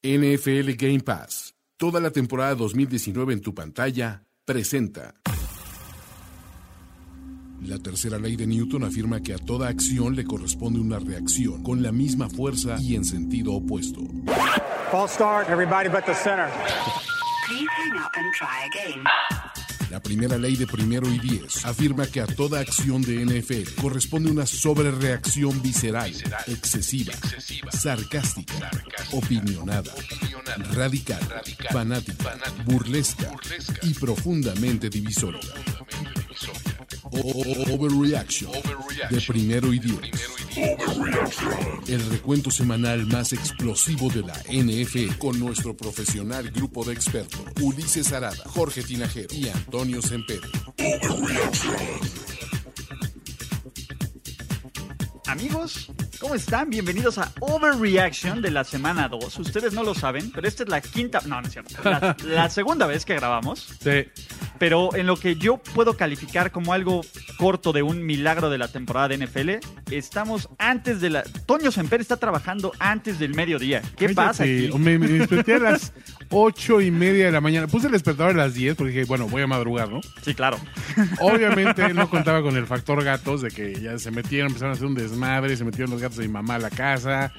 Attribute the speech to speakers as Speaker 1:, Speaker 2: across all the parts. Speaker 1: NFL Game Pass, toda la temporada 2019 en tu pantalla, presenta. La tercera ley de Newton afirma que a toda acción le corresponde una reacción con la misma fuerza y en sentido opuesto.
Speaker 2: False start, everybody but the center.
Speaker 3: Please hang up and try again.
Speaker 1: La primera ley de primero y diez afirma que a toda acción de NFL corresponde una sobrereacción visceral, excesiva, sarcástica, opinionada, radical, fanática, burlesca, y profundamente divisoria. O- o- Overreaction, de primero y diez. El recuento semanal más explosivo de la NFL con nuestro profesional grupo de expertos Ulises Arada, Jorge Tinajero y Antonio Semper.
Speaker 4: Amigos, ¿cómo están? Bienvenidos a Overreaction de la semana 2. Ustedes no lo saben, pero esta es la quinta... No, no es cierto. La, la segunda vez que grabamos,
Speaker 5: Sí.
Speaker 4: pero en lo que yo puedo calificar como algo corto de un milagro de la temporada de NFL, estamos antes de la... Toño Semper está trabajando antes del mediodía. ¿Qué
Speaker 5: Cállate.
Speaker 4: pasa aquí?
Speaker 5: Me, me desperté a las ocho y media de la mañana. Puse el despertador a las 10 porque dije, bueno, voy a madrugar, ¿no?
Speaker 4: Sí, claro.
Speaker 5: Obviamente no contaba con el factor gatos de que ya se metieron, empezaron a hacer un desmadre, se metieron los gatos de mi mamá a la casa.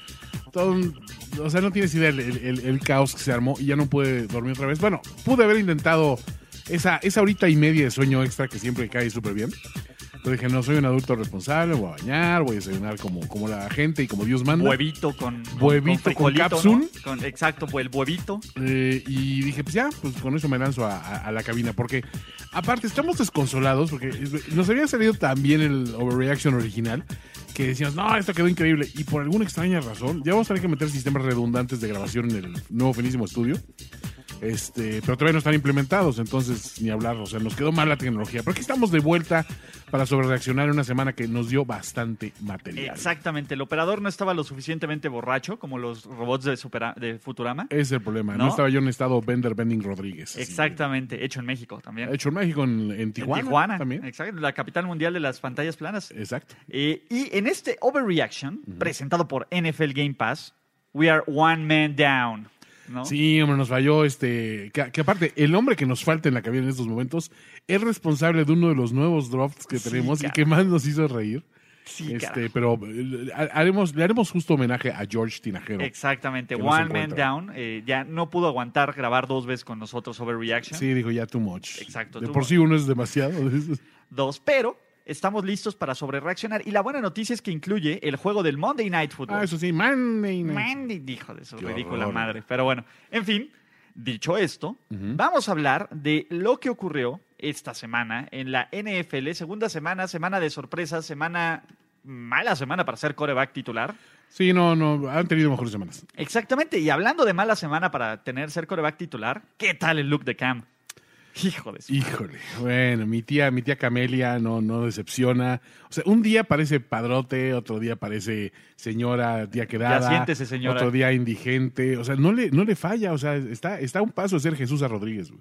Speaker 5: Todo un- o sea, no tienes idea el, el- el- el caos que se armó y ya no pude dormir otra vez. Bueno, pude haber intentado esa, esa horita y media de sueño extra que siempre cae súper bien. Pero dije, no, soy un adulto responsable, voy a bañar, voy a desayunar como, como la gente y como Dios manda.
Speaker 4: Huevito con... con-
Speaker 5: Huevito con
Speaker 4: frijolito,
Speaker 5: capsun.
Speaker 4: ¿no? Con- exacto, pues el huevito.
Speaker 5: Eh, y dije, pues ya, pues con eso me lanzo a, a- a la cabina. Porque, aparte, estamos desconsolados porque es- nos había salido también el overreaction original. Que decíamos, no, esto quedó increíble. Y por alguna extraña razón, ya vamos a tener que meter sistemas redundantes de grabación en el nuevo finísimo estudio. Este, pero todavía no están implementados, entonces ni hablar, o sea, nos quedó mal la tecnología. Pero aquí estamos de vuelta para sobrereaccionar en una semana que nos dio bastante material.
Speaker 4: Exactamente, el operador no estaba lo suficientemente borracho como los robots de, Supera- de Futurama.
Speaker 5: Ese es el problema. No,
Speaker 4: ¿No?
Speaker 5: estaba yo en estado Bender Bending Rodríguez. así.
Speaker 4: Exactamente, hecho en México también.
Speaker 5: Hecho en México, en, en
Speaker 4: En
Speaker 5: Tijuana.
Speaker 4: Tijuana,
Speaker 5: También.
Speaker 4: exacto, la capital mundial de las pantallas planas.
Speaker 5: Exacto.
Speaker 4: Eh, y en este Overreaction, presentado por NFL Game Pass, we are one man down. ¿no?
Speaker 5: Sí, hombre, nos falló este. Que, que aparte, el hombre que nos falta en la cabina en estos momentos es responsable de uno de los nuevos drafts que tenemos y
Speaker 4: cara.
Speaker 5: que más nos hizo reír.
Speaker 4: Sí,
Speaker 5: este,
Speaker 4: carajo.
Speaker 5: pero eh, ha- haremos, le haremos justo homenaje a George Tinajero.
Speaker 4: Exactamente,
Speaker 5: que no se
Speaker 4: one man
Speaker 5: encuentra.
Speaker 4: down. eh, ya no pudo aguantar grabar dos veces con nosotros Overreaction.
Speaker 5: Sí, dijo ya too much.
Speaker 4: Exacto,
Speaker 5: De
Speaker 4: too
Speaker 5: por
Speaker 4: much.
Speaker 5: sí uno es demasiado. Ah,
Speaker 4: Dos, pero estamos listos para sobrereaccionar. Y la buena noticia es que incluye el juego del Monday Night Football.
Speaker 5: ah, eso sí, man.
Speaker 4: Mandy dijo de su
Speaker 5: Qué
Speaker 4: ridícula
Speaker 5: horror.
Speaker 4: madre. Pero bueno, en fin, dicho esto, vamos a hablar de lo que ocurrió esta semana en la NFL, segunda semana, semana de sorpresa, semana mala semana para ser coreback titular.
Speaker 5: Sí, no, no, han tenido mejores semanas.
Speaker 4: Exactamente, y hablando de mala semana para tener ser coreback titular, ¿qué tal el look de Cam? Hijo de su...
Speaker 5: Híjole, bueno, mi tía, mi tía Camelia no, no decepciona. O sea, un día parece padrote, otro día parece señora, tía quedada.
Speaker 4: Ya siéntese, señora.
Speaker 5: Otro día indigente. O sea, no le, no le falla. O sea, está, está a un paso de ser Jesús a Rodríguez, güey.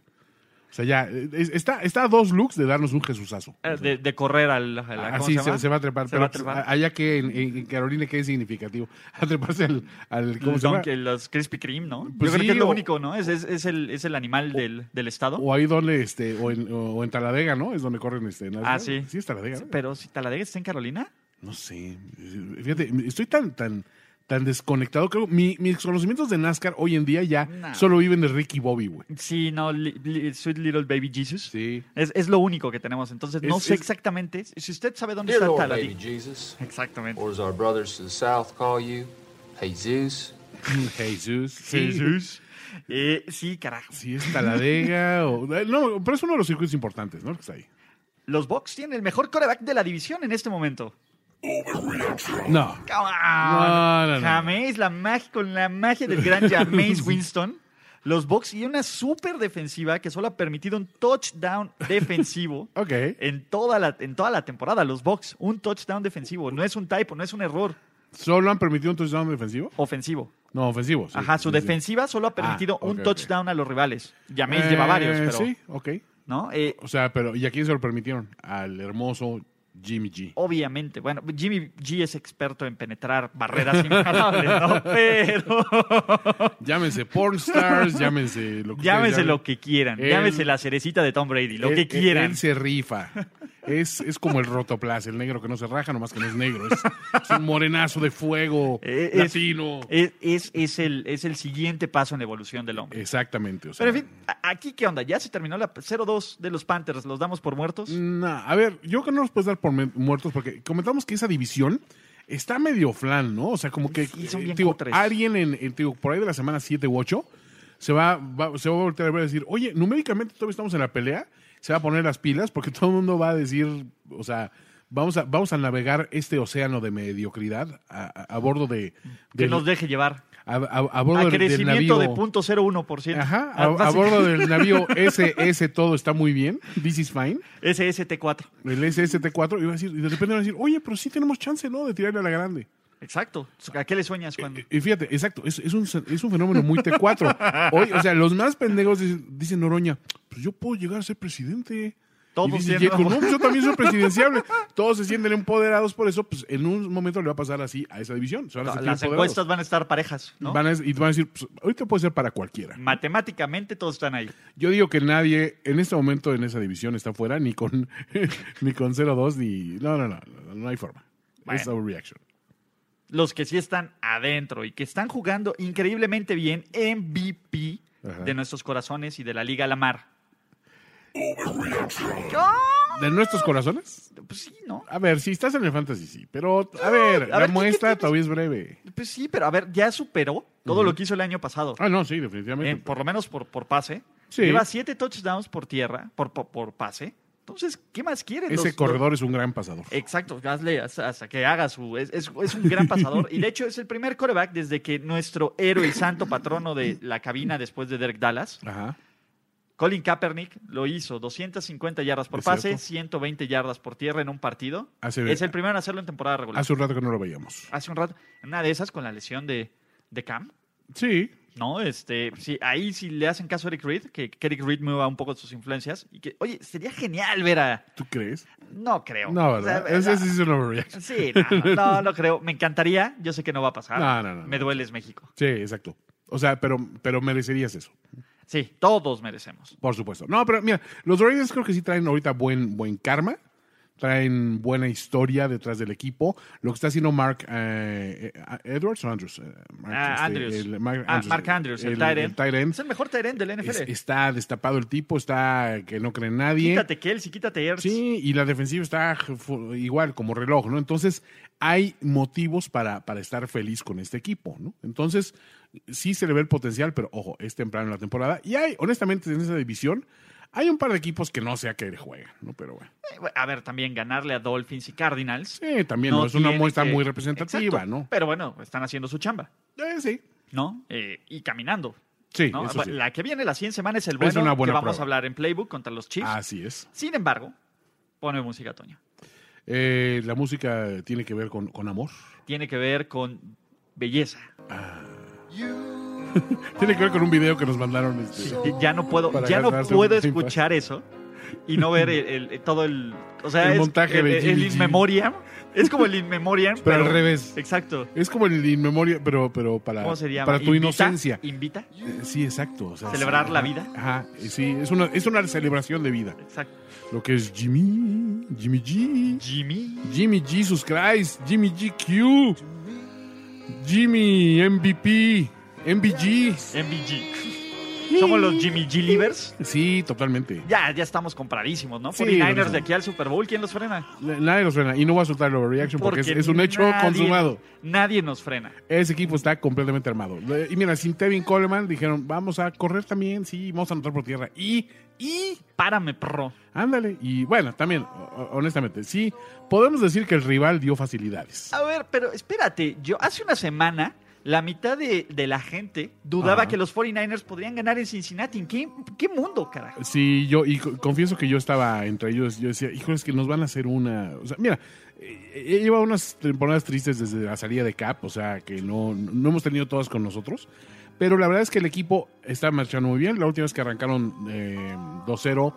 Speaker 5: O sea, ya, es- está, está a dos looks de darnos un Jesusazo.
Speaker 4: Eh, De, de correr al... a la- ¿cómo
Speaker 5: Así Ah, se,
Speaker 4: llama?
Speaker 5: se va a trepar.
Speaker 4: Se
Speaker 5: pero
Speaker 4: va
Speaker 5: ah,
Speaker 4: a trepar.
Speaker 5: a- Allá que en, en- en Carolina, que es significativo. A treparse al. al- ¿Cómo
Speaker 4: El
Speaker 5: se llama?
Speaker 4: Donkey, los Krispy Kreme, ¿no? Yo
Speaker 5: Pues
Speaker 4: creo
Speaker 5: sí,
Speaker 4: que es lo
Speaker 5: o-
Speaker 4: único, ¿no? Es, es- es el, es el animal del, del estado.
Speaker 5: O ahí donde, este, o en, o en Taladega, ¿no? Es donde corren este. ¿no?
Speaker 4: Ah, sí.
Speaker 5: Sí, es Taladega. ¿no?
Speaker 4: Pero si Taladega está en Carolina.
Speaker 5: No sé. Fíjate, estoy tan, tan, tan desconectado. Creo mi- mis conocimientos de NASCAR hoy en día ya
Speaker 4: No.
Speaker 5: solo viven de Ricky Bobby, güey.
Speaker 4: Sí, no, li- li- Sweet Little Baby Jesus.
Speaker 5: Sí.
Speaker 4: Es, es lo único que tenemos. Entonces, no
Speaker 5: Es-
Speaker 4: sé
Speaker 5: es-
Speaker 4: exactamente. Si usted sabe dónde
Speaker 6: Dear
Speaker 4: está
Speaker 6: Lord, baby
Speaker 4: Taladega.
Speaker 6: Jesus,
Speaker 5: Oh,
Speaker 4: Exactamente.
Speaker 6: or as our brothers to the south call you, Jesus.
Speaker 5: Jesús. Sí.
Speaker 4: Jesus. Eh, sí, carajo.
Speaker 5: Sí, es Taladega. o- no, pero es uno de los circuitos importantes, ¿no? Que está ahí.
Speaker 4: Los Bucks tienen el mejor coreback de la división en este momento.
Speaker 5: No.
Speaker 4: Come on.
Speaker 5: No, no, no.
Speaker 4: Jameis, la magia, con la magia del gran Jameis Winston, los Bucks y una super defensiva que solo ha permitido un touchdown defensivo
Speaker 5: Ok.
Speaker 4: en, toda la, en toda la temporada. Los Bucks, un touchdown defensivo. No es un typo, no es un error
Speaker 5: ¿Solo han permitido un touchdown defensivo?
Speaker 4: ofensivo.
Speaker 5: No, ofensivo. sí.
Speaker 4: Ajá, su
Speaker 5: Sí, sí.
Speaker 4: defensiva solo ha permitido
Speaker 5: Ah, ok,
Speaker 4: un
Speaker 5: ok.
Speaker 4: touchdown a los rivales. Yamés lleva varios,
Speaker 5: Eh,
Speaker 4: pero.
Speaker 5: Sí, ok.
Speaker 4: ¿no? Eh,
Speaker 5: O sea, pero ¿y a quién se lo permitieron? Al hermoso Jimmy G.
Speaker 4: obviamente, bueno, Jimmy G es experto en penetrar barreras injalables, ¿no? Pero
Speaker 5: Llámense pornstars, llámense lo que
Speaker 4: llámese
Speaker 5: ustedes
Speaker 4: lo que quieran.
Speaker 5: Él-
Speaker 4: llámese la cerecita de Tom Brady, lo
Speaker 5: Él-
Speaker 4: que
Speaker 5: él-
Speaker 4: quieran.
Speaker 5: Él se rifa. Es, es como el rotoplas, el negro que no se raja, nomás que no es negro. Es, es un morenazo de fuego
Speaker 4: Eh, es-
Speaker 5: latino.
Speaker 4: Es, es- es el, es el siguiente paso en la evolución del hombre.
Speaker 5: Exactamente. O sea,
Speaker 4: Pero en fin, a- aquí qué onda, ya se terminó la 0-2 de los Panthers, ¿los damos por muertos?
Speaker 5: nah, a ver, yo creo que no los puedes dar por me- muertos porque comentamos que esa división está medio flan, ¿no? O sea, como que
Speaker 4: Sí, son
Speaker 5: eh,
Speaker 4: bien
Speaker 5: digo,
Speaker 4: cutres.
Speaker 5: alguien en, en- digo, por ahí de la semana 7 u 8 se va, va- se va a voltear a ver y decir, oye, numéricamente todavía estamos en la pelea, se va a poner las pilas porque todo el mundo va a decir, o sea, vamos a, vamos a navegar este océano de mediocridad a, a- a bordo de...
Speaker 4: que
Speaker 5: del-
Speaker 4: nos deje llevar.
Speaker 5: a, a- a bordo
Speaker 4: A
Speaker 5: del- del
Speaker 4: crecimiento
Speaker 5: navío.
Speaker 4: de 0.01%.
Speaker 5: Ajá,
Speaker 4: Ah,
Speaker 5: a, a
Speaker 4: básica-
Speaker 5: bordo del navío SS todo está muy bien, this is fine.
Speaker 4: SST4.
Speaker 5: El SST4 iba a decir, y de repente van a decir, oye, pero sí tenemos chance, ¿no? De tirarle a la grande.
Speaker 4: Exacto. ¿A qué le sueñas cuando?
Speaker 5: Y fíjate, exacto, es, es un, es un fenómeno muy T4. Hoy, o sea, los más pendejos dicen, dicen Noroña, pues yo puedo llegar a ser presidente.
Speaker 4: Todos
Speaker 5: y dice
Speaker 4: siendo-
Speaker 5: Yeco, "No, pues yo también soy presidenciable. Todos se sienten empoderados por eso, pues en un momento le va a pasar así a esa división. Se van a sentir
Speaker 4: Las
Speaker 5: empoderados.
Speaker 4: encuestas van a estar parejas, ¿no?
Speaker 5: Van a- y van a decir, pues, ahorita puede ser para cualquiera.
Speaker 4: Matemáticamente todos están ahí.
Speaker 5: Yo digo que nadie en este momento en esa división está fuera, ni con, ni con 0-2, ni. No, no, no, no, no hay forma. Es overreaction.
Speaker 4: Los que sí están adentro y que están jugando increíblemente bien, MVP
Speaker 5: Ajá.
Speaker 4: de nuestros corazones y de la Liga Lamar.
Speaker 5: ¿De nuestros corazones?
Speaker 4: Pues sí, ¿no?
Speaker 5: A ver, si estás en el fantasy, sí. Pero, a ver, la
Speaker 4: ver, ¿qué-
Speaker 5: muestra
Speaker 4: qué tienes?
Speaker 5: todavía es breve.
Speaker 4: Pues sí, pero a ver, ya superó todo lo que hizo el año pasado.
Speaker 5: Ah, no, sí,
Speaker 4: Eh,
Speaker 5: definitivamente.
Speaker 4: por lo menos por, por pase.
Speaker 5: Sí.
Speaker 4: Lleva siete touchdowns por tierra, por, por, por pase. Entonces, ¿qué más quieres?
Speaker 5: Ese
Speaker 4: Los- Eh,
Speaker 5: corredor es un gran pasador.
Speaker 4: Exacto, hazle hasta, hasta que haga su... Es, es- es un gran pasador. Y de hecho es el primer coreback desde que nuestro héroe y santo patrono de la cabina después de Derek Dallas,
Speaker 5: Ajá.
Speaker 4: Colin Kaepernick, lo hizo. 250 yardas por
Speaker 5: Es
Speaker 4: pase,
Speaker 5: cierto.
Speaker 4: 120 yardas por tierra en un partido.
Speaker 5: Hace-
Speaker 4: es el primero en hacerlo en temporada regular.
Speaker 5: Hace un rato que no lo veíamos.
Speaker 4: Hace un rato, en una de esas con la lesión de, de Cam.
Speaker 5: Sí.
Speaker 4: No, este, sí, ahí sí le hacen caso a Eric Reed, que, que Eric Reed mueva un poco sus influencias. Y que, oye, sería genial ver a.
Speaker 5: ¿Tú crees?
Speaker 4: No creo.
Speaker 5: No,
Speaker 4: O sea,
Speaker 5: ¿verdad? Ese sí es un overreaction.
Speaker 4: Sí, no, no, no creo. Me encantaría. Yo sé que no va a pasar.
Speaker 5: No, no, no,
Speaker 4: Me
Speaker 5: no.
Speaker 4: dueles México.
Speaker 5: Sí, exacto. O sea, pero, pero merecerías eso.
Speaker 4: Sí, todos merecemos.
Speaker 5: Por supuesto. No, pero mira, los Ravens creo que sí traen ahorita buen, buen karma. Traen buena historia detrás del equipo. Lo que está haciendo Mark eh, eh, Edwards o Andrews. eh, Mark,
Speaker 4: Ah,
Speaker 5: este,
Speaker 4: Andrews.
Speaker 5: el Mark
Speaker 4: Ah, Mark Andrews, el, tight end.
Speaker 5: tight end.
Speaker 4: Es el mejor tight end del NFL.
Speaker 5: Es- está destapado el tipo, está que no cree en nadie.
Speaker 4: quítate Kelsey, quítate Ertz.
Speaker 5: Sí, y la defensiva está fu- igual como reloj, ¿no? Entonces, hay motivos para, para estar feliz con este equipo, ¿no? Entonces, sí se le ve el potencial, pero ojo, es temprano en la temporada. Y hay, honestamente, en esa división, hay un par de equipos que no sé a qué juegan, ¿no? Pero bueno.
Speaker 4: Eh, A ver, también ganarle a Dolphins y Cardinals.
Speaker 5: Sí, también, ¿no? Es una
Speaker 4: tiene
Speaker 5: muestra
Speaker 4: que-
Speaker 5: muy representativa,
Speaker 4: Exacto.
Speaker 5: ¿no?
Speaker 4: Pero bueno, están haciendo su chamba,
Speaker 5: Eh, sí.
Speaker 4: ¿no? Eh, y caminando.
Speaker 5: Sí,
Speaker 4: ¿no?
Speaker 5: eso sí.
Speaker 4: La que viene, la 100 semana, es el bueno
Speaker 5: una
Speaker 4: que
Speaker 5: buena
Speaker 4: vamos
Speaker 5: prueba. Ah.
Speaker 4: a hablar en Playbook contra los Chiefs.
Speaker 5: Así es.
Speaker 4: Sin embargo, pone música, Toño.
Speaker 5: Eh, la música tiene que ver con, con amor.
Speaker 4: Tiene que ver con belleza.
Speaker 5: Tiene que ver con un video que nos mandaron. Este,
Speaker 4: Ya no puedo,
Speaker 5: Para
Speaker 4: ya no
Speaker 5: ganarse
Speaker 4: puedo
Speaker 5: un tiempo.
Speaker 4: escuchar eso y no ver el, el- todo el, o sea,
Speaker 5: El
Speaker 4: es
Speaker 5: montaje de
Speaker 4: el,
Speaker 5: Jimmy
Speaker 4: in
Speaker 5: G.
Speaker 4: memoriam, es como el in memoriam,
Speaker 5: Pero al revés.
Speaker 4: Exacto.
Speaker 5: Es como el in memoria, pero, pero para,
Speaker 4: ¿Cómo se llama?
Speaker 5: para tu
Speaker 4: ¿Invita?
Speaker 5: inocencia.
Speaker 4: Invita.
Speaker 5: Eh, Sí, exacto. o sea,
Speaker 4: Celebrar
Speaker 5: sí,
Speaker 4: la
Speaker 5: ajá,
Speaker 4: vida.
Speaker 5: Ajá, eh, sí, es una, es una celebración de vida.
Speaker 4: Exacto.
Speaker 5: Lo que es Jimmy, Jimmy G,
Speaker 4: Jimmy.
Speaker 5: Jimmy Jesus Christ, Jimmy GQ, Jimmy MVP, MBG.
Speaker 4: MVG. Somos los Jimmy G Livers.
Speaker 5: Sí, totalmente.
Speaker 4: Ya, ya estamos compradísimos, ¿no?
Speaker 5: Sí,
Speaker 4: 49ers
Speaker 5: no.
Speaker 4: de aquí al Super Bowl, ¿quién los frena?
Speaker 5: Nadie los frena. Y no va a soltar el overreaction porque, es, es un hecho
Speaker 4: nadie-
Speaker 5: consumado.
Speaker 4: Nadie nos frena.
Speaker 5: Ese equipo está completamente armado. Eh, Y mira, sin Tevin Coleman dijeron, vamos a correr también, sí, vamos a anotar por tierra. Y, y
Speaker 4: Párame, perro.
Speaker 5: Ándale, y bueno, también, ho- honestamente, sí, podemos decir que el rival dio facilidades.
Speaker 4: A ver, pero espérate, yo hace una semana La mitad de, de la gente dudaba
Speaker 5: Ajá.
Speaker 4: que los 49ers podrían ganar en Cincinnati. ¿En qué, qué mundo, carajo?
Speaker 5: Sí, yo, y co- confieso que yo estaba entre ellos, yo decía, híjole, es que nos van a hacer una, o sea, mira, eh, lleva unas temporadas tristes desde la salida de Cap, o sea, que no, no hemos tenido todas con nosotros, pero la verdad es que el equipo está marchando muy bien, la última vez que arrancaron eh, 2-0,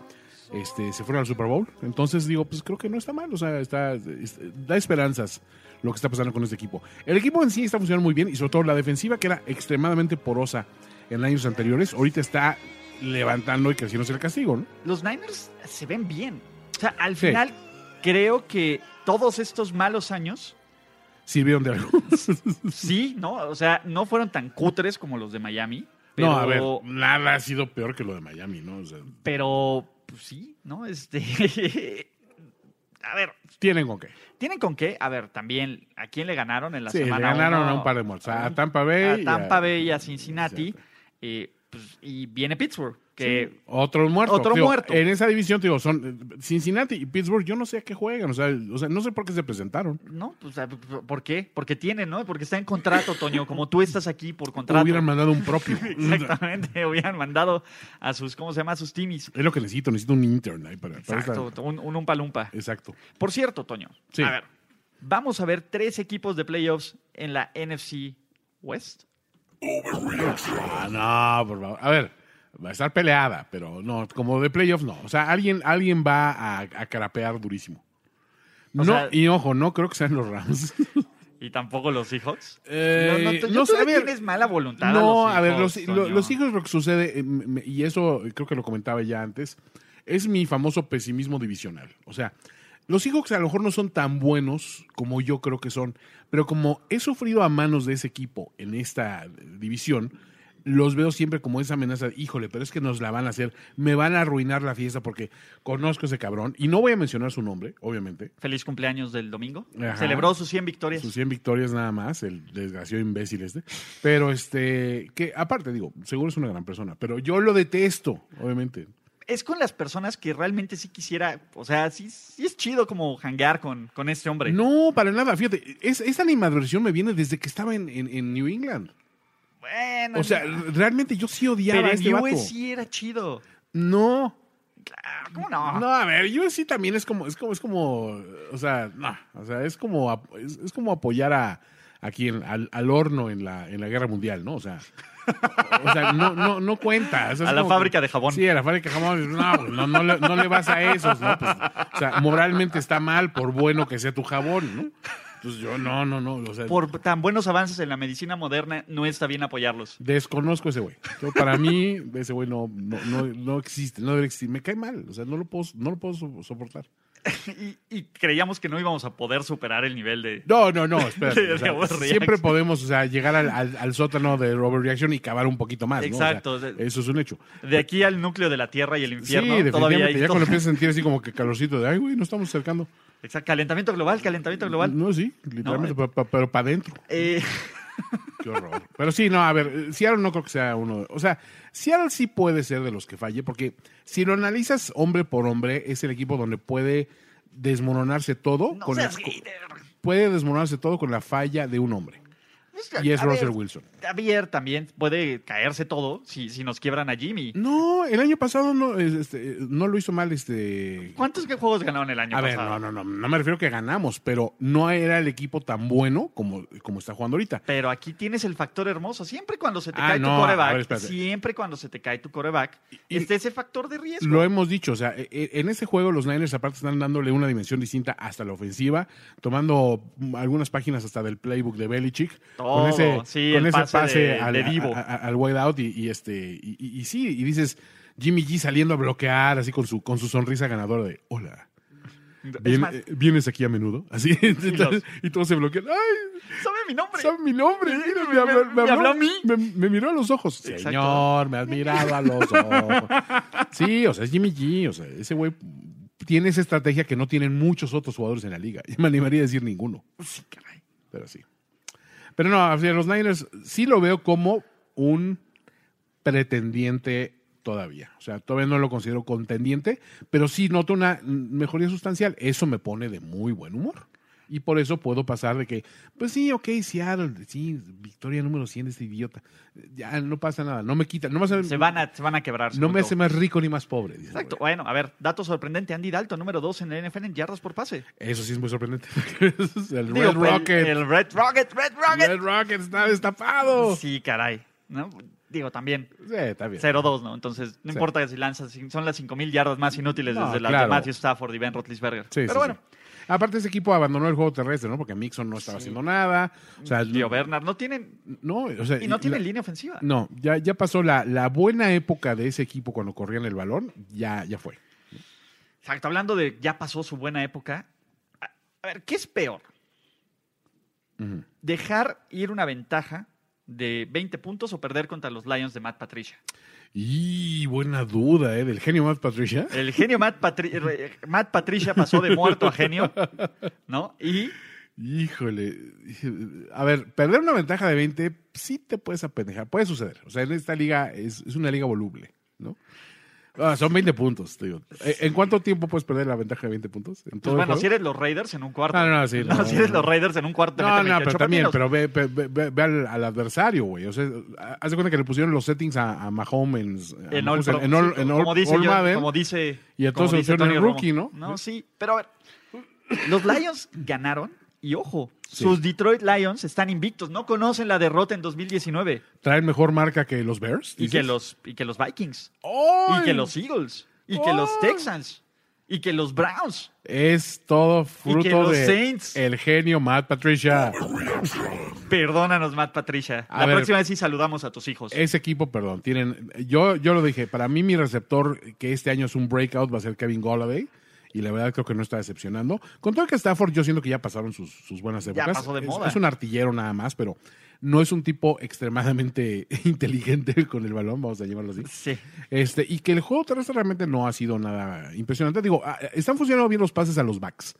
Speaker 5: este, se fueron al Super Bowl, entonces digo, pues creo que no está mal, o sea, está, es- da esperanzas lo que está pasando con este equipo. El equipo en sí está funcionando muy bien y sobre todo la defensiva que era extremadamente porosa en años anteriores, ahorita está levantando y creciéndose el castigo, ¿no?
Speaker 4: Los Niners se ven bien. O sea, al
Speaker 5: Sí.
Speaker 4: final creo que todos estos malos años,
Speaker 5: Sirvieron de algo.
Speaker 4: sí, ¿no? O sea, no fueron tan cutres como los de Miami. Pero,
Speaker 5: No, a ver, nada ha sido peor que lo de Miami, ¿no? O sea,
Speaker 4: Pero, pues sí, ¿no? Este. a ver,
Speaker 5: tienen con qué.
Speaker 4: ¿tienen con qué? A ver, también, ¿a quién le ganaron en la
Speaker 5: Sí, le
Speaker 4: semana?
Speaker 5: ganaron
Speaker 4: uno? Ah.
Speaker 5: a un par de muertos. A Tampa Bay. y
Speaker 4: A
Speaker 5: a-
Speaker 4: Tampa Bay y a Cincinnati. eh, pues, y viene Pittsburgh, que
Speaker 5: Otro muerto.
Speaker 4: Otro
Speaker 5: Digo,
Speaker 4: muerto.
Speaker 5: En esa división, te digo, son eh, Cincinnati y Pittsburgh. Yo no sé a qué juegan. O sea, o sea, no sé por qué se presentaron.
Speaker 4: No, pues, ah, ¿por qué? Porque tienen, ¿no? Porque está en contrato, Toño, como tú estás aquí por contrato.
Speaker 5: Hubieran mandado un propio. es
Speaker 4: Exactamente, hubieran mandado a sus, ¿cómo se llama? A sus timis.
Speaker 5: lo que necesito. Necesito un intern ahí para, para esta-
Speaker 4: Exacto, un, un umpalumpa.
Speaker 5: Exacto.
Speaker 4: Por cierto, Toño,
Speaker 5: Sí.
Speaker 4: a ver, vamos a ver tres equipos de playoffs en la NFC West.
Speaker 5: Ah, no, por favor. A ver, va a estar peleada, pero no, como de playoff no. O sea, alguien, alguien va a, a carapear durísimo. No,
Speaker 4: sea-
Speaker 5: y ojo, no creo que sean los Rams.
Speaker 4: Y tampoco los Seahawks.
Speaker 5: Eh,
Speaker 4: no, no, Toño,
Speaker 5: no
Speaker 4: tú
Speaker 5: sé,
Speaker 4: le
Speaker 5: a ver.
Speaker 4: tienes mala voluntad. a
Speaker 5: No,
Speaker 4: los
Speaker 5: a ver, los,
Speaker 4: Seahawks,
Speaker 5: lo-
Speaker 4: Toño.
Speaker 5: los hijos lo que sucede, eh, me- y eso creo que lo comentaba ya antes, es mi famoso pesimismo divisional. O sea, los Seahawks a lo mejor no son tan buenos como yo creo que son, pero como he sufrido a manos de ese equipo en esta eh, división, los veo siempre como esa amenaza, híjole, pero es que nos la van a hacer, me van a arruinar la fiesta porque conozco a ese cabrón, y no voy a mencionar su nombre, obviamente,
Speaker 4: Feliz cumpleaños del domingo.
Speaker 5: Ajá.
Speaker 4: Celebró sus 100 victorias.
Speaker 5: sus 100 victorias nada más, el desgraciado imbécil este. Pero este, que aparte digo, seguro es una gran persona, pero yo lo detesto, obviamente.
Speaker 4: es con las personas que realmente sí quisiera, o sea, sí, sí es chido como hangar con, con este hombre.
Speaker 5: No, para nada, fíjate, es, esta animadversión me viene desde que estaba en, en- en New England.
Speaker 4: bueno,
Speaker 5: O sea,
Speaker 4: no,
Speaker 5: realmente yo sí odiaba
Speaker 4: pero
Speaker 5: a este
Speaker 4: en
Speaker 5: vato.
Speaker 4: US sí era chido.
Speaker 5: No.
Speaker 4: Claro, ¿cómo no?
Speaker 5: No, a ver, yo sí también es como, es como, es como, o sea, no, o sea, es como, ap- es, es como apoyar a, aquí al, al horno en la, en la guerra mundial, ¿no? O sea, o sea, no, no, no cuenta. o sea, es
Speaker 4: A la
Speaker 5: como
Speaker 4: fábrica de jabón.
Speaker 5: Sí, a la fábrica de jabón. No, pues, no, no, le, no le vas a esos, ¿no? Pues, o sea, moralmente está mal por bueno que sea tu jabón, ¿no? Entonces yo, no, no, no, o sea,
Speaker 4: Por tan buenos avances en la medicina moderna, no está bien apoyarlos.
Speaker 5: desconozco a ese güey. Yo, para mí, ese güey no, no, no, no existe, no debe existir. Me cae mal, o sea, no lo puedo, no lo puedo so- soportar.
Speaker 4: Y, y creíamos que no íbamos a poder superar el nivel de...
Speaker 5: No, no, no, espérate. o sea,
Speaker 4: De overreaction.
Speaker 5: siempre podemos, o sea, llegar al, al- al sótano de Reaction y cavar un poquito más, ¿no? O sea,
Speaker 4: Exacto, o sea,
Speaker 5: eso es un hecho.
Speaker 4: De aquí al núcleo de la Tierra y el
Speaker 5: Sí,
Speaker 4: infierno, todavía
Speaker 5: definitivamente.
Speaker 4: hay
Speaker 5: Ya
Speaker 4: to-
Speaker 5: cuando empiezas a sentir así como que calorcito de, ay, güey, no estamos cercando.
Speaker 4: Exacto, calentamiento global, calentamiento global.
Speaker 5: No, sí, literalmente, pa- pa- pero para adentro.
Speaker 4: Eh,
Speaker 5: Qué horror. Pero sí, no, a ver, eh, Seattle no creo que sea uno. O sea, Seattle sí puede ser de los que falle, porque si lo analizas hombre por hombre, es el equipo donde puede desmoronarse todo.
Speaker 4: no
Speaker 5: con
Speaker 4: seas
Speaker 5: la-
Speaker 4: hater.
Speaker 5: puede desmoronarse todo con la falla de un hombre. Y es
Speaker 4: A ver,
Speaker 5: Russell Wilson.
Speaker 4: Javier también puede caerse todo si, si nos quiebran a Jimmy.
Speaker 5: No, el año pasado no, es- este, no lo hizo mal este.
Speaker 4: ¿Cuántos que- juegos ganaron el año
Speaker 5: A ver,
Speaker 4: pasado?
Speaker 5: no, no, no, no me refiero que ganamos, pero no era el equipo tan bueno como, como está jugando ahorita.
Speaker 4: Pero aquí tienes el factor hermoso. Siempre cuando se te
Speaker 5: Ah,
Speaker 4: cae
Speaker 5: no,
Speaker 4: tu
Speaker 5: a ver,
Speaker 4: coreback,
Speaker 5: espérate.
Speaker 4: siempre cuando se te cae tu coreback,
Speaker 5: Y-
Speaker 4: está ese factor de riesgo.
Speaker 5: Lo hemos dicho, o sea, e- e- en ese juego los Niners aparte están dándole una dimensión distinta hasta la ofensiva, tomando mm, algunas páginas hasta del playbook de Belichick,
Speaker 4: Todo, sí, el pase de-
Speaker 5: al,
Speaker 4: de Divo.
Speaker 5: a- a- al wide out y, y este y, y- y sí, y dices Jimmy G saliendo a bloquear así con su con su sonrisa ganadora de hola.
Speaker 4: Es
Speaker 5: Vien-
Speaker 4: más,
Speaker 5: eh, ¿Vienes aquí a menudo? Así. entonces, y todos se bloquean. ¡Ay!
Speaker 4: sabe mi nombre.
Speaker 5: ¿Sabe mi nombre? Mira, me,
Speaker 4: me- me habló a mí.
Speaker 5: Me, me miró a los ojos.
Speaker 4: Exacto.
Speaker 5: Señor, me has mirado a los ojos. Sí, o sea, es Jimmy G. O sea, ese güey tiene esa estrategia que no tienen muchos otros jugadores en la liga. Yo me animaría a decir ninguno.
Speaker 4: Sí, caray.
Speaker 5: Pero sí. Pero no, o sea, los Niners sí lo veo como un pretendiente todavía. O sea, todavía no lo considero contendiente, pero sí noto una mm, mejoría sustancial. Eso me pone de muy buen humor. Y por eso puedo pasar de que, pues sí, ok, Seattle, sí, victoria número 100 de este idiota. Ya no pasa nada, no me quita, no me hace,
Speaker 4: Se van a, se van a quebrar.
Speaker 5: no
Speaker 4: según
Speaker 5: me
Speaker 4: tú.
Speaker 5: hace más rico ni más pobre. dice,
Speaker 4: Exacto. Bueno, a ver, dato sorprendente. Andy Dalton, número 2 en el NFL en yardas por pase.
Speaker 5: güey. Eso sí es muy sorprendente. el
Speaker 4: Digo,
Speaker 5: Red
Speaker 4: pues,
Speaker 5: Rocket.
Speaker 4: El Red Rocket, Red Rocket.
Speaker 5: Red Rocket está destapado. Sí,
Speaker 4: Sí, caray. ¿no? Digo, también.
Speaker 5: está bien.
Speaker 4: 0-2, ¿no? Entonces, no
Speaker 5: Sí.
Speaker 4: importa si lanzas, si- son las 5.000 yardas más inútiles
Speaker 5: No,
Speaker 4: desde las de
Speaker 5: claro.
Speaker 4: Matthew Stafford y Ben Roethlisberger.
Speaker 5: Sí,
Speaker 4: Pero
Speaker 5: sí,
Speaker 4: bueno,
Speaker 5: sí. Aparte, ese equipo abandonó el juego terrestre, ¿no? Porque Mixon no estaba haciendo nada. O sea,
Speaker 4: Tío Bernard, no tienen,
Speaker 5: no, o sea,
Speaker 4: y no tienen
Speaker 5: la-
Speaker 4: línea ofensiva.
Speaker 5: No, ya, ya pasó la, la buena época de ese equipo cuando corrían el balón, ya, ya fue.
Speaker 4: Exacto, hablando de ya pasó su buena época. A, a ver, ¿qué es peor? ¿Dejar ir una ventaja de 20 puntos o perder contra los Lions de Matt Patricia?
Speaker 5: Y buena duda, ¿eh? Del genio más Patricia.
Speaker 4: El genio Matt, Patri- re- Matt Patricia pasó de muerto a genio, ¿no? Y pues
Speaker 5: Híjole. A ver, perder una ventaja de 20 sí te puedes apendejar, puede suceder. O sea, en esta liga es, es una liga voluble, ¿no? Ah, son 20 puntos, te digo. ¿Eh, ¿En cuánto tiempo puedes perder la ventaja de 20 puntos? ¿En
Speaker 4: pues
Speaker 5: el
Speaker 4: bueno,
Speaker 5: juego?
Speaker 4: si eres los Raiders en un cuarto.
Speaker 5: Ah, No, no, sí, no,
Speaker 4: si eres
Speaker 5: no.
Speaker 4: los Raiders en un cuarto te
Speaker 5: No,
Speaker 4: meten
Speaker 5: no,
Speaker 4: 28
Speaker 5: pero también,
Speaker 4: partidos.
Speaker 5: pero ve, ve- ve- ve- ve al, al adversario, güey. O sea, haz de cuenta que le pusieron los settings a, a Mahomes a
Speaker 4: En All
Speaker 5: Mahomes
Speaker 4: Pro,
Speaker 5: pues, en All-
Speaker 4: sí,
Speaker 5: en
Speaker 4: como
Speaker 5: All-
Speaker 4: dice
Speaker 5: All
Speaker 4: yo-
Speaker 5: Madden.
Speaker 4: como dice
Speaker 5: Y entonces
Speaker 4: como dice
Speaker 5: opción
Speaker 4: Tony
Speaker 5: en
Speaker 4: Romo.
Speaker 5: rookie, ¿no?
Speaker 4: No, sí, pero a ver. Los Lions ganaron y ojo, sus Detroit Lions están invictos, no conocen la derrota en 2019
Speaker 5: traen mejor marca que los Bears.
Speaker 4: y
Speaker 5: dices?
Speaker 4: que los y que los Vikings
Speaker 5: ¡Ay!
Speaker 4: y que los Eagles y que los
Speaker 5: ¡Ay!
Speaker 4: Texans y que los Browns.
Speaker 5: Es todo
Speaker 4: Y que
Speaker 5: fruto
Speaker 4: los
Speaker 5: de
Speaker 4: Saints.
Speaker 5: el genio Matt Patricia.
Speaker 4: Perdónanos, Matt Patricia.
Speaker 5: A
Speaker 4: la
Speaker 5: ver. Eh,
Speaker 4: próxima vez sí saludamos a tus hijos.
Speaker 5: Ese equipo, perdón, tienen yo yo lo dije, para mí mi receptor que este año es un breakout va a ser Kevin Golladay. Y la verdad creo que no está decepcionando. Con todo que Stafford, yo siento que ya pasaron sus, sus buenas épocas.
Speaker 4: pasó de
Speaker 5: es,
Speaker 4: moda.
Speaker 5: es un artillero nada más, pero no es un tipo extremadamente inteligente con el balón, vamos a llamarlo así.
Speaker 4: Sí.
Speaker 5: Este, y que el juego terrestre realmente no ha sido nada impresionante. Digo, ah, están funcionando bien los pases a los backs,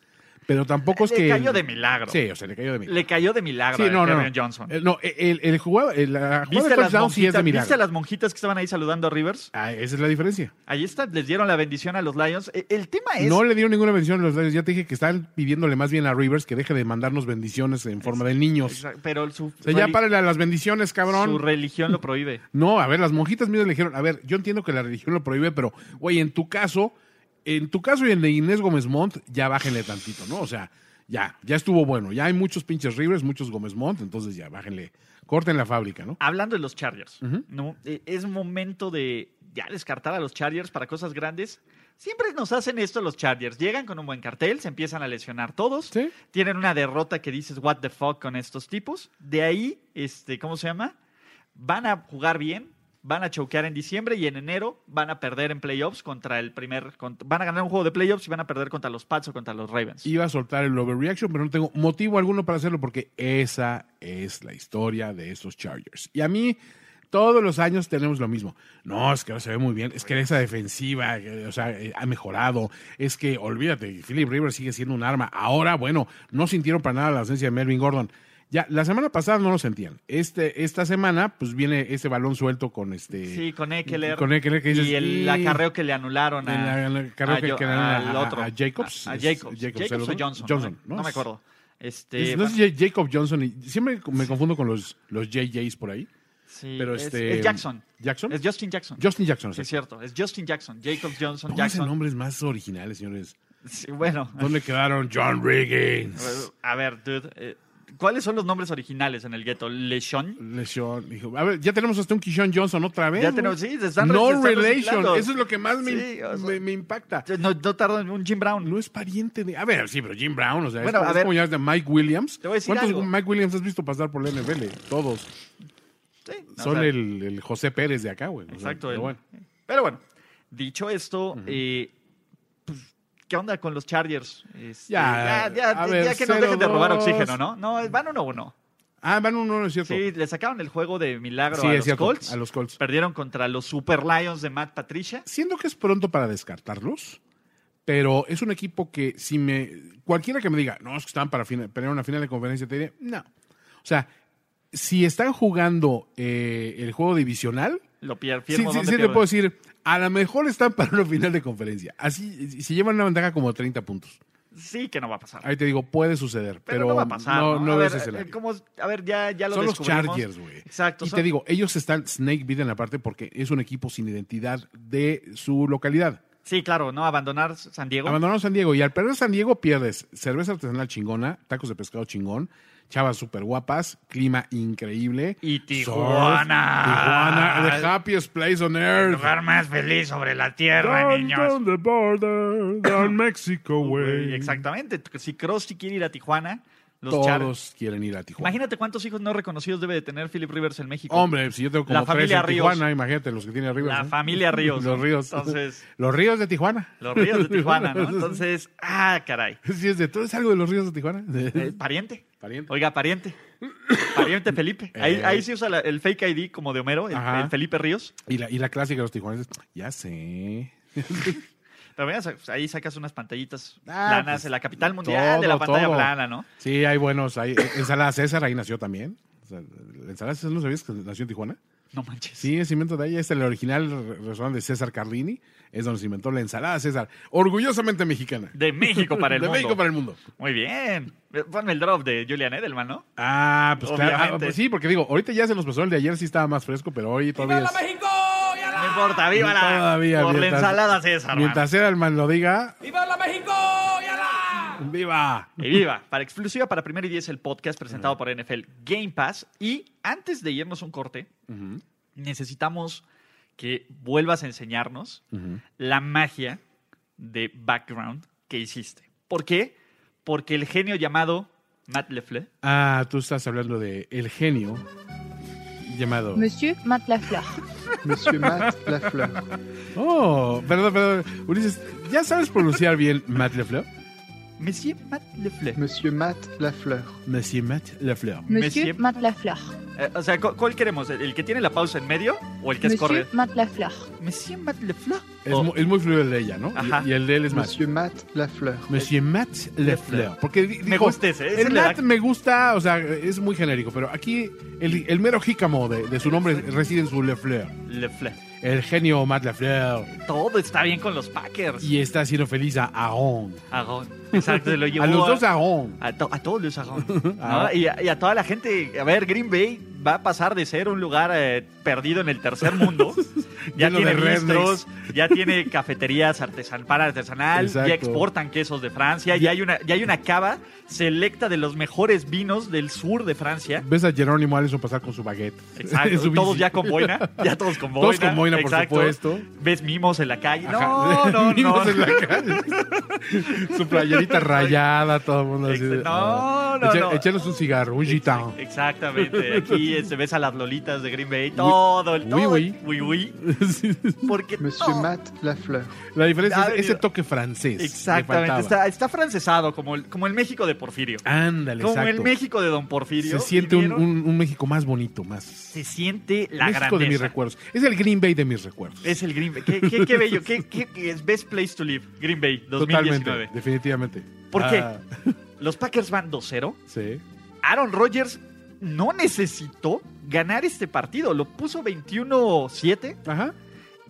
Speaker 5: pero tampoco es
Speaker 4: Le
Speaker 5: que.
Speaker 4: cayó de milagro.
Speaker 5: Sí, o sea, le cayó de milagro.
Speaker 4: Le cayó de milagro
Speaker 5: Sí,
Speaker 4: a
Speaker 5: no, no,
Speaker 4: Kerryon
Speaker 5: no.
Speaker 4: Johnson.
Speaker 5: Eh, No, el, el jugada- el- la jugada
Speaker 4: ¿Viste,
Speaker 5: de
Speaker 4: a las
Speaker 5: touchdown sí es de
Speaker 4: monjitas, ¿Viste a
Speaker 5: milagro.
Speaker 4: las monjitas que estaban ahí saludando a Rivers?
Speaker 5: Ah, esa es la diferencia.
Speaker 4: Ahí está, les dieron la bendición a los Lions. E- El tema es.
Speaker 5: No le dieron ninguna bendición a los Lions. Ya te dije que están pidiéndole más bien a Rivers que deje de mandarnos bendiciones en forma de niños.
Speaker 4: Exa- pero su,
Speaker 5: O sea, ya
Speaker 4: reli-
Speaker 5: párale a las bendiciones,
Speaker 4: su
Speaker 5: cabrón.
Speaker 4: religión lo prohíbe.
Speaker 5: No, a ver, las monjitas mismas le dijeron, a ver, yo entiendo que la religión lo prohíbe, pero, güey, en tu caso, en tu caso y en el de Inés Gómez Montt, ya bájenle tantito, ¿no? O sea, ya, ya estuvo bueno. Ya hay muchos pinches Rivers, muchos Gómez Montt, entonces ya bájenle, corten la fábrica, ¿no?
Speaker 4: Hablando de los Chargers, ¿no? E- Es momento de ya descartar a los Chargers para cosas grandes. Siempre nos hacen esto los Chargers. Llegan con un buen cartel, se empiezan a lesionar todos.
Speaker 5: Sí.
Speaker 4: Tienen una derrota que dices, what the fuck con estos tipos. De ahí, este, ¿cómo se llama? Van a jugar bien, van a choquear en diciembre y en enero van a perder en playoffs contra el primer... cont- van a ganar un juego de playoffs y van a perder contra los Pats o contra los Ravens.
Speaker 5: Iba a soltar el overreaction, pero no tengo motivo alguno para hacerlo porque esa es la historia de estos Chargers. Y a mí, todos los años tenemos lo mismo. No, es que ahora se ve muy bien, es que esa defensiva, eh, o sea, eh, ha mejorado. Es que, olvídate, Philip Rivers sigue siendo un arma. Ahora, bueno, no sintieron para nada la ausencia de Melvin Gordon. Ya, la semana pasada no lo sentían. Este, esta semana, pues viene este balón suelto con este.
Speaker 4: Sí, con Ekeler.
Speaker 5: Con Ekeler que dices,
Speaker 4: y el
Speaker 5: "Y-
Speaker 4: acarreo que le anularon a,
Speaker 5: El acarreo que-
Speaker 4: Jo-
Speaker 5: que le anularon
Speaker 4: al
Speaker 5: a-
Speaker 4: otro.
Speaker 5: a Jacobs.
Speaker 4: A, a
Speaker 5: Es-
Speaker 4: Jacobs.
Speaker 5: Jacobs,
Speaker 4: Jacobs
Speaker 5: el
Speaker 4: o
Speaker 5: otro.
Speaker 4: Johnson.
Speaker 5: Johnson,
Speaker 4: no, me-
Speaker 5: ¿no?
Speaker 4: no me acuerdo. Este,
Speaker 5: Es- no
Speaker 4: va-
Speaker 5: es Ja- Jacob Johnson, y siempre me confundo con los, los JJs por ahí.
Speaker 4: sí,
Speaker 5: pero
Speaker 4: es-
Speaker 5: este-
Speaker 4: Es, Jackson.
Speaker 5: ¿Jackson?
Speaker 4: Es Justin Jackson.
Speaker 5: Justin Jackson, o
Speaker 4: Sí,
Speaker 5: sea.
Speaker 4: es cierto. Es Justin Jackson. Jacobs Johnson
Speaker 5: Pónganse
Speaker 4: Jackson.
Speaker 5: nombres más originales, señores.
Speaker 4: Sí, bueno.
Speaker 5: ¿Dónde quedaron John Riggins?
Speaker 4: A ver, dude. eh, ¿Cuáles son los nombres originales en el gueto? ¿Leshon?
Speaker 5: Lesión. dijo, A ver, ya tenemos hasta un Kishon Johnson otra vez.
Speaker 4: Ya
Speaker 5: güey.
Speaker 4: tenemos- sí, se están re-
Speaker 5: No
Speaker 4: se están
Speaker 5: relation.
Speaker 4: reciclando.
Speaker 5: Eso es lo que más me,
Speaker 4: Sí, o sea-
Speaker 5: me- me impacta.
Speaker 4: No, no tardan un Jim Brown.
Speaker 5: No es pariente de. A ver, sí, pero Jim Brown, o sea, es
Speaker 4: Bueno,
Speaker 5: como-
Speaker 4: a
Speaker 5: es,
Speaker 4: ver.
Speaker 5: como ya de Mike Williams.
Speaker 4: Te voy a decir
Speaker 5: ¿Cuántos
Speaker 4: algo.
Speaker 5: Mike Williams has visto pasar por la NFL? Todos.
Speaker 4: Sí, o
Speaker 5: Son
Speaker 4: sea,
Speaker 5: el, el José Pérez de acá, güey. O sea,
Speaker 4: Exacto.
Speaker 5: pero
Speaker 4: el-
Speaker 5: bueno.
Speaker 4: Pero bueno, dicho esto, eh, pues, ¿qué onda con los Chargers? Este,
Speaker 5: Ya,
Speaker 4: ya, ya-
Speaker 5: a
Speaker 4: ya
Speaker 5: ver,
Speaker 4: que nos dejen de robar
Speaker 5: 0-2.
Speaker 4: oxígeno, ¿no? No, van 1-1.
Speaker 5: Ah, van uno, no es cierto.
Speaker 4: Sí, le sacaron el juego de milagro
Speaker 5: Sí,
Speaker 4: a,
Speaker 5: es
Speaker 4: los
Speaker 5: cierto,
Speaker 4: Colts.
Speaker 5: a los Colts.
Speaker 4: Perdieron contra los Super Lions de Matt Patricia.
Speaker 5: siento que es pronto para descartarlos, pero es un equipo que si me cualquiera que me diga, no, es que están para fina- pelear una final de conferencia, te diré, no. O sea, si están jugando eh, el juego divisional,
Speaker 4: Lo pier
Speaker 5: sí,
Speaker 4: firmo
Speaker 5: sí,
Speaker 4: donde
Speaker 5: sí te
Speaker 4: pierda.
Speaker 5: puedo decir, a lo mejor están para una final de conferencia. Así, si llevan una ventaja como de 30 puntos.
Speaker 4: sí que no va a pasar.
Speaker 5: Ahí te digo, puede suceder, pero,
Speaker 4: pero, no va a pasar.
Speaker 5: No,
Speaker 4: No,
Speaker 5: no
Speaker 4: a
Speaker 5: ves
Speaker 4: ver,
Speaker 5: ese
Speaker 4: eh,
Speaker 5: lado.
Speaker 4: ¿cómo- a ver, ya, ya lo
Speaker 5: Son los
Speaker 4: descubrimos.
Speaker 5: Chargers, güey.
Speaker 4: Exacto.
Speaker 5: Y
Speaker 4: son-
Speaker 5: te digo, ellos están Snake Bit en la parte porque es un equipo sin identidad de su localidad.
Speaker 4: Sí, claro, ¿no? Abandonar San Diego.
Speaker 5: Abandonaron San Diego y al perder San Diego pierdes cerveza artesanal chingona, tacos de pescado chingón, chavas súper guapas, clima increíble.
Speaker 4: Y
Speaker 5: surf,
Speaker 4: Tijuana.
Speaker 5: Tijuana, the happiest place on
Speaker 4: El
Speaker 5: earth.
Speaker 4: lugar más feliz sobre la tierra,
Speaker 5: Down,
Speaker 4: niños.
Speaker 5: down the border, down Mexico way.
Speaker 4: Exactamente. Si Krusty quiere ir a Tijuana, los
Speaker 5: Todos
Speaker 4: Chargers.
Speaker 5: quieren ir a Tijuana.
Speaker 4: Imagínate cuántos hijos no reconocidos debe de tener Philip Rivers en México.
Speaker 5: Hombre, si yo tengo como
Speaker 4: La
Speaker 5: tres
Speaker 4: familia
Speaker 5: en
Speaker 4: Ríos.
Speaker 5: Tijuana, imagínate los que tiene arriba.
Speaker 4: La familia Ríos.
Speaker 5: Los ríos.
Speaker 4: Entonces-
Speaker 5: Los ríos de Tijuana.
Speaker 4: Los ríos de Tijuana, ¿no? Entonces, ah, caray.
Speaker 5: Sí, es de todo, es algo de los ríos de Tijuana.
Speaker 4: Eh, pariente.
Speaker 5: Pariente.
Speaker 4: Oiga, pariente. Pariente Felipe. Ahí,
Speaker 5: Eh.
Speaker 4: ahí sí usa la- el fake ID como de Homero, el,
Speaker 5: Ajá.
Speaker 4: el Felipe Ríos.
Speaker 5: Y la, y la clásica de los tijuaneses, ya sé.
Speaker 4: Pero mira, sa- pues, ahí sacas unas pantallitas
Speaker 5: Ah,
Speaker 4: planas
Speaker 5: pues,
Speaker 4: en la capital mundial de la
Speaker 5: todo,
Speaker 4: pantalla
Speaker 5: todo.
Speaker 4: plana, ¿no?
Speaker 5: Sí, hay buenos. Hay, ensalada César ahí nació también. O sea, la ensalada César, ¿no sabías que nació en Tijuana?
Speaker 4: No manches.
Speaker 5: Sí, es invento de ahí. Es el original re- restaurante de César Carlini. Es donde se inventó la ensalada César. Orgullosamente mexicana.
Speaker 4: De México para el
Speaker 5: de
Speaker 4: mundo.
Speaker 5: México para el mundo.
Speaker 4: Muy bien. Eh, Ponme el drop de Julian Edelman, ¿no?
Speaker 5: Ah, pues claro. Ah,
Speaker 4: Obviamente.
Speaker 5: pues sí, porque digo, ahorita ya se nos pasó el de ayer, sí estaba más fresco, pero hoy todavía. es-
Speaker 4: No importa, viva la.
Speaker 5: Todavía,
Speaker 4: por la
Speaker 5: mientras-
Speaker 4: ensalada César.
Speaker 5: Mientras sea el man lo diga. ¡Viva la México! ¡Viva!
Speaker 4: mano. Y viva. Para exclusiva para primero y diez el podcast presentado por NFL Game Pass. Y antes de irnos a un corte, necesitamos que vuelvas a enseñarnos la magia de background que hiciste. ¿Por qué? Porque el genio llamado Matt LeFleur
Speaker 5: Ah, tú estás hablando de el genio llamado.
Speaker 7: Monsieur Matt Lafleur.
Speaker 8: Monsieur Matt Lafleur.
Speaker 5: Oh, perdón, perdón. Ulises, ¿ya sabes pronunciar bien Matt Lefleur?
Speaker 4: Monsieur Matt LeFleur.
Speaker 8: Monsieur Matt Lafleur.
Speaker 5: Monsieur Matt Lefleur.
Speaker 7: Monsieur
Speaker 4: Monsieur-
Speaker 7: Matt Lafleur.
Speaker 4: Eh, o sea, ¿cu- ¿cuál queremos? ¿El el que tiene la pausa en medio o el que es
Speaker 7: Monsieur
Speaker 4: corre?
Speaker 7: Matt Lafleur.
Speaker 4: Monsieur Matt Lefleur. Oh,
Speaker 5: Es,
Speaker 4: O-
Speaker 5: mu- es muy fluido el de ella, ¿no?
Speaker 4: Ajá.
Speaker 5: Y, y el de él es Matt.
Speaker 8: Monsieur Matt Lafleur.
Speaker 5: Monsieur Matt Lefleur. Porque di-
Speaker 4: Me
Speaker 5: dijo,
Speaker 4: gusta ese, ese
Speaker 5: el
Speaker 4: le da-
Speaker 5: Matt me gusta, o sea, es muy genérico, pero aquí el, el mero jícamo de, de su nombre reside en su Lefleur.
Speaker 4: Lefleur.
Speaker 5: El genio Matt Lafleur.
Speaker 4: Todo está bien con los Packers.
Speaker 5: Y está haciendo feliz a Aon.
Speaker 4: Agón. Exacto, se lo llevó
Speaker 5: A los dos Aon.
Speaker 4: A, to- a todos los Agón.
Speaker 5: Ah.
Speaker 4: Y, a, y a toda la gente. A ver, Green Bay va a pasar de ser un lugar eh, perdido en el tercer mundo. ya
Speaker 5: Lleno de
Speaker 4: tiene
Speaker 5: rednecks.
Speaker 4: bistros, ya tiene cafeterías artesan para artesanal,
Speaker 5: Exacto.
Speaker 4: ya exportan quesos de Francia, ya hay, una, ya hay una cava selecta de los mejores vinos del sur de Francia.
Speaker 5: Ves a Jerónimo Allison pasar con su baguette. En
Speaker 4: Exacto.
Speaker 5: su
Speaker 4: Todos
Speaker 5: bici.
Speaker 4: ya con boina. Ya todos con boina.
Speaker 5: Todos con boina, por supuesto.
Speaker 4: Ves mimos en la calle.
Speaker 5: Ajá.
Speaker 4: No, no, no.
Speaker 5: Niños en la calle. su playerita rayada, todo el mundo así. de-
Speaker 4: Ex- no,
Speaker 5: ah.
Speaker 4: no,
Speaker 5: Eche-
Speaker 4: no.
Speaker 5: Echarnos un cigarro, un gitano.
Speaker 4: Exactamente. Aquí eh, se ves a las lolitas de Green Bay. Todo el
Speaker 5: Uy,
Speaker 4: todo. el- uy,
Speaker 5: uy.
Speaker 4: uy. Porque
Speaker 8: Monsieur
Speaker 4: todo-
Speaker 8: Matt Lafleur.
Speaker 5: La diferencia
Speaker 4: Ha
Speaker 5: es
Speaker 4: venido.
Speaker 5: ese toque francés. que
Speaker 4: Exactamente.
Speaker 5: faltaba.
Speaker 4: Está, está francesado, como el, como el México de Porfirio.
Speaker 5: Ándale,
Speaker 4: como el
Speaker 5: exacto.
Speaker 4: México de Don Porfirio.
Speaker 5: Se siente un,
Speaker 4: ¿Vieron?
Speaker 5: un- un México más bonito, más.
Speaker 4: Se siente la
Speaker 5: México
Speaker 4: grandeza.
Speaker 5: de mis recuerdos. Es el Green Bay de mis recuerdos.
Speaker 4: Es el Green Bay. Qué, qué- qué bello. Qué, qué- qué- es best place to live. Green Bay 2019.
Speaker 5: Totalmente, definitivamente.
Speaker 4: ¿Por
Speaker 5: Ah,
Speaker 4: qué? Los Packers van 2-0.
Speaker 5: Sí.
Speaker 4: Aaron Rodgers no necesitó ganar este partido. Lo puso 21-7
Speaker 5: Ajá.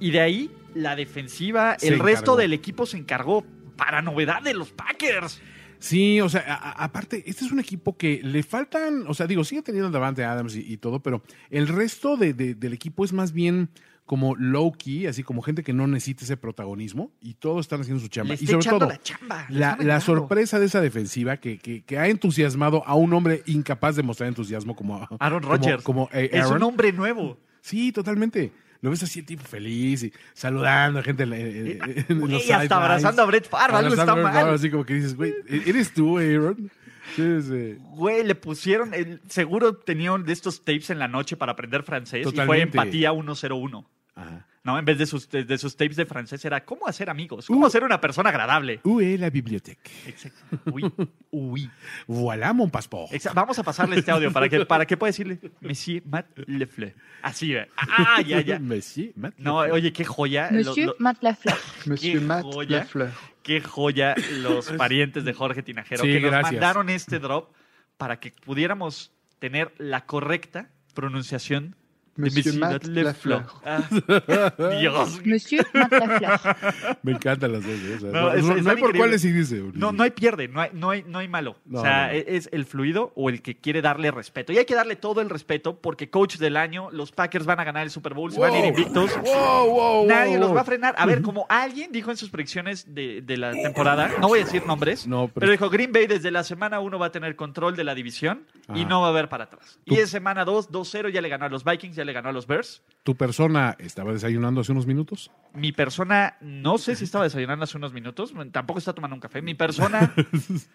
Speaker 4: y de ahí la defensiva,
Speaker 5: Se
Speaker 4: el
Speaker 5: encargó.
Speaker 4: resto del equipo se encargó. Para novedad de los Packers.
Speaker 5: Sí, o sea, a- a- aparte, este es un equipo que le faltan, o sea, digo, sigue teniendo Davante Adams y, y todo, pero el resto de- de- del equipo es más bien como low-key, así como gente que no necesita ese protagonismo y todos están haciendo su
Speaker 4: Le
Speaker 5: chamba. Y
Speaker 4: está
Speaker 5: sobre
Speaker 4: echando
Speaker 5: todo,
Speaker 4: la chamba. le está
Speaker 5: la, la
Speaker 4: regalando.
Speaker 5: sorpresa de esa defensiva que, que- que ha entusiasmado a un hombre incapaz de mostrar entusiasmo como
Speaker 4: Aaron
Speaker 5: como-
Speaker 4: Rodgers.
Speaker 5: Como, eh,
Speaker 4: Es
Speaker 5: Aaron.
Speaker 4: un hombre nuevo.
Speaker 5: Sí, totalmente. Lo ves así, tipo feliz, y saludando a gente. en la- en- en- en los
Speaker 4: Güey,
Speaker 5: sidelines.
Speaker 4: hasta abrazando a Brett Favre. Algo está
Speaker 5: Abrazando a Brett Favre,
Speaker 4: mal.
Speaker 5: Así como que dices, güey, e-, ¿eres tú, Aaron? Sí, sí.
Speaker 4: Güey, le pusieron. el- seguro tenían de estos tapes en la noche para aprender francés. Y
Speaker 5: Totalmente.
Speaker 4: fue empatía 101.
Speaker 5: Ajá.
Speaker 4: ¿no? En vez de sus, de, de sus tapes de francés, era cómo hacer amigos,
Speaker 5: Uh.
Speaker 4: cómo ser una persona agradable.
Speaker 5: UE la biblioteca.
Speaker 4: Exacto. Uy, uy.
Speaker 5: Voilà mon passeport.
Speaker 4: Exa- Vamos a pasarle este audio para que, para que pueda decirle Monsieur Matt Lefleur. Así, eh. ah, ya, ya.
Speaker 5: Messi, Matt.
Speaker 4: No, eh. oye, qué joya. lo-
Speaker 7: Monsieur
Speaker 4: lo-
Speaker 7: Matt Lafleur.
Speaker 8: Monsieur
Speaker 4: Qué
Speaker 8: Matt
Speaker 4: joya.
Speaker 8: Lafleur.
Speaker 4: qué joya los parientes de Jorge Tinajero
Speaker 5: Sí,
Speaker 4: que nos
Speaker 5: gracias.
Speaker 4: mandaron este drop para que pudiéramos tener la correcta pronunciación
Speaker 8: Monsieur Matt Lafleur.
Speaker 4: Ah, Dios.
Speaker 7: Monsieur Matt Lafleur.
Speaker 5: Me encantan las dos. ¿eh? O sea,
Speaker 4: No,
Speaker 5: no,
Speaker 4: es-
Speaker 5: no- no
Speaker 4: están
Speaker 5: hay por cuál
Speaker 4: increíbles.
Speaker 5: decidirse.
Speaker 4: No, no hay pierde, no hay, no hay, no hay malo.
Speaker 5: No,
Speaker 4: o sea,
Speaker 5: no, no.
Speaker 4: e- es el fluido o el que quiere darle respeto. Y hay que darle todo el respeto porque coach del año, los Packers van a ganar el Super Bowl, se van a ir invictos.
Speaker 5: Wow, Oh, wow,
Speaker 4: Nadie
Speaker 5: wow,
Speaker 4: los
Speaker 5: wow.
Speaker 4: va a frenar. A ver, como alguien dijo en sus predicciones de, de la temporada, no voy a decir nombres,
Speaker 5: No,
Speaker 4: pero...
Speaker 5: pero-
Speaker 4: dijo Green Bay desde la semana 1 va a tener control de la división y
Speaker 5: Ajá.
Speaker 4: no va a haber para atrás.
Speaker 5: Tú-
Speaker 4: Y en semana 2, 2-0 ya le ganó a los Vikings, ya le ganó a los Bears.
Speaker 5: ¿Tu persona estaba desayunando hace unos minutos?
Speaker 4: Mi persona, no sé si estaba desayunando hace unos minutos, tampoco está tomando un café. Mi persona,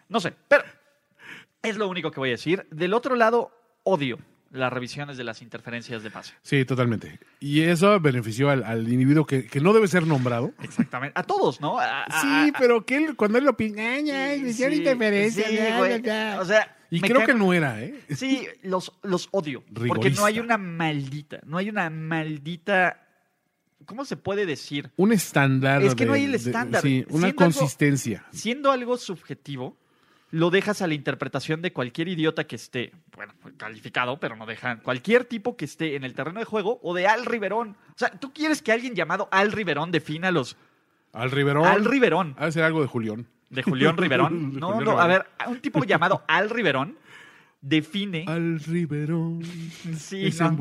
Speaker 4: no sé, pero es lo único que voy a decir. Del otro lado, odio las revisiones de las interferencias de pase.
Speaker 5: Sí, totalmente. Y eso benefició al, al individuo que, que no debe ser nombrado.
Speaker 4: Exactamente. A todos, ¿no? A- a-
Speaker 5: Sí,
Speaker 4: a-
Speaker 5: pero que él, cuando él lo piña, le hicieron
Speaker 4: sí,
Speaker 5: interferencia.
Speaker 4: sí,
Speaker 5: bla,
Speaker 4: güey.
Speaker 5: bla, bla.
Speaker 4: O sea,
Speaker 5: y
Speaker 4: me
Speaker 5: creo
Speaker 4: caen-
Speaker 5: que no era, ¿eh?
Speaker 4: Sí, los, los odio. Porque no
Speaker 5: Rigorista.
Speaker 4: hay una maldita, no hay una maldita. ¿Cómo se puede decir?
Speaker 5: Un estándar.
Speaker 4: Es que no
Speaker 5: de-
Speaker 4: hay el
Speaker 5: de-
Speaker 4: estándar.
Speaker 5: Sí, una
Speaker 4: Siendo algo-
Speaker 5: consistencia.
Speaker 4: Siendo algo subjetivo, lo dejas a la interpretación de cualquier idiota que esté, bueno, calificado, pero no dejan. Cualquier tipo que esté en el terreno de juego o de Al Riverón. O sea, ¿tú quieres que alguien llamado Al Riverón defina los.
Speaker 5: Al Riverón.
Speaker 4: Al Riverón.
Speaker 5: Ha de ser algo de Julián.
Speaker 4: De Julián Riverón.
Speaker 5: De
Speaker 4: No,
Speaker 5: Julián
Speaker 4: no, a
Speaker 5: Riverón.
Speaker 4: ver, un tipo llamado Al Riverón define.
Speaker 5: Al Riverón.
Speaker 4: Sí,
Speaker 5: es
Speaker 4: no.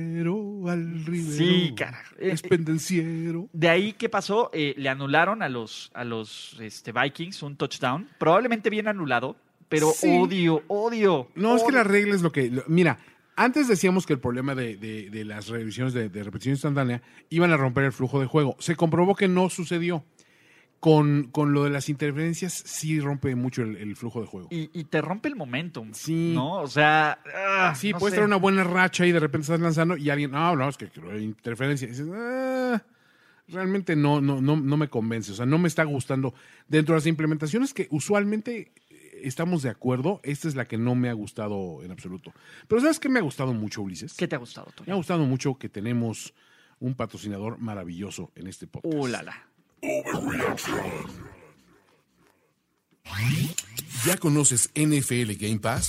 Speaker 5: embustero. Al Riverón.
Speaker 4: Sí, carajo. Eh,
Speaker 5: Es
Speaker 4: eh.
Speaker 5: pendenciero.
Speaker 4: De ahí, ¿qué pasó? Eh, le anularon a los, a los este, Vikings un touchdown. Probablemente bien anulado, pero
Speaker 5: Sí.
Speaker 4: odio, odio.
Speaker 5: No, es que
Speaker 4: odio.
Speaker 5: la regla es lo que. lo- mira, antes decíamos que el problema de, de- de las revisiones de, de repetición instantánea iban a romper el flujo de juego. Se comprobó que no sucedió. Con, con lo de las interferencias, sí rompe mucho el, el flujo de juego.
Speaker 4: Y, y te rompe el momentum.
Speaker 5: Sí.
Speaker 4: ¿No? O sea. ah,
Speaker 5: sí,
Speaker 4: no
Speaker 5: puedes
Speaker 4: sé.
Speaker 5: tener una buena racha y de repente estás lanzando y alguien, no, no, es que creo que hay interferencia. Y dices, "Ah, realmente no, no, no, no me convence, o sea, no me está gustando. Dentro de las implementaciones que usualmente eh, estamos de acuerdo, esta es la que no me ha gustado en absoluto. Pero ¿sabes qué me ha gustado mucho, Ulises?
Speaker 4: ¿Qué te ha gustado,
Speaker 5: Me
Speaker 4: Toño?
Speaker 5: ha gustado mucho que tenemos un patrocinador maravilloso en este podcast.
Speaker 4: Uh, la, la.
Speaker 1: ¿Ya conoces NFL Game Pass?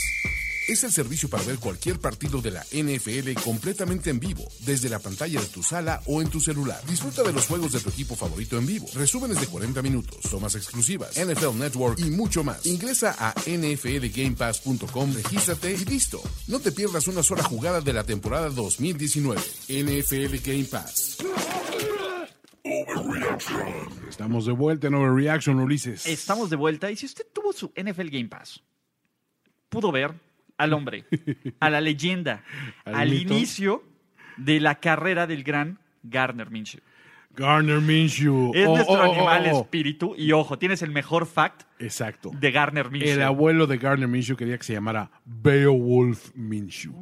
Speaker 1: Es el servicio para ver cualquier partido de la NFL completamente en vivo, desde la pantalla de tu sala o en tu celular. Disfruta de los juegos de tu equipo favorito en vivo, resúmenes de 40 minutos, tomas exclusivas, NFL Network y mucho más. Ingresa a nflgamepass.com, regístrate y listo. No te pierdas una sola jugada de la temporada 2019. NFL Game Pass.
Speaker 5: Estamos de vuelta en Overreaction, Ulises.
Speaker 4: Estamos de vuelta. Y si usted tuvo su NFL Game Pass, pudo ver al hombre, a la leyenda, al,
Speaker 5: Al mito.
Speaker 4: inicio de la carrera del gran Gardner Minshew.
Speaker 5: Garner Minshew.
Speaker 4: Es
Speaker 5: Oh,
Speaker 4: nuestro
Speaker 5: oh, oh,
Speaker 4: animal
Speaker 5: oh, oh.
Speaker 4: espíritu. Y ojo, tienes el mejor fact
Speaker 5: Exacto.
Speaker 4: de Garner Minshew.
Speaker 5: El abuelo de Gardner Minshew quería que se llamara Beowulf Minshew.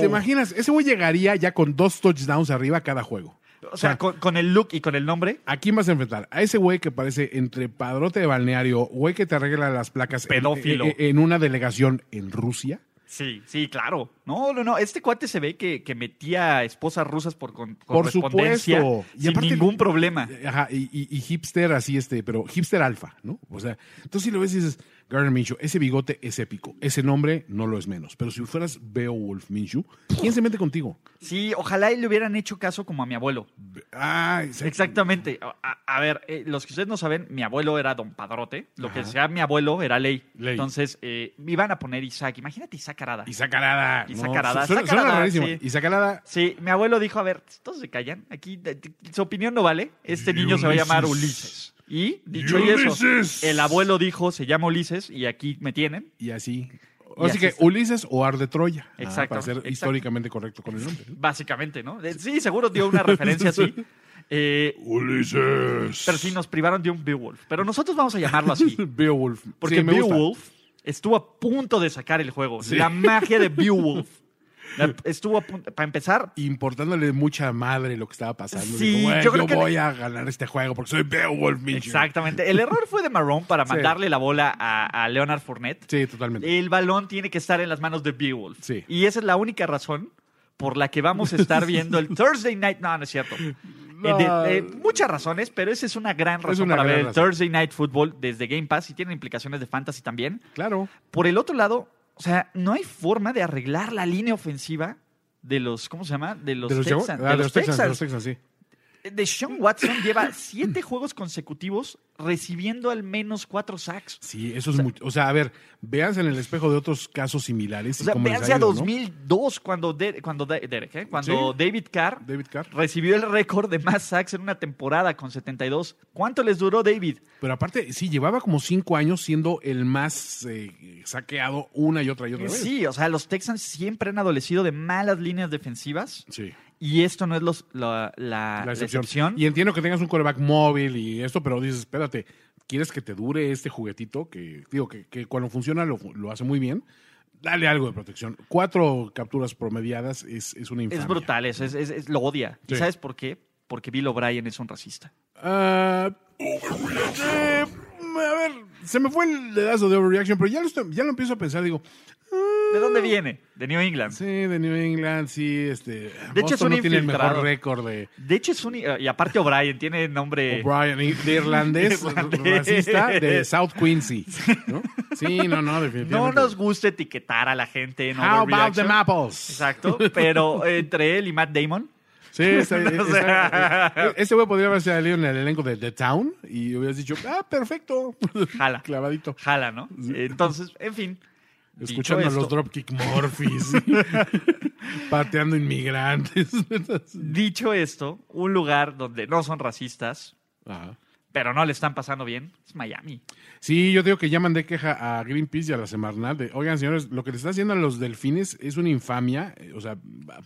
Speaker 5: ¿Te imaginas? Ese güey llegaría ya con dos touchdowns arriba cada juego.
Speaker 4: o sea, con, con el look y con el nombre,
Speaker 5: ¿A quién vas a enfrentar? A ese güey que parece entre padrote de balneario, güey que te arregla las placas en-
Speaker 4: Pedófilo.
Speaker 5: En, Eh, en una delegación en Rusia.
Speaker 4: sí, sí, claro. No, no, no. Este cuate se ve que, que metía esposas rusas por con,
Speaker 5: Por
Speaker 4: correspondencia
Speaker 5: supuesto. Y
Speaker 4: sin
Speaker 5: aparte- eh,
Speaker 4: ningún problema.
Speaker 5: Ajá, y, y- y hipster así, este, pero hipster alfa, ¿no? O sea, entonces si lo ves y dices, Gardner Minshew, ese bigote es épico, ese nombre no lo es menos. Pero si fueras Beowulf Minshew, ¿quién se mete contigo?
Speaker 4: Sí, ojalá y le hubieran hecho caso como a mi abuelo.
Speaker 5: Ah,
Speaker 4: Exactamente. A, a- a ver, eh, los que ustedes no saben, mi abuelo era don Padrote. Lo que sea mi abuelo era ley.
Speaker 5: Ley.
Speaker 4: Entonces, eh, me iban a poner Isaac. Imagínate Isaac Arada.
Speaker 5: Isaac Arada.
Speaker 4: Isaac
Speaker 5: No,
Speaker 4: Arada,
Speaker 5: Suena,
Speaker 4: Isaac
Speaker 5: suena
Speaker 4: Arada,
Speaker 5: rarísimo.
Speaker 4: sí.
Speaker 5: Isaac Arada.
Speaker 4: Sí, mi abuelo dijo, a ver, todos se callan, aquí de- de- su opinión no vale, este niño se va a llamar Ulises.
Speaker 5: Ulises.
Speaker 4: Y dicho y
Speaker 5: Ulises.
Speaker 4: eso, el abuelo dijo, se llama Ulises y aquí me tienen.
Speaker 5: Y así.
Speaker 4: Y
Speaker 5: así
Speaker 4: así
Speaker 5: que
Speaker 4: está.
Speaker 5: Ulises o Ar de Troya. Ah,
Speaker 4: Exacto,
Speaker 5: para ser
Speaker 4: exacto.
Speaker 5: históricamente correcto con el nombre.
Speaker 4: Básicamente, ¿no? Eh, Sí, seguro dio una referencia así. Eh,
Speaker 5: Ulises.
Speaker 4: pero sí, nos privaron de un Beowulf. Pero nosotros vamos a llamarlo así.
Speaker 5: Beowulf.
Speaker 4: Porque
Speaker 5: Sí, me gusta.
Speaker 4: Beowulf estuvo a punto de sacar el juego. La magia de Beowulf. La- Estuvo a punto. Para empezar,
Speaker 5: Importándole mucha madre lo que estaba pasando.
Speaker 4: Sí,
Speaker 5: Dijo, "Güey,
Speaker 4: yo
Speaker 5: yo,
Speaker 4: creo que-
Speaker 5: voy a ganar este juego porque soy Beowulf, mi chico".
Speaker 4: exactamente. El error fue de Marrón para
Speaker 5: Sí.
Speaker 4: mandarle la bola a, a Leonard Fournette.
Speaker 5: Sí, totalmente.
Speaker 4: El balón tiene que estar en las manos de Beowulf.
Speaker 5: Sí.
Speaker 4: Y esa es la única razón por la que vamos a estar viendo el Thursday Night. No, no es cierto. Eh, de- eh, muchas razones, pero esa es una gran razón
Speaker 5: una
Speaker 4: para
Speaker 5: gran
Speaker 4: ver
Speaker 5: razón.
Speaker 4: el Thursday Night Football desde Game Pass y tiene implicaciones de fantasy también.
Speaker 5: Claro.
Speaker 4: Por el otro lado, o sea, no hay forma de arreglar la línea ofensiva de los, ¿cómo se llama? De los,
Speaker 5: ¿De los, Jaguars?
Speaker 4: Texans.
Speaker 5: Ah,
Speaker 4: de
Speaker 5: de los Texans, de los
Speaker 4: Texans.
Speaker 5: Texans, sí.
Speaker 4: De Sean Watson lleva siete juegos consecutivos recibiendo al menos cuatro sacks.
Speaker 5: Sí, eso es mucho. O sea, a ver, véanse en el espejo de otros casos similares.
Speaker 4: O
Speaker 5: y
Speaker 4: sea,
Speaker 5: cómo les
Speaker 4: véanse
Speaker 5: ha
Speaker 4: a
Speaker 5: ido, ¿no?
Speaker 4: 2002 cuando, Der- cuando, Da- Derek, ¿eh? cuando
Speaker 5: Sí.
Speaker 4: David Carr
Speaker 5: David Carr.
Speaker 4: recibió el récord de más sacks en una temporada con 72. ¿Cuánto les duró David?
Speaker 5: Pero aparte, sí, llevaba como cinco años siendo el más eh, saqueado una y otra y otra vez.
Speaker 4: Sí, o sea, los Texans siempre han adolecido de malas líneas defensivas
Speaker 5: Sí.
Speaker 4: y esto no es los- la, la-
Speaker 5: la
Speaker 4: la
Speaker 5: excepción.
Speaker 4: Ah, excepción.
Speaker 5: Y entiendo que tengas un coreback móvil y esto, pero dices, espérate, ¿quieres que te dure este juguetito? Que digo, que, que cuando funciona lo, lo hace muy bien. Dale algo de protección. Cuatro capturas promediadas es, es una infamia.
Speaker 4: es brutal, es, es- es- es- lo odia.
Speaker 5: Sí.
Speaker 4: ¿Y sabes por qué? Porque Bill O'Brien es un racista.
Speaker 5: Ah, eh, a ver, se me fue el dedazo de overreaction, pero ya lo, estoy- ya lo empiezo a pensar. Digo,
Speaker 4: ¿De dónde viene? De New England.
Speaker 5: sí, de New England, sí, este.
Speaker 4: De hecho, es
Speaker 5: Boston
Speaker 4: un
Speaker 5: no tiene el mejor
Speaker 4: infiltrado.
Speaker 5: récord de
Speaker 4: De hecho, es un. Y aparte, O'Brien tiene nombre.
Speaker 5: O'Brien, i- de irlandés,
Speaker 4: Irlandés.
Speaker 5: racista, de South Quincy. ¿no? Sí, no, no,
Speaker 4: No
Speaker 5: definitivamente.
Speaker 4: nos gusta etiquetar a la gente en
Speaker 5: How about
Speaker 4: overreaction.
Speaker 5: them apples?
Speaker 4: Exacto, pero eh, entre él y Matt Damon.
Speaker 5: Sí, está,
Speaker 4: O
Speaker 5: está-
Speaker 4: sea.
Speaker 5: este güey podría haber salido en el elenco de The Town y hubieras dicho, ah, perfecto.
Speaker 4: Jala.
Speaker 5: Clavadito.
Speaker 4: Jala, ¿no? Entonces, en fin. dicho
Speaker 5: Escuchando a
Speaker 4: esto-
Speaker 5: los Dropkick Murphys, pateando inmigrantes.
Speaker 4: Dicho esto, un lugar donde no son racistas,
Speaker 5: Ajá.
Speaker 4: pero no le están pasando bien, es Miami.
Speaker 5: Sí, yo digo que ya mandé queja a Greenpeace y a la Semarnat de, oigan, señores, lo que le está haciendo a los delfines es una infamia. eh, O sea,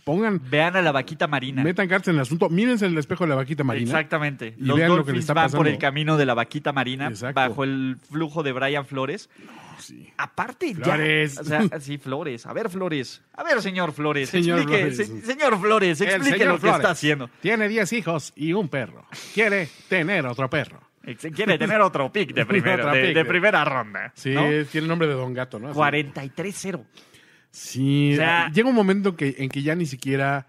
Speaker 5: pongan,
Speaker 4: Vean a la vaquita marina.
Speaker 5: metan cartas en el asunto, mírense en el espejo de la vaquita marina.
Speaker 4: Exactamente.
Speaker 5: Y
Speaker 4: los
Speaker 5: vean lo que
Speaker 4: Dolphins
Speaker 5: le está
Speaker 4: van por
Speaker 5: pasando.
Speaker 4: el camino de la vaquita marina
Speaker 5: Exacto.
Speaker 4: bajo el flujo de Brian Flores. Aparte, ya-
Speaker 5: Flores.
Speaker 4: o sea, sí, Flores. A ver, Flores. A ver, señor Flores.
Speaker 5: Señor
Speaker 4: explique,
Speaker 5: Flores.
Speaker 4: se- señor Flores,
Speaker 5: El
Speaker 4: explique
Speaker 5: señor
Speaker 4: lo que
Speaker 5: Flores
Speaker 4: está haciendo.
Speaker 5: Tiene 10 hijos y un perro. Quiere tener otro perro.
Speaker 4: Ex- Quiere tener otro pick de, primero,
Speaker 5: Otra
Speaker 4: de,
Speaker 5: pick
Speaker 4: de
Speaker 5: de-
Speaker 4: primera ronda.
Speaker 5: Sí,
Speaker 4: ¿no?
Speaker 5: tiene nombre de Don Gato, ¿no? Así.
Speaker 4: 43-0.
Speaker 5: Sí,
Speaker 4: O sea-
Speaker 5: llega un momento que, en que ya ni siquiera...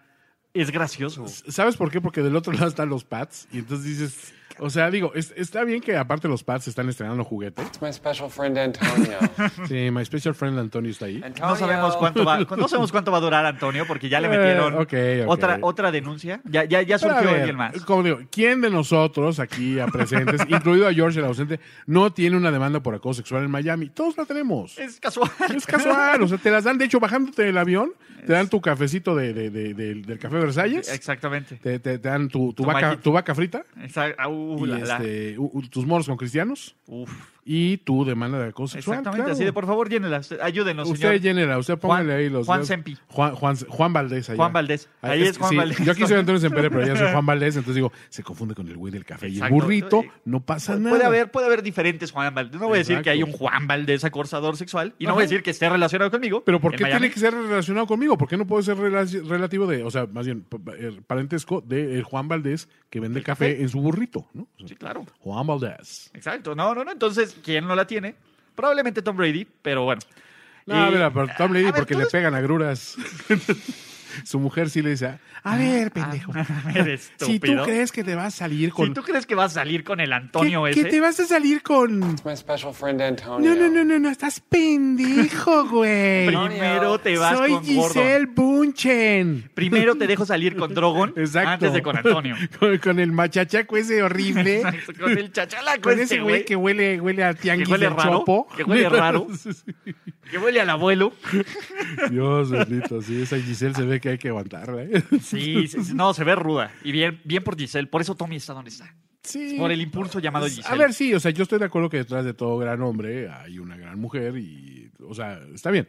Speaker 4: Es gracioso.
Speaker 5: ¿Sabes por qué? Porque del otro lado están los pads y entonces dices... O sea, digo, es- está bien que aparte los pads están estrenando juguetes.
Speaker 7: My special friend Antonio.
Speaker 5: Sí, my special friend Antonio está ahí.
Speaker 7: Antonio.
Speaker 4: No sabemos cuánto va, no sabemos cuánto va a durar Antonio porque ya le metieron
Speaker 5: Eh, oh. ok, ok.
Speaker 4: otra otra denuncia. Ya ya ya
Speaker 5: Pero a
Speaker 4: surgió
Speaker 5: ver,
Speaker 4: alguien más.
Speaker 5: Como digo, ¿quién de nosotros aquí a presentes, incluido a George el ausente, no tiene una demanda por acoso sexual en Miami? Todos la tenemos.
Speaker 4: Es casual.
Speaker 5: Es casual, o sea, te las dan, de hecho, bajándote del avión, te dan tu cafecito de, de- de- del- del café Versalles,
Speaker 4: Exactamente.
Speaker 5: te, te- te dan tu, tu
Speaker 4: Tu
Speaker 5: vaca,
Speaker 4: maquita.
Speaker 5: tu vaca frita,
Speaker 4: Exa- ah, uh,
Speaker 5: y
Speaker 4: la, la.
Speaker 5: este, u- u- tus moros con cristianos,
Speaker 4: Uf.
Speaker 5: y tu demanda de acoso sexual.
Speaker 4: Exactamente,
Speaker 5: claro.
Speaker 4: así de por favor, llénela. usted- Ayúdenos,
Speaker 5: Usted
Speaker 4: señor.
Speaker 5: llénela, usted póngale ahí los
Speaker 4: Juan
Speaker 5: dedos.
Speaker 4: Sempi.
Speaker 5: Juan, Juan, Juan Valdés. allá.
Speaker 4: Juan Valdés. Ahí es Juan Valdés.
Speaker 5: Yo aquí soy Antonio Sempere, pero ya soy Juan Valdés, entonces digo, se confunde con el güey del café. Y el
Speaker 4: Exacto.
Speaker 5: burrito, no pasa nada.
Speaker 4: Puede haber, puede haber diferentes Juan Valdés. No voy a decir
Speaker 5: Exacto.
Speaker 4: que hay un Juan Valdés acosador sexual y no
Speaker 5: Ajá.
Speaker 4: voy a decir que esté relacionado conmigo.
Speaker 5: Pero ¿por
Speaker 4: en
Speaker 5: qué
Speaker 4: Miami.
Speaker 5: tiene que ser relacionado conmigo? ¿Por qué no puede ser relaci- relativo de, o sea, más bien, p- eh, parentesco de el Juan Valdés que vende café, en su burrito, ¿no? O sea,
Speaker 4: Sí, claro.
Speaker 5: Juan Valdés.
Speaker 4: Exacto. No, no, no. Entonces, ¿quién no la tiene? Probablemente Tom Brady, pero bueno.
Speaker 5: No, a
Speaker 4: Y-
Speaker 5: ver, a ver, Tom Brady,
Speaker 4: Eh, a ver,
Speaker 5: porque
Speaker 4: tú
Speaker 5: le
Speaker 4: des-
Speaker 5: pegan agruras. su mujer sí le dice, a, a ver, pendejo.
Speaker 4: Eres
Speaker 5: si tú
Speaker 4: Ah, estúpido.
Speaker 5: crees que te vas a salir con...
Speaker 4: Si tú crees que vas a salir con el
Speaker 5: que,
Speaker 4: Antonio
Speaker 5: que
Speaker 4: ese,
Speaker 5: te vas a salir con...
Speaker 7: My special friend Antonio.
Speaker 5: No, no, no, no, no, estás pendejo, güey.
Speaker 4: primero te vas
Speaker 5: Soy
Speaker 4: con
Speaker 5: Giselle
Speaker 4: Gordon.
Speaker 5: Bunchen.
Speaker 4: Primero te dejo salir con Drogon
Speaker 5: Exacto.
Speaker 4: antes de con Antonio.
Speaker 5: con, con el machachaco ese horrible.
Speaker 4: Exacto, con el chachalaco
Speaker 5: Con
Speaker 4: este,
Speaker 5: ese güey que huele, huele a tianguis
Speaker 4: Que huele
Speaker 5: del
Speaker 4: raro,
Speaker 5: chopo.
Speaker 4: que huele raro. que huele al abuelo.
Speaker 5: Dios bendito, sí, esa Giselle se ve que hay que aguantarla. ¿eh?
Speaker 4: Sí, sí, sí, no, se ve ruda. Y bien, bien por Giselle. Por eso Tommy está donde está.
Speaker 5: Sí.
Speaker 4: Por el impulso llamado Giselle.
Speaker 5: A ver, sí, o sea, yo estoy de acuerdo que detrás de todo gran hombre hay una gran mujer y, o sea, está bien.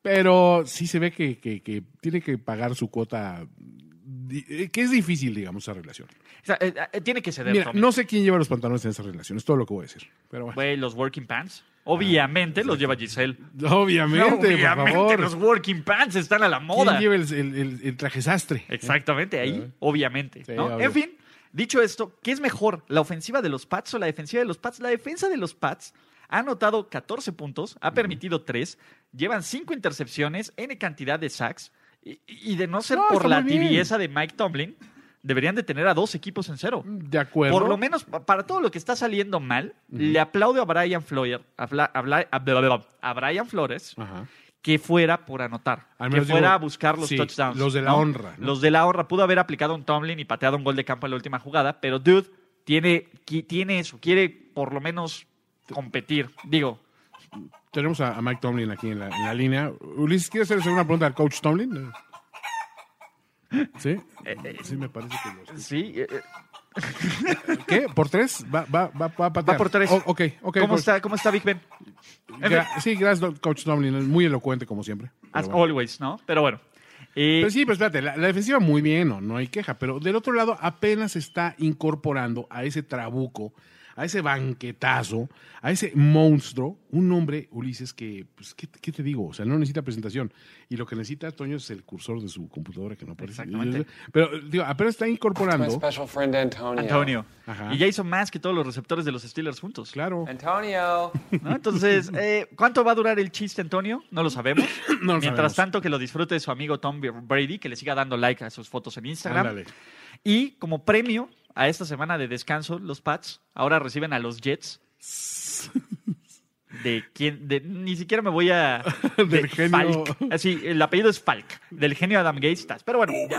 Speaker 5: Pero sí se ve que, que- que tiene que pagar su cuota, di- eh, que es difícil, digamos, esa relación.
Speaker 4: O sea, eh, eh, tiene que ceder,
Speaker 5: Mira,
Speaker 4: Tommy.
Speaker 5: no sé quién lleva los pantalones en esa relación, es todo lo que voy a decir. Pero bueno.
Speaker 4: Güey, los working pants.
Speaker 5: Ah,
Speaker 4: Obviamente los lleva Giselle.
Speaker 5: Obviamente, por
Speaker 4: Obviamente
Speaker 5: favor.
Speaker 4: los working pants están a la moda.
Speaker 5: ¿Quién lleva el, el- el- el traje sastre?
Speaker 4: Exactamente, ahí, obviamente.
Speaker 5: Sí,
Speaker 4: ¿no?
Speaker 5: obvio.
Speaker 4: En fin, dicho esto, ¿qué es mejor, la ofensiva de los Pats o la defensiva de los Pats? La defensa de los Pats ha anotado 14 puntos, ha permitido 3, llevan 5 intercepciones, N cantidad de sacks, y, y de no ser
Speaker 5: No,
Speaker 4: por
Speaker 5: está
Speaker 4: la
Speaker 5: muy bien.
Speaker 4: tibieza de Mike Tomlin, deberían de tener a dos equipos en cero.
Speaker 5: ¿Eh? De acuerdo.
Speaker 4: Por lo menos, pa- para todo lo que está saliendo mal, le aplaudo a Brian Floyer, a, Fla- a Bla- a Bla- a Brian Flores,
Speaker 5: Ajá.
Speaker 4: que fuera por anotar,
Speaker 5: Al
Speaker 4: que
Speaker 5: menos
Speaker 4: fuera
Speaker 5: digo,
Speaker 4: a buscar los
Speaker 5: sí,
Speaker 4: touchdowns.
Speaker 5: los de la honra, ¿no?
Speaker 4: Los de la honra. Pudo haber aplicado un Tomlin y pateado un gol de campo en la última jugada, pero dude tiene, qui- tiene eso, quiere por lo menos competir. Digo,
Speaker 5: Tenemos a, a Mike Tomlin aquí en la, en la línea. Ulises, ¿quieres hacerle una pregunta al coach Tomlin? ¿Sí?
Speaker 4: Eh,
Speaker 5: Sí, me parece que lo escucho.
Speaker 4: sí, eh, eh,
Speaker 5: ¿Qué? ¿Por tres? Va, va, va, va a patear.
Speaker 4: va por tres.
Speaker 5: O- ok, ok. pues.
Speaker 4: ¿Cómo,
Speaker 5: coach.
Speaker 4: está, ¿Cómo está Big Ben? En
Speaker 5: Gra-
Speaker 4: fin,
Speaker 5: sí, gracias, do- coach Tomlin. Es Muy elocuente, como siempre. Pero
Speaker 4: as
Speaker 5: bueno.
Speaker 4: always, ¿no? Pero bueno. Eh,
Speaker 5: Pero sí, pues espérate, la, la defensiva muy bien, no, no hay queja, pero del otro lado apenas está incorporando a ese trabuco, a ese banquetazo, a ese monstruo, un hombre, Ulises, que, pues, ¿qué, qué te digo? O sea, no necesita presentación. Y lo que necesita Toño es el cursor de su computadora que no aparece.
Speaker 4: Exactamente.
Speaker 5: Pero, digo, apenas está
Speaker 7: My
Speaker 5: incorporando.
Speaker 7: special friend Antonio.
Speaker 4: Antonio.
Speaker 5: Ajá.
Speaker 4: Y ya hizo más que todos los receptores de los Steelers juntos.
Speaker 5: Claro.
Speaker 7: Antonio.
Speaker 4: ¿no? Entonces, eh, ¿cuánto va a durar el chiste, Antonio? No lo sabemos.
Speaker 5: No lo
Speaker 4: Mientras
Speaker 5: sabemos.
Speaker 4: tanto, que lo disfrute su amigo Tom Brady, que le siga dando like a sus fotos en Instagram.
Speaker 5: Ándale.
Speaker 4: Y como premio a esta semana de descanso, los Pats ahora reciben a los Jets. De quién, de- ni siquiera me voy a.
Speaker 5: Del
Speaker 4: de
Speaker 5: genio.
Speaker 4: Falk. Así, el apellido es Falk, del genio Adam Gates. Pero bueno, ya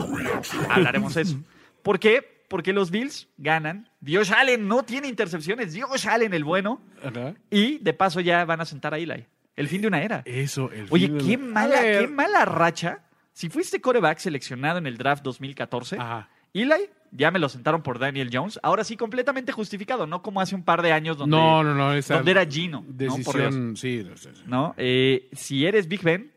Speaker 4: hablaremos de eso. ¿Por qué? Porque los Bills ganan. Dios Allen no tiene intercepciones. Dios Allen el bueno.
Speaker 5: Ajá.
Speaker 4: Y de paso ya van a sentar a Eli. El fin de una era.
Speaker 5: Eso, el
Speaker 4: Oye,
Speaker 5: fin de
Speaker 4: qué
Speaker 5: la-
Speaker 4: mala,
Speaker 5: A ver.
Speaker 4: qué mala racha. Si fuiste coreback seleccionado en el draft 2014,
Speaker 5: Ajá.
Speaker 4: Eli ya me lo sentaron por Daniel Jones. Ahora sí, completamente justificado, no como hace un par de años donde,
Speaker 5: No, no, no, esa
Speaker 4: donde era Gino. ¿no? Por Dios.
Speaker 5: Decisión, sí. no sé.
Speaker 4: ¿no? Eh, si eres Big Ben,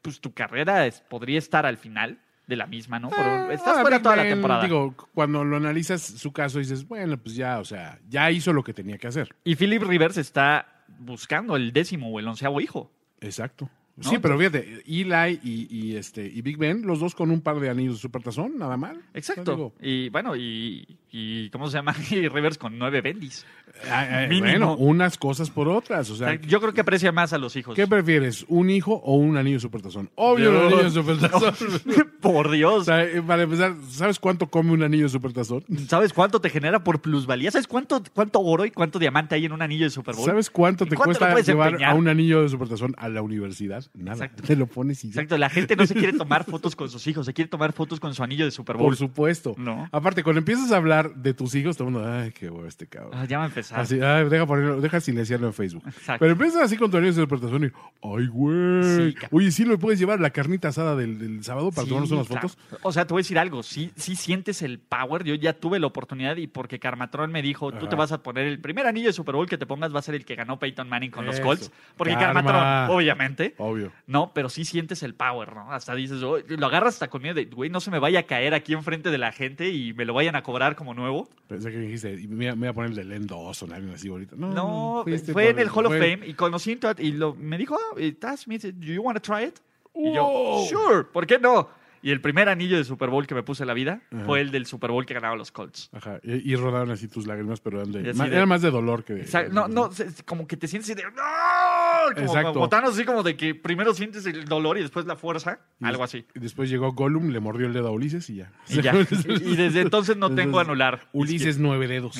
Speaker 4: pues tu carrera es- podría estar al final de la misma, ¿no? Pero
Speaker 5: Ah,
Speaker 4: estás
Speaker 5: ah,
Speaker 4: fuera
Speaker 5: Big
Speaker 4: toda la
Speaker 5: Ben,
Speaker 4: temporada.
Speaker 5: Digo, cuando lo analizas su caso, dices, bueno, pues ya, o sea, ya hizo lo que tenía que hacer.
Speaker 4: Y Philip Rivers está buscando el décimo o el onceavo hijo.
Speaker 5: Exacto. Sí, pero
Speaker 4: pues
Speaker 5: fíjate, Eli y, y, este, y Big Ben, los dos con un par de anillos de supertazón, nada mal.
Speaker 4: Exacto.
Speaker 5: Digo,
Speaker 4: y bueno, y, y ¿cómo se llama? Y Rivers con nueve bendis.
Speaker 5: ah, ah,
Speaker 4: Mínimo.
Speaker 5: bueno, unas cosas por otras. O
Speaker 4: O sea,
Speaker 5: sea,
Speaker 4: yo creo que aprecia más a los hijos.
Speaker 5: ¿qué prefieres? ¿Un hijo o un anillo de supertazón? Obvio,
Speaker 4: Yo-
Speaker 5: un anillo de supertazón.
Speaker 4: por
Speaker 5: O
Speaker 4: Dios.
Speaker 5: sea, eh, para empezar, ¿sabes cuánto come un anillo de supertazón?
Speaker 4: ¿Sabes cuánto te genera por plusvalía? ¿Sabes cuánto, cuánto oro y cuánto diamante hay en un anillo de Super Bowl?
Speaker 5: ¿Sabes cuánto
Speaker 4: ¿Y
Speaker 5: te
Speaker 4: cuánto lo
Speaker 5: cuesta
Speaker 4: puedes
Speaker 5: llevar
Speaker 4: empeñar?
Speaker 5: a un anillo de supertazón a la universidad? Nada.
Speaker 4: Exacto.
Speaker 5: Te lo pones y ya.
Speaker 4: Exacto, la gente no se quiere tomar fotos con sus hijos, se quiere tomar fotos con su anillo de Super Bowl.
Speaker 5: Por supuesto.
Speaker 4: No.
Speaker 5: Aparte, cuando empiezas a hablar de tus hijos, todo el mundo, ay, qué huevo este cabrón.
Speaker 4: Ah, ya va a empezar.
Speaker 5: Así, ay, deja, ponerlo, deja silenciarlo en Facebook.
Speaker 4: Exacto.
Speaker 5: Pero empiezas así con tu anillo de supertazón y, ay, güey.
Speaker 4: Sí, ca-
Speaker 5: Oye, sí, lo puedes llevar a la carnita asada del, del sábado para
Speaker 4: Sí,
Speaker 5: tomarnos unas
Speaker 4: claro.
Speaker 5: fotos.
Speaker 4: O sea, te voy a decir algo. Sí, sí sientes el power. Yo ya tuve la oportunidad y porque Carmatrón me dijo, tú te vas a poner el primer anillo de Super Bowl que te pongas va a ser el que ganó Peyton Manning con los
Speaker 5: Eso.
Speaker 4: Colts. Porque
Speaker 5: Karma.
Speaker 4: Carmatrón, obviamente.
Speaker 5: Obvio.
Speaker 4: No, pero sí sientes el power, ¿no? Hasta dices, "Oh", lo agarras hasta con miedo de, güey, no se me vaya a caer aquí enfrente de la gente y me lo vayan a cobrar como nuevo.
Speaker 5: Pensé que dijiste, y me, me voy a poner el de Len Dawson, alguien así ahorita. No,
Speaker 4: No,
Speaker 5: Mm, fuiste
Speaker 4: fue en
Speaker 5: por-
Speaker 4: el Hall of
Speaker 5: fue-
Speaker 4: Fame y conocí en Twitter y lo- me dijo, ah, eh, Taz, me dice, do you want to try it? Y yo,
Speaker 5: Wow.
Speaker 4: sure, ¿por qué no? Y el primer anillo de Super Bowl que me puse en la vida fue el del Super Bowl que ganaron los Colts.
Speaker 5: Ajá, y, y rodaron así tus lágrimas, pero eran de-
Speaker 4: Y así
Speaker 5: ma-
Speaker 4: de-
Speaker 5: era más de dolor que de.
Speaker 4: O sea, no, no, se- se- como que te sientes así de, no, como
Speaker 5: Exacto.
Speaker 4: botanos así como de que primero sientes el dolor y después la fuerza,
Speaker 5: Y
Speaker 4: algo
Speaker 5: des-
Speaker 4: así.
Speaker 5: y después llegó Gollum, le mordió el dedo a Ulises y ya.
Speaker 4: Y ya. Y desde entonces no tengo anular.
Speaker 5: Ulises nueve dedos.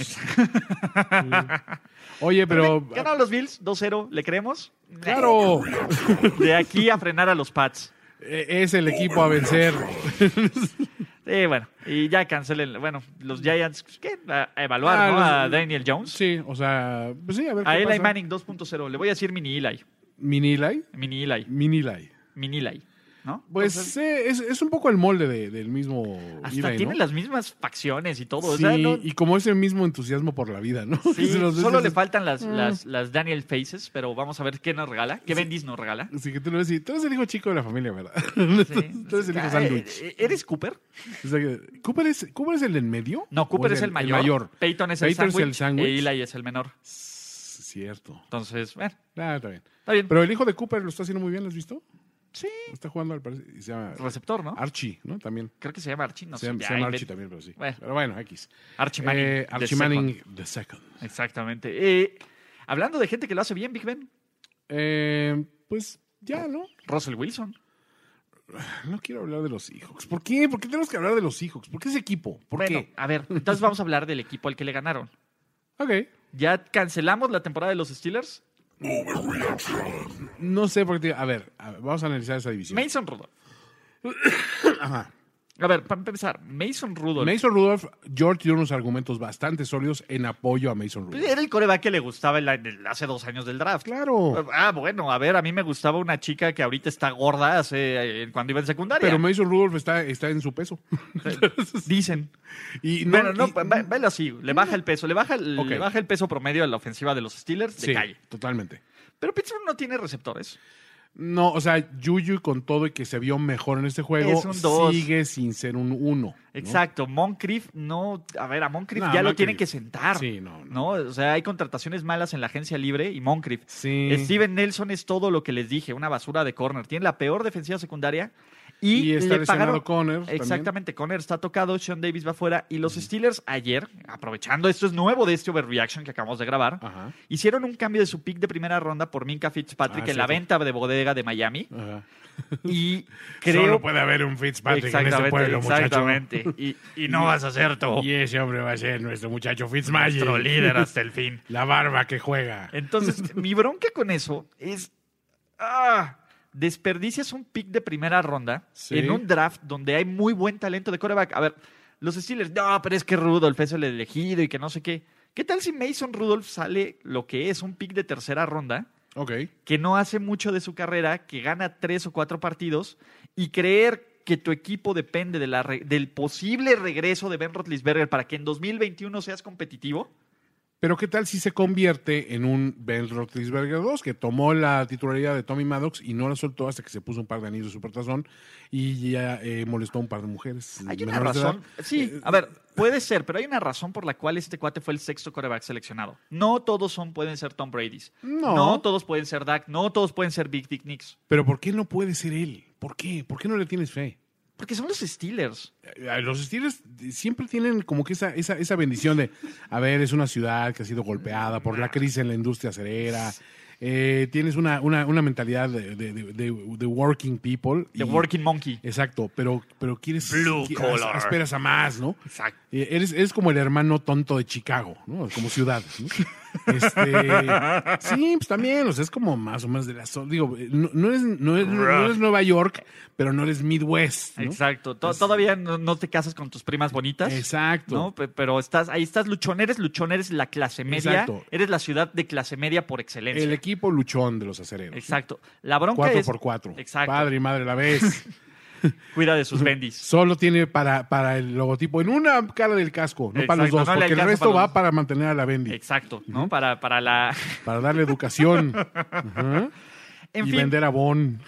Speaker 5: Oye, pero.
Speaker 4: Ganaron los Bills 2-0, ¿le creemos?
Speaker 5: Claro,
Speaker 4: De aquí a frenar a los Pats.
Speaker 5: eh, es el equipo a vencer.
Speaker 4: Sí, bueno, y ya cancelen, bueno, los Giants, pues, ¿qué? A, a evaluar,
Speaker 5: Ah,
Speaker 4: ¿no?
Speaker 5: los-
Speaker 4: A Daniel Jones.
Speaker 5: Sí, o sea, pues sí, a ver.
Speaker 4: a
Speaker 5: qué
Speaker 4: Eli
Speaker 5: pasa.
Speaker 4: Manning 2.0. Le voy a decir mini Eli.
Speaker 5: Mini Eli.
Speaker 4: Mini Eli.
Speaker 5: Mini Eli.
Speaker 4: Mini Eli. ¿No?
Speaker 5: Pues eh, es, es un poco el molde de- del mismo.
Speaker 4: Hasta
Speaker 5: Eli,
Speaker 4: tiene
Speaker 5: ¿no?
Speaker 4: las mismas facciones y todo. o
Speaker 5: Sí,
Speaker 4: sea, no-
Speaker 5: y como ese mismo entusiasmo por la vida, ¿no?
Speaker 4: sí,
Speaker 5: Se los ves
Speaker 4: solo
Speaker 5: y
Speaker 4: le
Speaker 5: dices,
Speaker 4: faltan las, las, las Daniel Faces, pero vamos a ver qué nos regala. ¿Qué Bendis nos regala?
Speaker 5: Así que tú lo ves y tú eres el hijo chico de la familia, ¿verdad?
Speaker 4: Sí.
Speaker 5: tú eres el hijo
Speaker 4: Ah,
Speaker 5: sándwich.
Speaker 4: eh, ¿Eres Cooper?
Speaker 5: O sea que, ¿Cooper, es, ¿Cooper es el en medio?
Speaker 4: No,
Speaker 5: ¿O
Speaker 4: Cooper es el, mayor. Peyton es el
Speaker 5: Peyton es el
Speaker 4: sándwich.
Speaker 5: sándwich.
Speaker 4: Y Eli es el menor.
Speaker 5: S- Cierto.
Speaker 4: Entonces, bueno,
Speaker 5: Ah, está bien.
Speaker 4: está bien.
Speaker 5: Pero el hijo de Cooper lo está haciendo muy bien, ¿lo has visto?
Speaker 4: sí,
Speaker 5: Está jugando al parecer. y Se llama
Speaker 4: receptor, ¿no?
Speaker 5: Archie, ¿no? También.
Speaker 4: Creo que se llama Archie. No
Speaker 5: se
Speaker 4: sé,
Speaker 5: llama,
Speaker 4: ya
Speaker 5: se llama
Speaker 4: invent-
Speaker 5: Archie también, pero sí.
Speaker 4: Bueno.
Speaker 5: Pero bueno, X.
Speaker 4: Archie Manning.
Speaker 5: Eh,
Speaker 4: the
Speaker 5: Archie
Speaker 4: second.
Speaker 5: Manning the second.
Speaker 4: Exactamente. Eh, hablando de gente que lo hace bien, Big Ben.
Speaker 5: Eh, pues ya, ¿no?
Speaker 4: Russell Wilson.
Speaker 5: No quiero hablar de los Seahawks. ¿Por qué? ¿Por qué tenemos que hablar de los Seahawks? ¿Por qué ese equipo? ¿Por
Speaker 4: bueno, a ver, entonces vamos a hablar del equipo al que le ganaron.
Speaker 5: qué? Ok.
Speaker 4: Ya cancelamos la temporada de los Steelers
Speaker 5: No sé por qué. te- A ver, a ver, vamos a analizar esa división.
Speaker 4: Mason Rudolph.
Speaker 5: Ajá.
Speaker 4: A ver, para empezar, Mason Rudolph.
Speaker 5: Mason Rudolph, George dio unos argumentos bastante sólidos en apoyo a Mason
Speaker 4: Pues
Speaker 5: Rudolph.
Speaker 4: Era el coreback que le gustaba el- el- hace dos años del draft.
Speaker 5: Claro.
Speaker 4: Ah, bueno, a ver, a mí me gustaba una chica que ahorita está gorda hace, eh, cuando iba en secundaria.
Speaker 5: Pero Mason Rudolph está, está en su peso.
Speaker 4: Dicen.
Speaker 5: Y no,
Speaker 4: Bueno, no, pues,
Speaker 5: y-
Speaker 4: ve- ve- velo así, le baja el peso, le baja el,
Speaker 5: Ok.
Speaker 4: le baja el peso promedio a la ofensiva de los Steelers de
Speaker 5: sí,
Speaker 4: calle.
Speaker 5: totalmente.
Speaker 4: Pero Pittsburgh no tiene receptores.
Speaker 5: No, o sea, Juju con todo y que se vio mejor en este juego,
Speaker 4: Es un dos.
Speaker 5: sigue sin ser un uno. ¿no?
Speaker 4: Exacto, Moncrief no, a ver, a Moncrief
Speaker 5: No,
Speaker 4: ya lo
Speaker 5: Moncrief.
Speaker 4: tienen que sentar.
Speaker 5: Sí, no, no.
Speaker 4: O sea, hay contrataciones malas en la agencia libre y Moncrief.
Speaker 5: Sí.
Speaker 4: Steven Nelson es todo lo que les dije, una basura de corner. Tiene la peor defensiva secundaria
Speaker 5: Y
Speaker 4: y,
Speaker 5: está
Speaker 4: le
Speaker 5: lesionado
Speaker 4: pagaron
Speaker 5: Conner también.
Speaker 4: Exactamente, Conner está tocado, Sean Davis va fuera y los Steelers ayer, aprovechando esto es nuevo de este overreaction que acabamos de grabar,
Speaker 5: Ajá.
Speaker 4: hicieron un cambio de su pick de primera ronda por Minka Fitzpatrick
Speaker 5: Ah,
Speaker 4: en la
Speaker 5: cierto.
Speaker 4: venta de bodega de Miami
Speaker 5: Ajá.
Speaker 4: y creo
Speaker 5: Solo puede haber un Fitzpatrick en este
Speaker 4: Exactamente,
Speaker 5: pueblo, muchacho.
Speaker 4: exactamente. Y, y no vas a ser tú
Speaker 5: Y ese hombre va a ser nuestro muchacho Fitzmagic. Eh.
Speaker 4: nuestro líder hasta el fin.
Speaker 5: La barba que juega.
Speaker 4: Entonces, mi bronca con eso es. ¡Ah! Desperdicias un pick de primera ronda
Speaker 5: Sí.
Speaker 4: en un draft donde hay muy buen talento de coreback. A ver, los Steelers, no, pero es que Rudolph es el elegido y que no sé qué. ¿Qué tal si Mason Rudolph sale lo que es un pick de tercera ronda?
Speaker 5: Ok.
Speaker 4: que no hace mucho de su carrera, que gana tres o cuatro partidos, y creer que tu equipo depende de la re- del posible regreso de Ben Roethlisberger para que en 2021 seas competitivo.
Speaker 5: Pero ¿qué tal si se convierte en un Ben Roethlisberger 2 que tomó la titularidad de Tommy Maddox y no la soltó hasta que se puso un par de anillos de supertazón y ya eh, molestó a un par de mujeres?
Speaker 4: Hay una
Speaker 5: menores de
Speaker 4: razón.
Speaker 5: edad? Eh,
Speaker 4: Sí, a ver, puede ser, pero hay una razón por la cual este cuate fue el sexto coreback seleccionado. No todos son, pueden ser Tom Brady's.
Speaker 5: No.
Speaker 4: todos pueden ser Dak. No todos pueden ser Big Dick Nicks.
Speaker 5: Pero ¿por qué no puede ser él? ¿Por qué? ¿Por qué no le tienes fe?
Speaker 4: Porque son los Steelers.
Speaker 5: Eh, Los Steelers siempre tienen como que esa, esa, esa bendición de, a ver, es una ciudad que ha sido golpeada por la crisis en la industria acerera, eh, tienes una, una, una mentalidad de, de- de- de- de working people.
Speaker 4: The
Speaker 5: y-
Speaker 4: Working Monkey.
Speaker 5: Exacto, pero, pero quieres...
Speaker 4: Blue
Speaker 5: qui-
Speaker 4: collar.
Speaker 5: Esperas a más, ¿no?
Speaker 4: Exacto.
Speaker 5: Eh, Eres, eres como el hermano tonto de Chicago, ¿no? Como ciudad, ¿no? Este, sí, pues también, o sea, es como más o menos de la zona. Digo, eh, no, no eres, no, eres, no eres Nueva York, pero no eres Midwest, ¿no?
Speaker 4: Exacto. To- Todavía no, no te casas con tus primas bonitas.
Speaker 5: Exacto.
Speaker 4: ¿no? Pe- Pero estás, ahí estás luchón, eres luchón, eres la clase media.
Speaker 5: Exacto.
Speaker 4: Eres la ciudad de clase media por excelencia.
Speaker 5: El equipo luchón de los acereros.
Speaker 4: Exacto. La bronca
Speaker 5: Cuatro
Speaker 4: es.
Speaker 5: por cuatro.
Speaker 4: Exacto.
Speaker 5: Padre y madre a la vez.
Speaker 4: Cuida de sus bendis.
Speaker 5: Solo tiene para, para el logotipo en una cara del casco, no para los
Speaker 4: Exacto,
Speaker 5: dos,
Speaker 4: no le
Speaker 5: porque el
Speaker 4: alcanza
Speaker 5: resto
Speaker 4: para los
Speaker 5: va
Speaker 4: dos.
Speaker 5: para mantener a la Bendy,
Speaker 4: Exacto, ¿no? Para, para la.
Speaker 5: para darle educación Ajá.
Speaker 4: En
Speaker 5: y
Speaker 4: fin.
Speaker 5: vender abón.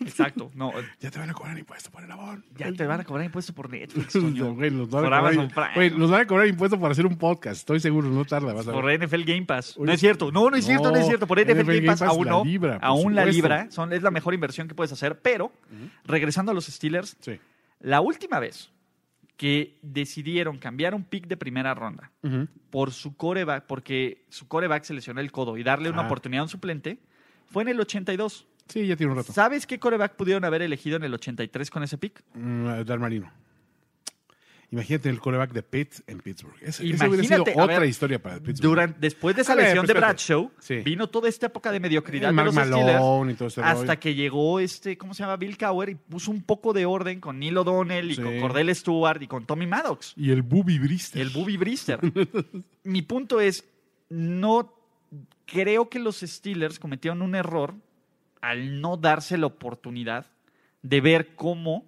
Speaker 4: Exacto. No,
Speaker 5: Ya te van a cobrar impuesto por el abón.
Speaker 4: ya te van a cobrar impuesto por Netflix, Toño.
Speaker 5: Güey, nos van a
Speaker 4: por
Speaker 5: cobrar-
Speaker 4: Amazon Prime.
Speaker 5: güey, nos van a cobrar impuesto por hacer un podcast, estoy seguro, no tarda. Vas a ver.
Speaker 4: Por NFL Game Pass.
Speaker 5: Oye,
Speaker 4: no es cierto. No, no es cierto, no es cierto. Por NFL, Game Pass, aún
Speaker 5: la
Speaker 4: no.
Speaker 5: libra, por
Speaker 4: aún la
Speaker 5: supuesto.
Speaker 4: libra. Son, es la mejor inversión que puedes hacer. Pero, regresando a los Steelers,
Speaker 5: Sí.
Speaker 4: La última vez que decidieron cambiar un pick de primera ronda por su coreback, porque su coreback se lesionó el codo y darle una
Speaker 5: Ah.
Speaker 4: oportunidad a un suplente, fue en el 82.
Speaker 5: Sí, ya tiene un rato.
Speaker 4: ¿Sabes qué coreback pudieron haber elegido en el 83 con ese pick?
Speaker 5: Mm, Dar Marino. Imagínate el coreback de Pitt en Pittsburgh. Ese, ese
Speaker 4: Imagínate,
Speaker 5: hubiera sido
Speaker 4: a
Speaker 5: otra
Speaker 4: ver,
Speaker 5: historia para Pittsburgh.
Speaker 4: durante- después de esa
Speaker 5: A ver,
Speaker 4: lesión
Speaker 5: pues,
Speaker 4: de
Speaker 5: espérate.
Speaker 4: Bradshaw,
Speaker 5: Sí.
Speaker 4: vino toda esta época de mediocridad de
Speaker 5: Eh, Mark
Speaker 4: los
Speaker 5: Malone
Speaker 4: Steelers
Speaker 5: y todo ese
Speaker 4: hasta
Speaker 5: rollo.
Speaker 4: que llegó este, ¿cómo se llama? Bill Cowher y puso un poco de orden con Neil O'Donnell y
Speaker 5: Sí.
Speaker 4: con Cordell Stewart y con Tommy Maddox.
Speaker 5: Y el Bubi Brister.
Speaker 4: El Booby Brister. Mi punto es, no creo que los Steelers cometieron un error al no darse la oportunidad de ver cómo,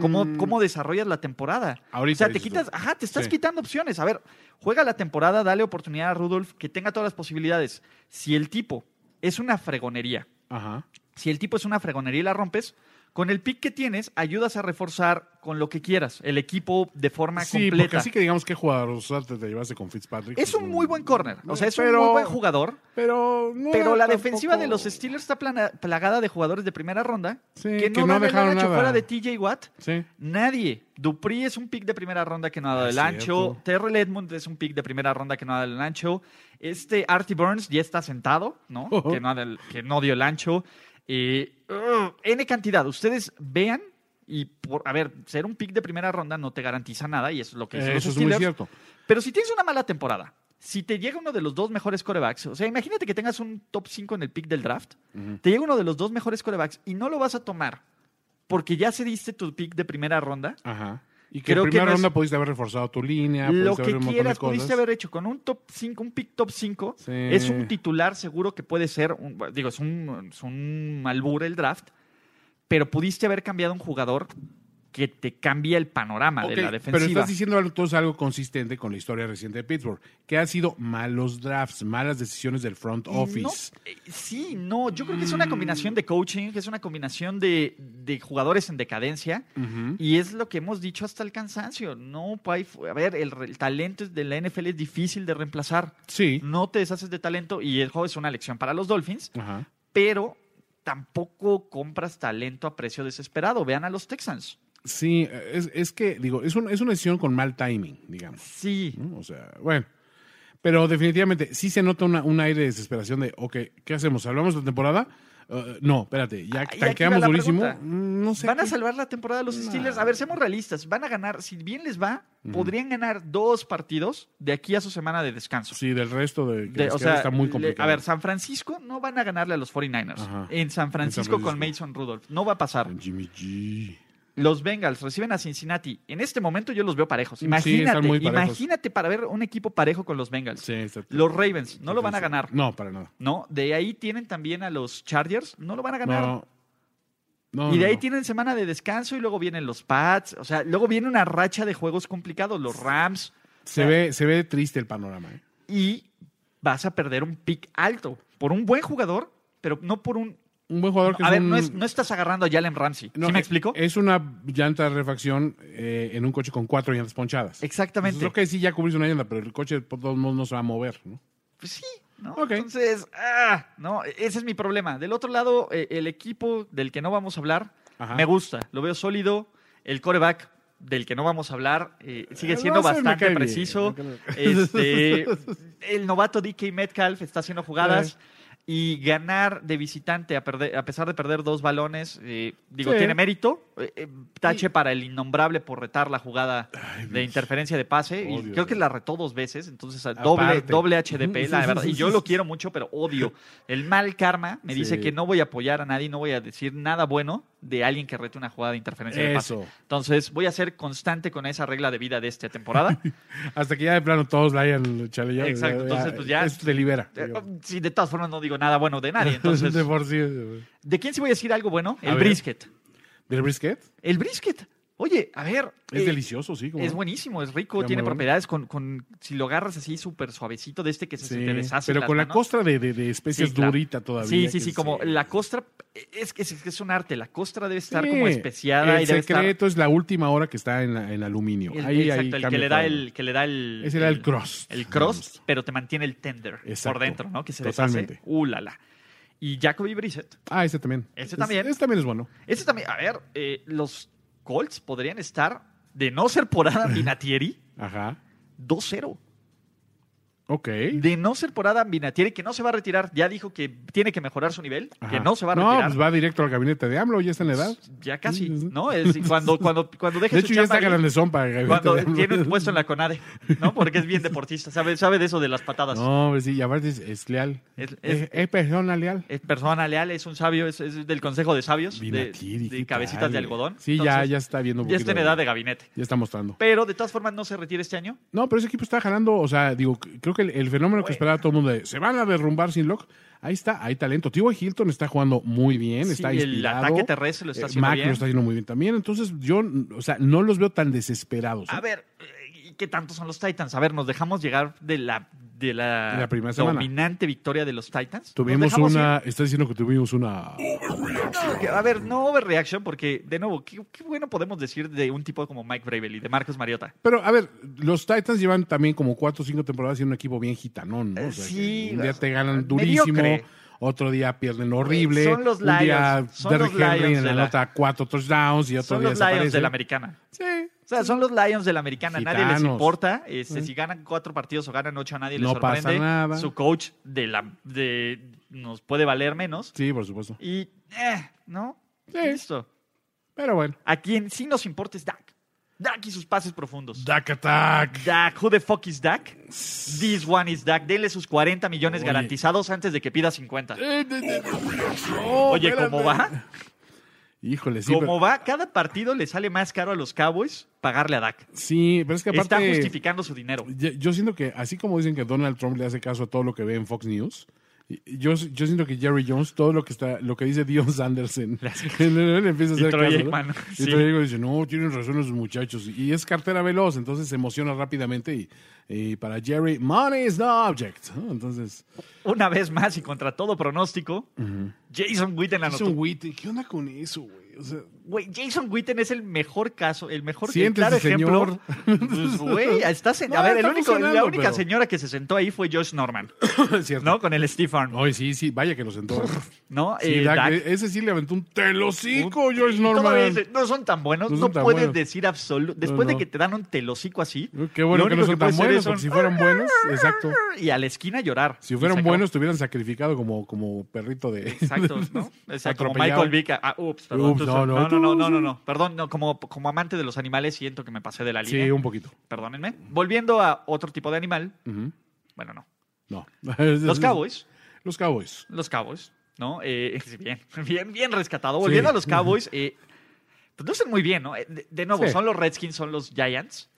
Speaker 4: cómo, cómo desarrollas la temporada.
Speaker 5: Mm. Ahorita
Speaker 4: o sea, te
Speaker 5: dices tú.
Speaker 4: quitas, ajá, te estás
Speaker 5: Sí.
Speaker 4: quitando opciones. A ver, juega la temporada, dale oportunidad a Rudolph, que tenga todas las posibilidades. Si el tipo es una fregonería,
Speaker 5: Ajá.
Speaker 4: si el tipo es una fregonería y la rompes, con el pick que tienes ayudas a reforzar con lo que quieras el equipo de forma
Speaker 5: Sí,
Speaker 4: completa.
Speaker 5: porque así que digamos que jugador te, te llevaste con Fitzpatrick.
Speaker 4: Es
Speaker 5: pues,
Speaker 4: un
Speaker 5: no-
Speaker 4: muy buen corner. O sea, es
Speaker 5: Pero-
Speaker 4: un muy buen jugador.
Speaker 5: Pero, no
Speaker 4: Pero la
Speaker 5: tampoco-
Speaker 4: defensiva de los Steelers está plana- plagada de jugadores de primera ronda
Speaker 5: Sí,
Speaker 4: que
Speaker 5: que
Speaker 4: no,
Speaker 5: no
Speaker 4: dan el
Speaker 5: dejaron
Speaker 4: ancho
Speaker 5: nada.
Speaker 4: fuera de TJ Watt.
Speaker 5: Sí.
Speaker 4: Nadie. Dupri es un pick de primera ronda que no ha dado
Speaker 5: Ah,
Speaker 4: el
Speaker 5: cierto.
Speaker 4: ancho. Terrell Edmund es un pick de primera ronda que no ha dado el ancho. Este Artie Burns ya está sentado, ¿no?
Speaker 5: Oh.
Speaker 4: que, no ha dado el- que no dio el ancho. Eh, ugh, N cantidad. Ustedes vean y, por, a ver, ser un pick de primera ronda no te garantiza nada y eso es lo que dicen los
Speaker 5: Eso es muy
Speaker 4: Steelers.
Speaker 5: cierto.
Speaker 4: Pero si tienes una mala temporada, si te llega uno de los dos mejores corebacks, o sea, imagínate que tengas un top 5 en el pick del draft, te llega uno de los dos mejores corebacks y no lo vas a tomar porque ya cediste tu pick de primera ronda,
Speaker 5: Ajá. Y que
Speaker 4: Creo que
Speaker 5: en primera
Speaker 4: no es-
Speaker 5: ronda pudiste haber reforzado tu línea,
Speaker 4: lo
Speaker 5: pudiste haber
Speaker 4: que
Speaker 5: pues, un montón
Speaker 4: quieras
Speaker 5: de cosas.
Speaker 4: pudiste haber hecho con un top 5, un pick top 5,
Speaker 5: Sí.
Speaker 4: es un titular seguro que puede ser, un- digo, es un, es un albur el draft, pero pudiste haber cambiado un jugador que te cambia el panorama
Speaker 5: Ok,
Speaker 4: de la
Speaker 5: Pero
Speaker 4: defensiva.
Speaker 5: estás diciendo algo- entonces algo consistente con la historia reciente de Pittsburgh, que han sido malos drafts, malas decisiones del front office.
Speaker 4: No, eh, sí, no, yo creo que es una combinación de coaching, es una combinación de, de jugadores en decadencia y es lo que hemos dicho hasta el cansancio. No, hay, a ver, el, re- el talento de la NFL es difícil de reemplazar.
Speaker 5: Sí.
Speaker 4: No te deshaces de talento y el juego es una lección para los Dolphins,
Speaker 5: Ajá.
Speaker 4: pero tampoco compras talento a precio desesperado. Vean a los Texans.
Speaker 5: Sí, es, es que, digo, es, un- es una decisión con mal timing, digamos.
Speaker 4: Sí,
Speaker 5: ¿no? O sea, bueno. Pero definitivamente sí se nota una- un aire de desesperación de, ok, ¿qué hacemos? ¿Hablamos la temporada? Uh, no, espérate, ya
Speaker 4: Ah, y aquí va
Speaker 5: tanqueamos
Speaker 4: la
Speaker 5: durísimo.
Speaker 4: pregunta.
Speaker 5: Mm, No sé.
Speaker 4: ¿Van a
Speaker 5: qué-
Speaker 4: salvar la temporada de los
Speaker 5: Nah.
Speaker 4: Steelers? A ver, seamos realistas. Van a ganar, si bien les va, podrían ganar dos partidos de aquí a su semana de descanso.
Speaker 5: Sí, del resto de, que
Speaker 4: De-
Speaker 5: les
Speaker 4: o
Speaker 5: queda
Speaker 4: sea,
Speaker 5: está muy
Speaker 4: le-
Speaker 5: complicado.
Speaker 4: a ver, San Francisco no van a ganarle a los 49ers.
Speaker 5: Ajá.
Speaker 4: En San Francisco con
Speaker 5: Francisco.
Speaker 4: Mason Rudolph. No va a pasar.
Speaker 5: Jimmy G.
Speaker 4: Los Bengals reciben a Cincinnati. En este momento yo los veo parejos.
Speaker 5: Sí,
Speaker 4: Imagínate,
Speaker 5: están muy parejos.
Speaker 4: imagínate para ver un equipo parejo con los Bengals.
Speaker 5: Sí, está-
Speaker 4: Los Ravens no lo van a
Speaker 5: está-
Speaker 4: ganar.
Speaker 5: No, para nada.
Speaker 4: No, de ahí tienen también a los Chargers, no lo van a ganar.
Speaker 5: No. No,
Speaker 4: Y de
Speaker 5: no,
Speaker 4: ahí
Speaker 5: no.
Speaker 4: tienen semana de descanso y luego vienen los Pats. O sea, luego viene una racha de juegos complicados, los Rams.
Speaker 5: se, ve, se ve triste el panorama. ¿eh?
Speaker 4: Y vas a perder un pick alto por un buen jugador, pero no por un.
Speaker 5: Un buen jugador que
Speaker 4: A
Speaker 5: es
Speaker 4: ver,
Speaker 5: un-
Speaker 4: no, es- no estás agarrando a Jalen Ramsey.
Speaker 5: no,
Speaker 4: ¿Sí me
Speaker 5: eh,
Speaker 4: explico?
Speaker 5: Es una llanta de refacción eh, en un coche con cuatro llantas ponchadas.
Speaker 4: Exactamente.
Speaker 5: Creo que sí, ya cubriste una llanta, pero el coche por todos modos no se va a mover. ¿no?
Speaker 4: Pues sí, ¿no?
Speaker 5: Ok.
Speaker 4: Entonces, ah, no, ese es mi problema. Del otro lado, eh, el equipo del que no vamos a hablar
Speaker 5: Ajá.
Speaker 4: me gusta, lo veo sólido. El coreback del que no vamos a hablar eh, sigue siendo
Speaker 5: No, ese me cae
Speaker 4: bastante
Speaker 5: bien,
Speaker 4: preciso.
Speaker 5: me
Speaker 4: Este, el novato DK Metcalf está haciendo jugadas. Y ganar de visitante a, perder- a pesar de perder dos balones, eh, digo,
Speaker 5: Sí.
Speaker 4: tiene mérito. Eh, eh, tache para el innombrable por retar la jugada de interferencia de pase. y
Speaker 5: Odio
Speaker 4: creo que
Speaker 5: eso.
Speaker 4: la retó dos veces, entonces doble,
Speaker 5: Aparte.
Speaker 4: doble HDP, la verdad. Y yo lo quiero mucho, pero odio. El mal karma me dice
Speaker 5: Sí.
Speaker 4: que no voy a apoyar a nadie, no voy a decir nada bueno de alguien que rete una jugada de interferencia de
Speaker 5: Eso.
Speaker 4: pase. Entonces, voy a ser constante con esa regla de vida de esta temporada.
Speaker 5: Hasta que ya de plano todos la hayan chale ya-
Speaker 4: Exacto,
Speaker 5: ya-
Speaker 4: entonces, pues, ya-
Speaker 5: Eso te libera.
Speaker 4: Eh,
Speaker 5: digamos.
Speaker 4: sí, de todas formas no digo nada bueno de nadie. Entonces,
Speaker 5: de por sí, eh,
Speaker 4: ¿de quién sí voy a decir algo bueno?
Speaker 5: A
Speaker 4: El
Speaker 5: ver.
Speaker 4: brisket.
Speaker 5: ¿Del brisket?
Speaker 4: El brisket. Oye, a ver.
Speaker 5: Es
Speaker 4: eh,
Speaker 5: delicioso, sí. como-
Speaker 4: Es buenísimo, es rico,
Speaker 5: Está
Speaker 4: tiene
Speaker 5: muy bueno.
Speaker 4: propiedades con, con- si lo agarras así súper suavecito de este que se,
Speaker 5: Sí,
Speaker 4: te deshace. en
Speaker 5: pero
Speaker 4: las
Speaker 5: con la
Speaker 4: manos.
Speaker 5: costra de, de- de
Speaker 4: Sí,
Speaker 5: especies
Speaker 4: claro.
Speaker 5: durita todavía.
Speaker 4: Sí,
Speaker 5: que
Speaker 4: sí, sí, como
Speaker 5: se-
Speaker 4: la costra, es que es, que es un arte, la costra debe estar
Speaker 5: Sí.
Speaker 4: como especiada
Speaker 5: El
Speaker 4: y debe estar-
Speaker 5: secreto es la última hora que está en, la- en aluminio.
Speaker 4: el-
Speaker 5: ahí, ahí
Speaker 4: exacto, el que
Speaker 5: cambia
Speaker 4: le da
Speaker 5: todo.
Speaker 4: el, que le da el,
Speaker 5: Ese era el crust,
Speaker 4: el crust,
Speaker 5: digamos.
Speaker 4: pero te mantiene el tender
Speaker 5: Exacto,
Speaker 4: por dentro, ¿no? Que se
Speaker 5: totalmente.
Speaker 4: deshace. Uh, la, la. Y Jacoby Brissett,
Speaker 5: Ah, ese también.
Speaker 4: Ese
Speaker 5: Es-
Speaker 4: también.
Speaker 5: Ese también es bueno.
Speaker 4: ese también, a ver, eh, los Colts podrían estar de no ser por Adam Vinatieri
Speaker 5: Ajá.
Speaker 4: 2-0.
Speaker 5: Ok.
Speaker 4: De no ser por Adam Vinatieri, que no se va a retirar, ya dijo que tiene que mejorar su nivel,
Speaker 5: Ajá.
Speaker 4: que no se va a
Speaker 5: No,
Speaker 4: retirar.
Speaker 5: pues va directo al gabinete de AMLO, ya está en la edad.
Speaker 4: Ya casi,
Speaker 5: Sí, sí.
Speaker 4: ¿no? Es- cuando, cuando, cuando deje
Speaker 5: De
Speaker 4: su
Speaker 5: hecho, ya
Speaker 4: chamba
Speaker 5: está
Speaker 4: ahí-
Speaker 5: grandezón para el gabinete
Speaker 4: Cuando
Speaker 5: de AMLO.
Speaker 4: tiene un puesto en la CONADE, ¿no? Porque es bien deportista, sabe, sabe de eso de las patadas.
Speaker 5: No, pues sí, y aparte es, es leal.
Speaker 4: Es-
Speaker 5: Es,
Speaker 4: es-
Speaker 5: es persona leal.
Speaker 4: Es persona leal, es un sabio, es, es del Consejo de Sabios, de,
Speaker 5: Vinatiri,
Speaker 4: de
Speaker 5: ¿qué
Speaker 4: cabecitas
Speaker 5: tal,
Speaker 4: de
Speaker 5: eh?
Speaker 4: algodón.
Speaker 5: Sí, ya,
Speaker 4: Entonces,
Speaker 5: ya está viendo un
Speaker 4: Ya
Speaker 5: poquito
Speaker 4: está en edad de gabinete.
Speaker 5: Ya está mostrando.
Speaker 4: Pero de todas formas no se retira este año.
Speaker 5: No, pero ese equipo está jalando, o sea, digo, c- creo que el, el fenómeno que esperaba todo el mundo de se van a derrumbar sin Locke, ahí está, hay talento. T.Y. Hilton está jugando muy bien,
Speaker 4: Sí,
Speaker 5: está
Speaker 4: el
Speaker 5: inspirado.
Speaker 4: ataque terrestre lo está haciendo
Speaker 5: Mack
Speaker 4: bien.
Speaker 5: lo está haciendo muy bien también, entonces yo, mm, o sea, no los veo tan desesperados. ¿eh?
Speaker 4: A ver, eh, ¿y qué tanto son los Titans? A ver, nos dejamos llegar de la, de la,
Speaker 5: La primera semana.
Speaker 4: dominante victoria de los Titans. Nos
Speaker 5: tuvimos
Speaker 4: dejamos
Speaker 5: una,
Speaker 4: ir.
Speaker 5: está diciendo que tuvimos una...
Speaker 4: No, que- a ver, no overreaction, porque, de nuevo, ¿qué, qué bueno podemos decir de un tipo como Mike Bravely, de Marcos Mariota?
Speaker 5: Pero, a ver, los Titans llevan también como cuatro o cinco temporadas siendo un equipo bien gitanón, ¿no? O sea,
Speaker 4: Eh, Sí,
Speaker 5: que un día te ganan
Speaker 4: mediocre.
Speaker 5: durísimo, otro día pierden horrible.
Speaker 4: Eh, Son los
Speaker 5: Un día
Speaker 4: Lions, son
Speaker 5: Derrick
Speaker 4: los Lions
Speaker 5: Henry en
Speaker 4: de
Speaker 5: la
Speaker 4: la-
Speaker 5: nota cuatro touchdowns y otro
Speaker 4: Son
Speaker 5: día
Speaker 4: los Lions
Speaker 5: desaparece.
Speaker 4: de la americana.
Speaker 5: Sí.
Speaker 4: O sea, son los Lions de la americana. A nadie les
Speaker 5: Gitanos. Mm.
Speaker 4: importa. Este, Si ganan cuatro partidos o ganan ocho, a nadie les
Speaker 5: No pasa
Speaker 4: sorprende.
Speaker 5: nada.
Speaker 4: Su coach de la, de, nos puede valer menos.
Speaker 5: Sí, por supuesto.
Speaker 4: Y, eh, ¿no?
Speaker 5: Sí.
Speaker 4: Listo.
Speaker 5: Pero bueno.
Speaker 4: A quien sí nos importa es Dak. Dak y sus pases profundos.
Speaker 5: Dak Attack.
Speaker 4: Dak. Who the fuck is Dak? This one is Dak. Denle sus 40 millones
Speaker 5: Oye.
Speaker 4: garantizados antes de que pida 50.
Speaker 5: Eh, de- de-
Speaker 4: Oh, Oye,
Speaker 5: espérate.
Speaker 4: ¿cómo va?
Speaker 5: Híjole, sí.
Speaker 4: ¿Cómo
Speaker 5: Pero,
Speaker 4: va? Cada partido le sale más caro a los Cowboys pagarle a Dak.
Speaker 5: sí, pero es que
Speaker 4: Está
Speaker 5: aparte.
Speaker 4: justificando su dinero.
Speaker 5: Ya- Yo siento que, así como dicen que Donald Trump le hace caso a todo lo que ve en Fox News, y- yo, yo siento que Jerry Jones, todo lo que está, lo que dice Dion Sanderson, le, le- le empieza a
Speaker 4: Y
Speaker 5: hacer
Speaker 4: Troy
Speaker 5: caso.
Speaker 4: Aikman,
Speaker 5: ¿no?
Speaker 4: sí.
Speaker 5: Y Troy Aikman dice, no, tienen razón los muchachos. Y es cartera veloz, entonces se emociona rápidamente. Y, y para Jerry, money is no object. ¿no? Entonces,
Speaker 4: Una vez más y contra todo pronóstico, Jason Witten anotó.
Speaker 5: Jason Witten, ¿qué onda con eso, güey? O sea,
Speaker 4: Güey, Jason Witten es el mejor caso, el mejor el
Speaker 5: Siéntese,
Speaker 4: claro ejemplo.
Speaker 5: señor.
Speaker 4: Pues, güey, está sen-
Speaker 5: No,
Speaker 4: a ver, el
Speaker 5: está
Speaker 4: único, la
Speaker 5: funcionando,
Speaker 4: única
Speaker 5: pero-
Speaker 4: señora que se sentó ahí fue Josh Norman,
Speaker 5: es cierto.
Speaker 4: ¿no? Con el Steve Arnold,
Speaker 5: Oye, sí, sí, vaya que lo sentó.
Speaker 4: ¿no?
Speaker 5: Sí,
Speaker 4: Eh,
Speaker 5: Dak,
Speaker 4: Dak.
Speaker 5: Ese sí le aventó un telocico, George
Speaker 4: Y
Speaker 5: Norman.
Speaker 4: todavía dice, no son tan buenos, no,
Speaker 5: No son tan
Speaker 4: puedes
Speaker 5: buenos.
Speaker 4: decir absoluto. Después de
Speaker 5: no.
Speaker 4: que te dan un telocico así,
Speaker 5: Qué bueno
Speaker 4: lo
Speaker 5: que no
Speaker 4: único
Speaker 5: son
Speaker 4: puedes hacer
Speaker 5: tan buenos,
Speaker 4: es un-
Speaker 5: porque si fueran buenos, exacto.
Speaker 4: Y a la esquina llorar.
Speaker 5: Si
Speaker 4: Y se
Speaker 5: fueran
Speaker 4: acabó.
Speaker 5: buenos, estuvieran sacrificado como, como perrito de.
Speaker 4: Exacto, ¿no? O sea, como
Speaker 5: Atropellado.
Speaker 4: Michael Vick. Ah, ups, perdón.
Speaker 5: Ups,
Speaker 4: no,
Speaker 5: no,
Speaker 4: no, no,
Speaker 5: no.
Speaker 4: no, no, no, no. Perdón, no, como, como amante de los animales siento que me pasé de la línea.
Speaker 5: Sí, un poquito.
Speaker 4: Perdónenme. Volviendo a otro tipo de animal.
Speaker 5: Ujú.
Speaker 4: Bueno, no.
Speaker 5: No.
Speaker 4: Los Cowboys.
Speaker 5: Los Cowboys.
Speaker 4: Los Cowboys, ¿no? Eh, bien, bien, bien rescatado. Volviendo a los Cowboys, eh, pues no están muy bien, ¿no? Eh, De, de nuevo,
Speaker 5: Sí.
Speaker 4: son los Redskins, son los Giants.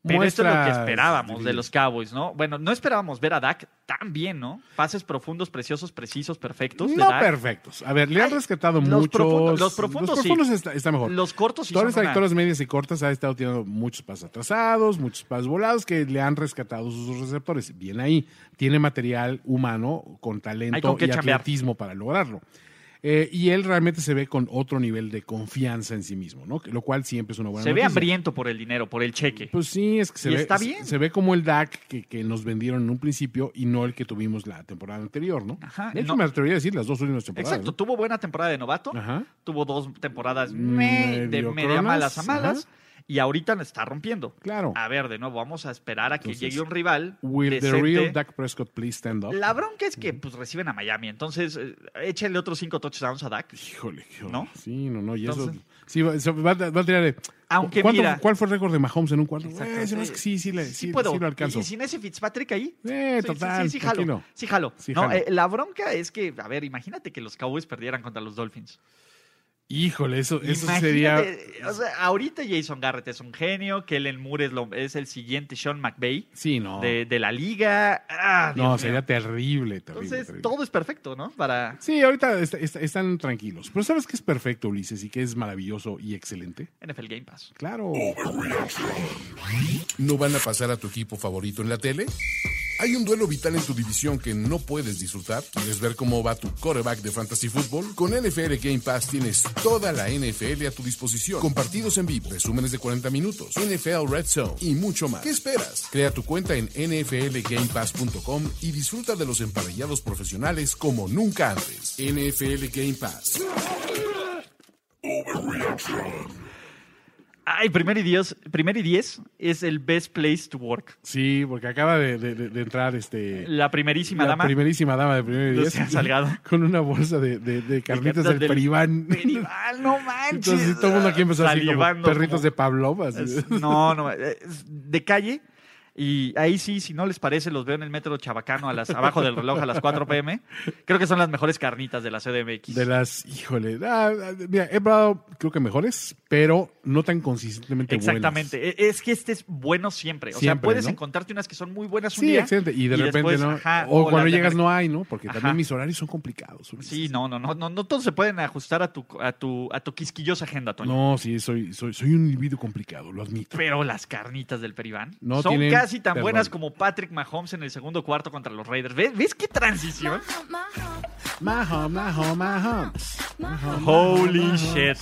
Speaker 4: Pero esto es lo
Speaker 5: Muestras
Speaker 4: que esperábamos de
Speaker 5: divididas.
Speaker 4: los Cowboys, ¿no? Bueno, no esperábamos ver a Dak tan bien, ¿no? Pases profundos, preciosos, precisos, perfectos. de
Speaker 5: No
Speaker 4: Dak.
Speaker 5: perfectos. A ver, le han
Speaker 4: Ay,
Speaker 5: rescatado
Speaker 4: los
Speaker 5: muchos.
Speaker 4: profundos- los profundos sí.
Speaker 5: está, está mejor.
Speaker 4: Los cortos sí
Speaker 5: Todas
Speaker 4: son
Speaker 5: las
Speaker 4: una-
Speaker 5: trayectorias medias y cortas ha estado tirando muchos pasos atrasados, muchos pasos volados que le han rescatado sus receptores. Bien ahí. Tiene material humano con
Speaker 4: Hay
Speaker 5: talento
Speaker 4: con qué
Speaker 5: y
Speaker 4: chambear.
Speaker 5: atletismo para lograrlo. Eh, y él realmente se ve con otro nivel de confianza en sí mismo, ¿no? Lo cual siempre es una buena
Speaker 4: Se ve
Speaker 5: noticia.
Speaker 4: hambriento por el dinero, por el cheque.
Speaker 5: Pues sí, es que se
Speaker 4: Y
Speaker 5: ve,
Speaker 4: está
Speaker 5: se-
Speaker 4: bien.
Speaker 5: se ve como el DAC que, que nos vendieron en un principio y no el que tuvimos la temporada anterior, ¿no?
Speaker 4: Ajá,
Speaker 5: de hecho,
Speaker 4: no.
Speaker 5: me atrevería a decir las dos últimas temporadas.
Speaker 4: Exacto, tuvo buena temporada de novato,
Speaker 5: ¿no? Ajá.
Speaker 4: tuvo dos temporadas meh,
Speaker 5: Medio
Speaker 4: de media
Speaker 5: cronas,
Speaker 4: malas a malas,
Speaker 5: ajá.
Speaker 4: y ahorita la está rompiendo.
Speaker 5: Claro.
Speaker 4: A ver, de nuevo, vamos a esperar a que
Speaker 5: Entonces,
Speaker 4: llegue un rival.
Speaker 5: Will
Speaker 4: Ah, decente.
Speaker 5: the real Dak Prescott please stand up?
Speaker 4: La bronca es que pues reciben a Miami, entonces eh, échenle otros cinco touchdowns a Dak.
Speaker 5: Híjole, qué
Speaker 4: ¿No?
Speaker 5: horror. Sí, no, no. Y
Speaker 4: Entonces-
Speaker 5: eso. Sí, va, se va- va a tirar de.
Speaker 4: Aunque
Speaker 5: ¿cuánto-
Speaker 4: mira-
Speaker 5: ¿Cuál fue el récord de Mahomes en un cuarto?
Speaker 4: Exacto,
Speaker 5: Eh, se me hace
Speaker 4: sí.
Speaker 5: que sí, sí, le-
Speaker 4: Sí
Speaker 5: sí,
Speaker 4: puedo.
Speaker 5: sí lo alcanzo.
Speaker 4: Y sin ese Fitzpatrick ahí.
Speaker 5: Eh,
Speaker 4: sí, sí,
Speaker 5: total,
Speaker 4: sí, sí, jalo.
Speaker 5: tranquilo.
Speaker 4: Sí, jalo.
Speaker 5: Sí,
Speaker 4: No,
Speaker 5: jalo.
Speaker 4: eh, la bronca es que, a ver, imagínate que los Cowboys perdieran contra los Dolphins.
Speaker 5: Híjole, eso, eso
Speaker 4: Imagínate,
Speaker 5: sería.
Speaker 4: O sea, ahorita Jason Garrett es un genio, Kellen Moore es, lo- es el siguiente Sean McVay
Speaker 5: Sí, no.
Speaker 4: de, de la liga. Ah, Dios
Speaker 5: no,
Speaker 4: mío.
Speaker 5: sería terrible, terrible.
Speaker 4: Entonces,
Speaker 5: terrible.
Speaker 4: todo es perfecto, ¿no? Para.
Speaker 5: Sí, ahorita est- est- están tranquilos. Pero ¿sabes qué es perfecto, Ulises? Y que es maravilloso y excelente.
Speaker 4: NFL Game Pass.
Speaker 5: Claro.
Speaker 1: ¿No van a pasar a tu equipo favorito en la tele? ¿Hay un duelo vital en tu división que no puedes disfrutar? ¿Quieres ver cómo va tu coreback de fantasy fútbol? Con NFL Game Pass tienes toda la NFL a tu disposición, con partidos en vivo, resúmenes de 40 minutos, NFL Red Zone y mucho más. ¿Qué esperas? Crea tu cuenta en nflgamepass.com y disfruta de los emparellados profesionales como nunca antes. NFL Game Pass.
Speaker 4: Ay, primer y diez, primer y diez es el best place to work.
Speaker 5: Sí, porque acaba de, de- de- de entrar este.
Speaker 4: La primerísima
Speaker 5: la
Speaker 4: dama.
Speaker 5: primerísima dama de primer
Speaker 4: Lucía
Speaker 5: día.
Speaker 4: Salgado.
Speaker 5: Con una bolsa de, de- de carnitas del, peribán.
Speaker 4: Peribán, no manches.
Speaker 5: Entonces todo el mundo aquí empezó así como
Speaker 4: Salivando,
Speaker 5: perritos
Speaker 4: como-
Speaker 5: de Pavlov. así.
Speaker 4: Es- No, no, eh, es de calle. Y ahí sí, si no les parece, los veo en el metro chabacano a las, abajo del reloj a las 4 pm. Creo que son las mejores carnitas de la CDMX.
Speaker 5: De las, híjole, ah, ah, mira, he probado creo que mejores, pero no tan consistentemente buenas.
Speaker 4: Exactamente. E- Es que este es bueno siempre. O sea,
Speaker 5: Siempre,
Speaker 4: puedes
Speaker 5: ¿no?
Speaker 4: encontrarte unas que son muy buenas un
Speaker 5: Sí,
Speaker 4: día,
Speaker 5: excelente. Y de repente,
Speaker 4: después,
Speaker 5: ¿no?
Speaker 4: ajá,
Speaker 5: o
Speaker 4: las
Speaker 5: cuando
Speaker 4: de
Speaker 5: llegas
Speaker 4: mer-
Speaker 5: no hay, ¿no? Porque
Speaker 4: Ajá.
Speaker 5: también mis horarios son complicados. Ulises.
Speaker 4: Sí, no, no, no, no, no todos se pueden ajustar a tu, a tu, a tu quisquillosa agenda, Toño.
Speaker 5: No, sí, soy, soy, soy un individuo complicado, lo admito.
Speaker 4: Pero las carnitas del Peribán
Speaker 5: No
Speaker 4: son
Speaker 5: tienen
Speaker 4: casi tan
Speaker 5: perdón.
Speaker 4: buenas como Patrick Mahomes en el segundo cuarto contra los Raiders. ¿Ves, ¿Ves qué transición?
Speaker 5: Mahom, Mahom, Mahom.
Speaker 4: Holy shit.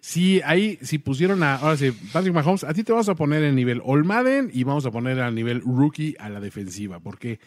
Speaker 5: Sí, ahí, si pusieron a, ahora sí, Patrick Mahomes, a ti te vas a poner en nivel Olmaden y vamos a poner al nivel rookie a la defensiva, porque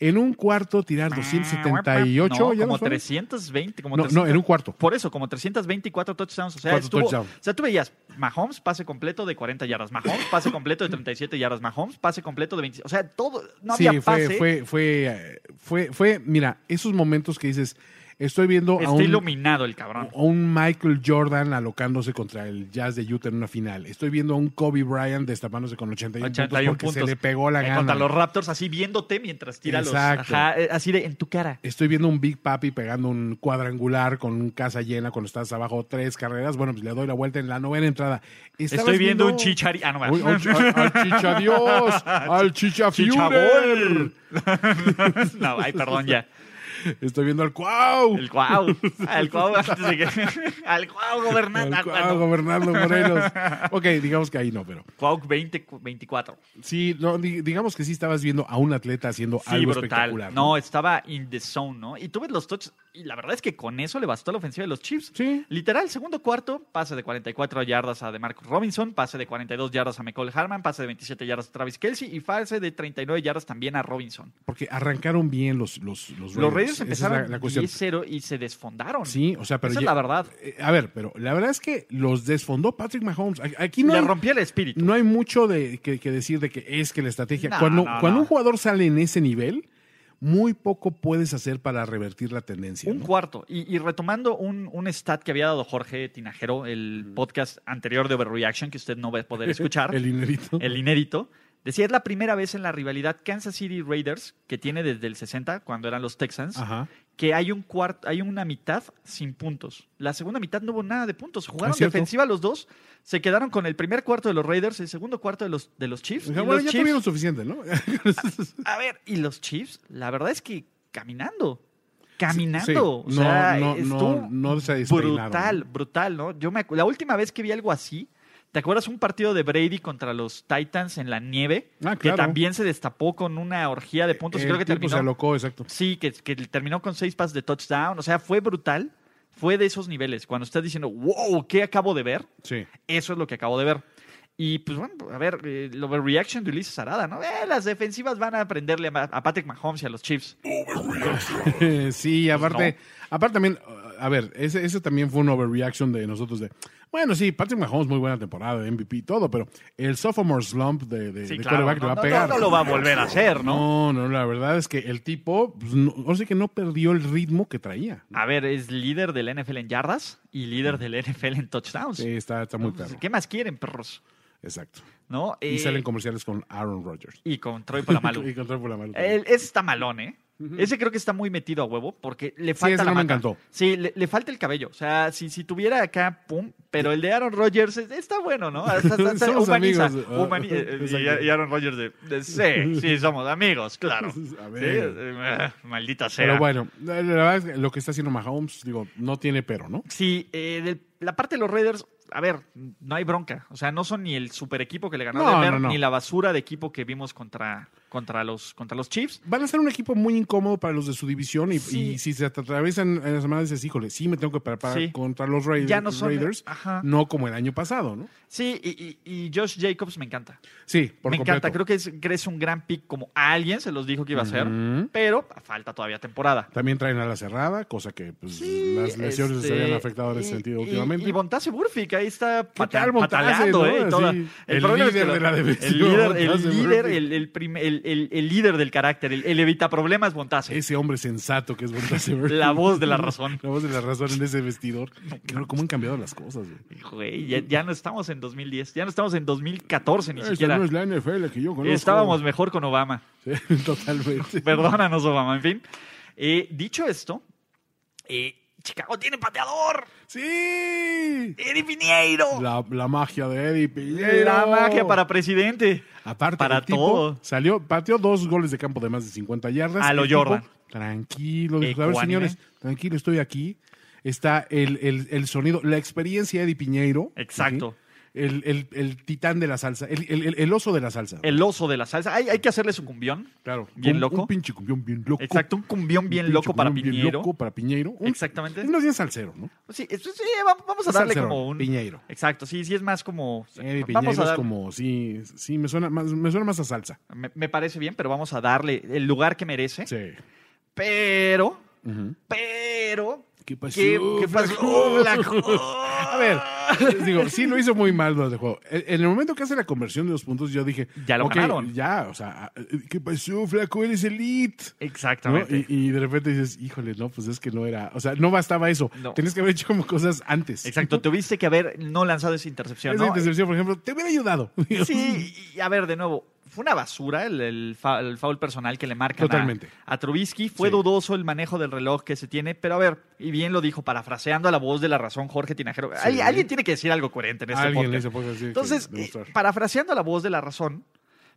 Speaker 5: en un cuarto tirar 278,
Speaker 4: Ah, pues, No,
Speaker 5: ¿ya
Speaker 4: como
Speaker 5: nos fueron?
Speaker 4: 320. Como
Speaker 5: No, no,
Speaker 4: 300.
Speaker 5: en un cuarto.
Speaker 4: Por eso, como 324 touchdowns. O sea,
Speaker 5: Cuatro
Speaker 4: estuvo,
Speaker 5: touchdowns.
Speaker 4: o sea, tú veías Mahomes pase completo de 40 yardas. Mahomes pase completo de 37 yardas. Mahomes pase completo de 20. O sea, todo. No
Speaker 5: sí,
Speaker 4: había pase.
Speaker 5: fue, fue, fue, eh, fue, fue, mira, esos momentos que dices, estoy viendo a
Speaker 4: Está
Speaker 5: un,
Speaker 4: iluminado el cabrón.
Speaker 5: a un Michael Jordan alocándose contra el Jazz de Utah en una final. Estoy viendo a un Kobe Bryant destapándose con 81,
Speaker 4: 81
Speaker 5: oh, puntos porque
Speaker 4: puntos.
Speaker 5: se le pegó la
Speaker 4: Eh,
Speaker 5: gana.
Speaker 4: Contra los Raptors, así viéndote mientras tira los.
Speaker 5: Exacto.
Speaker 4: Ajá, eh, así de en tu cara.
Speaker 5: Estoy viendo un Big Papi pegando un cuadrangular con un casa llena cuando estás abajo tres carreras. Bueno, pues le doy la vuelta en la novena entrada. Estabas
Speaker 4: Estoy viendo un chichari. Ah, no,
Speaker 5: Uy, al, chi- al- al chicha Dios, al chicha Führer.
Speaker 4: Chichabol. no, ay, perdón, ya.
Speaker 5: Estoy viendo al Cuau.
Speaker 4: El cuau. Al cuau antes de que. Al cuau gobernante.
Speaker 5: al
Speaker 4: Al
Speaker 5: Cuau, Gobernando Morelos. ok, digamos que ahí no, pero
Speaker 4: cuau 20, 24.
Speaker 5: sí, no, di- digamos que sí estabas viendo a un atleta haciendo
Speaker 4: Sí,
Speaker 5: algo espectacular.
Speaker 4: brutal. No, estaba in the zone, ¿no? Y tú ves los touches. Y la verdad es que con eso le bastó a la ofensiva de los Chiefs.
Speaker 5: Sí.
Speaker 4: Literal, segundo cuarto, pase de 44 yardas a DeMarcus Robinson, pase de 42 yardas a McCall Harman, pase de 27 yardas a Travis Kelsey y pase de 39 yardas también a Robinson.
Speaker 5: Porque arrancaron bien los los Los,
Speaker 4: Los Raiders
Speaker 5: Pues Esa es
Speaker 4: empezaron
Speaker 5: la- la cuestión.
Speaker 4: 10-0 y se desfondaron.
Speaker 5: Sí, o sea, pero
Speaker 4: Esa
Speaker 5: ya-
Speaker 4: es la verdad.
Speaker 5: Eh, A ver, pero la verdad es que los desfondó Patrick Mahomes. A- Aquí no
Speaker 4: Le
Speaker 5: hay,
Speaker 4: rompió el espíritu.
Speaker 5: no hay mucho de, que, que decir de que es que la estrategia.
Speaker 4: No,
Speaker 5: cuando
Speaker 4: no,
Speaker 5: cuando
Speaker 4: no.
Speaker 5: un jugador sale en ese nivel, muy poco puedes hacer para revertir la tendencia.
Speaker 4: Un
Speaker 5: ¿no?
Speaker 4: cuarto. Y, y retomando un, un stat que había dado Jorge Tinajero, el podcast anterior de Overreaction, que usted no va a poder escuchar,
Speaker 5: El dinerito.
Speaker 4: el inédito, decía, es la primera vez en la rivalidad Kansas City Raiders, que tiene desde el 60, cuando eran los Texans,
Speaker 5: Ajá.
Speaker 4: que hay, un cuart- hay una mitad sin puntos. La segunda mitad no hubo nada de puntos. Jugaron
Speaker 5: Es Ah, cierto.
Speaker 4: defensiva los dos, se quedaron con el primer cuarto de los Raiders, el segundo cuarto de los, de los Chiefs.
Speaker 5: O sea,
Speaker 4: y
Speaker 5: bueno,
Speaker 4: los
Speaker 5: ya
Speaker 4: Chiefs-
Speaker 5: tuvieron suficiente, ¿no?
Speaker 4: a ver, y los Chiefs, la verdad es que caminando.
Speaker 5: Sí,
Speaker 4: Caminando.
Speaker 5: No,
Speaker 4: o sea,
Speaker 5: no,
Speaker 4: estuvo
Speaker 5: no, no se despeinaron.
Speaker 4: brutal, brutal, ¿no? Yo me acu- la última vez que vi algo así, ¿te acuerdas un partido de Brady contra los Titans en la nieve?
Speaker 5: Ah,
Speaker 4: Que
Speaker 5: claro. Eh,
Speaker 4: también se destapó con una orgía de puntos. y
Speaker 5: El
Speaker 4: creo que
Speaker 5: tipo
Speaker 4: terminó.
Speaker 5: se alocó, exacto.
Speaker 4: Sí, que, que terminó con seis pases de touchdown. O sea, fue brutal. Fue de esos niveles. Cuando estás diciendo, wow, ¿qué acabo de ver?
Speaker 5: Sí.
Speaker 4: Eso es lo que acabo de ver. Y pues bueno, a ver, eh, el overreaction de Ulises Arada, ¿no? Eh, las defensivas van a aprenderle a, Ma- a Patrick Mahomes y a los Chiefs. Pues
Speaker 5: sí, aparte, aparte también, uh, a ver, ese, ese también fue una overreaction de nosotros de, bueno, sí, Patrick Mahomes, muy buena temporada, MVP y todo, pero el sophomore slump de, de, de quarterback
Speaker 4: no,
Speaker 5: le va
Speaker 4: no,
Speaker 5: a pegar.
Speaker 4: no, no lo va a volver a hacer, ¿no?
Speaker 5: No, no, la verdad es que el tipo, pues, no, ahora sí que no perdió el ritmo que traía.
Speaker 4: A ver, es líder del NFL en yardas y líder del NFL en touchdowns.
Speaker 5: Sí, está, está muy
Speaker 4: Pues,
Speaker 5: perro.
Speaker 4: ¿Qué más quieren, perros?
Speaker 5: Exacto.
Speaker 4: ¿No?
Speaker 5: Y
Speaker 4: Eh,
Speaker 5: salen comerciales con Aaron Rodgers.
Speaker 4: y con Troy Polamalu.
Speaker 5: y contra Polamalu.
Speaker 4: El- ese está malón, ¿eh? Ese creo que está muy metido a huevo porque le falta
Speaker 5: ese
Speaker 4: la
Speaker 5: no me
Speaker 4: mata.
Speaker 5: encantó.
Speaker 4: Sí, le, le falta el cabello. O sea, si, si tuviera acá, pum. Pero el de Aaron Rodgers es- está bueno, ¿no? Hasta- hasta- hasta
Speaker 5: Somos
Speaker 4: humaniza.
Speaker 5: amigos. Ah,
Speaker 4: humani- eh,
Speaker 5: exacto.
Speaker 4: y, y Aaron Rodgers de, de- sí, sí, somos amigos, claro.
Speaker 5: A
Speaker 4: Sí,
Speaker 5: ver.
Speaker 4: eh, maldita sea.
Speaker 5: Pero bueno, la, la verdad es que lo que está haciendo Mahomes, digo, no tiene pero, ¿no?
Speaker 4: Sí, eh, del- la parte de los Raiders, a ver, no hay bronca. O sea, no son ni el super equipo que le ganó
Speaker 5: No,
Speaker 4: Denver,
Speaker 5: no, no.
Speaker 4: ni la basura de equipo que vimos contra, contra, los, contra los Chiefs.
Speaker 5: Van a ser un equipo muy incómodo para los de su división y,
Speaker 4: Sí.
Speaker 5: y si se atraviesan en las semanas dices, híjole, sí me tengo que preparar
Speaker 4: Sí.
Speaker 5: contra los Raiders,
Speaker 4: Ya no son-
Speaker 5: Raiders,
Speaker 4: ajá.
Speaker 5: no como el año pasado, ¿no?
Speaker 4: Sí, y, y- y Josh Jacobs me encanta.
Speaker 5: Sí, por
Speaker 4: me
Speaker 5: completo.
Speaker 4: encanta. Creo que es, que es un gran pick como a alguien se los dijo que iba a ser,
Speaker 5: Ujú.
Speaker 4: pero falta todavía temporada.
Speaker 5: También traen a la cerrada, cosa que pues, las lesiones les
Speaker 4: Este,
Speaker 5: habían afectado en ese
Speaker 4: y-
Speaker 5: sentido
Speaker 4: y-
Speaker 5: últimamente.
Speaker 4: Y Bontase Burfict, ahí está pata-
Speaker 5: tal Bontase,
Speaker 4: pataleando,
Speaker 5: no?
Speaker 4: ¿eh? Y toda-
Speaker 5: Así, el
Speaker 4: problema es que
Speaker 5: líder
Speaker 4: lo-
Speaker 5: de la defensiva,
Speaker 4: El líder, el
Speaker 5: Bontase
Speaker 4: líder,
Speaker 5: Burfict.
Speaker 4: el, el prim- el- el- el líder del carácter, el, el evita problemas, Bontase.
Speaker 5: ese hombre sensato que es Vontaze Burfict.
Speaker 4: La voz de la razón.
Speaker 5: La voz de la razón en ese vestidor. Claro, cómo han cambiado las cosas, güey.
Speaker 4: Güey, ya, ya no estamos en 2010, ya no estamos en 2014 ni
Speaker 5: Esta
Speaker 4: siquiera.
Speaker 5: no es la NFL que yo conozco.
Speaker 4: Estábamos mejor con Obama.
Speaker 5: Sí, totalmente.
Speaker 4: Perdónanos, Obama, en fin. Eh, dicho esto, eh, Chicago tiene pateador.
Speaker 5: ¡Sí!
Speaker 4: Eddie Piñeiro.
Speaker 5: La, la magia de Eddie Piñeiro.
Speaker 4: La magia para presidente.
Speaker 5: Aparte,
Speaker 4: para
Speaker 5: el tipo
Speaker 4: todo.
Speaker 5: Salió, pateó dos goles de campo de más de 50 yardas.
Speaker 4: A lo
Speaker 5: El tipo,
Speaker 4: Jordan.
Speaker 5: Tranquilo, dijo, a ver,
Speaker 4: Ecuánime.
Speaker 5: señores, tranquilo, estoy aquí. Está el, el- el sonido, la experiencia de Eddie Piñeiro.
Speaker 4: Exacto.
Speaker 5: ¿sí? El, el- el titán de la salsa, el, el- el- el oso de la salsa.
Speaker 4: El oso de la salsa. Hay, hay que hacerle su cumbión.
Speaker 5: claro.
Speaker 4: Bien
Speaker 5: Un-
Speaker 4: loco.
Speaker 5: Un pinche cumbión bien loco.
Speaker 4: Exacto, un cumbión bien
Speaker 5: Un pinche
Speaker 4: loco para
Speaker 5: cumbión bien
Speaker 4: Piñeiro.
Speaker 5: loco para Piñeiro. Un-
Speaker 4: Exactamente.
Speaker 5: Es más bien salsero, ¿no?
Speaker 4: Sí, eso sí, va- vamos a
Speaker 5: Es
Speaker 4: darle
Speaker 5: salsero,
Speaker 4: como un.
Speaker 5: Piñeiro.
Speaker 4: Exacto, sí, sí es más como.
Speaker 5: Eddie Piñeiro
Speaker 4: vamos a
Speaker 5: es
Speaker 4: dar-
Speaker 5: como, sí, sí, me suena más, me suena más a salsa.
Speaker 4: me, me parece bien, pero vamos a darle el lugar que merece.
Speaker 5: Sí.
Speaker 4: Pero,
Speaker 5: Ujú.
Speaker 4: pero,
Speaker 5: ¿Qué pasó?
Speaker 4: ¿Qué, qué pasó?
Speaker 5: A ver,
Speaker 4: Ah.
Speaker 5: digo, sí lo hizo muy mal durante el juego. E, En en el momento que hace la conversión de los puntos, yo dije,
Speaker 4: Ya lo
Speaker 5: "Ok,
Speaker 4: ganaron".
Speaker 5: Ya, o sea, ah, eh, ¿qué pasó, flaco? Eres elite. ¿no?
Speaker 4: Exactamente.
Speaker 5: Y, y de repente dices, híjole, no, pues es que no era, o sea, no bastaba eso.
Speaker 4: No.
Speaker 5: Tienes que haber hecho como cosas antes.
Speaker 4: Exacto, tuviste que haber no lanzado esa intercepción.
Speaker 5: Esa
Speaker 4: ¿no?
Speaker 5: intercepción, por ejemplo, te hubiera ayudado.
Speaker 4: Sí, y a ver, de nuevo, fue una basura el, el, fa- el foul personal que le marcan a-
Speaker 5: Totalmente.
Speaker 4: a, Trubisky. Fue
Speaker 5: Sí.
Speaker 4: dudoso el manejo del reloj que se tiene, pero a ver, y bien lo dijo, parafraseando a la voz de la razón Jorge Tinajero. Al- alguien tiene que decir algo coherente en este
Speaker 5: Alguien en
Speaker 4: podcast.
Speaker 5: ese podcast tiene que
Speaker 4: Entonces, eh,
Speaker 5: demostrar.
Speaker 4: parafraseando a la voz de la razón,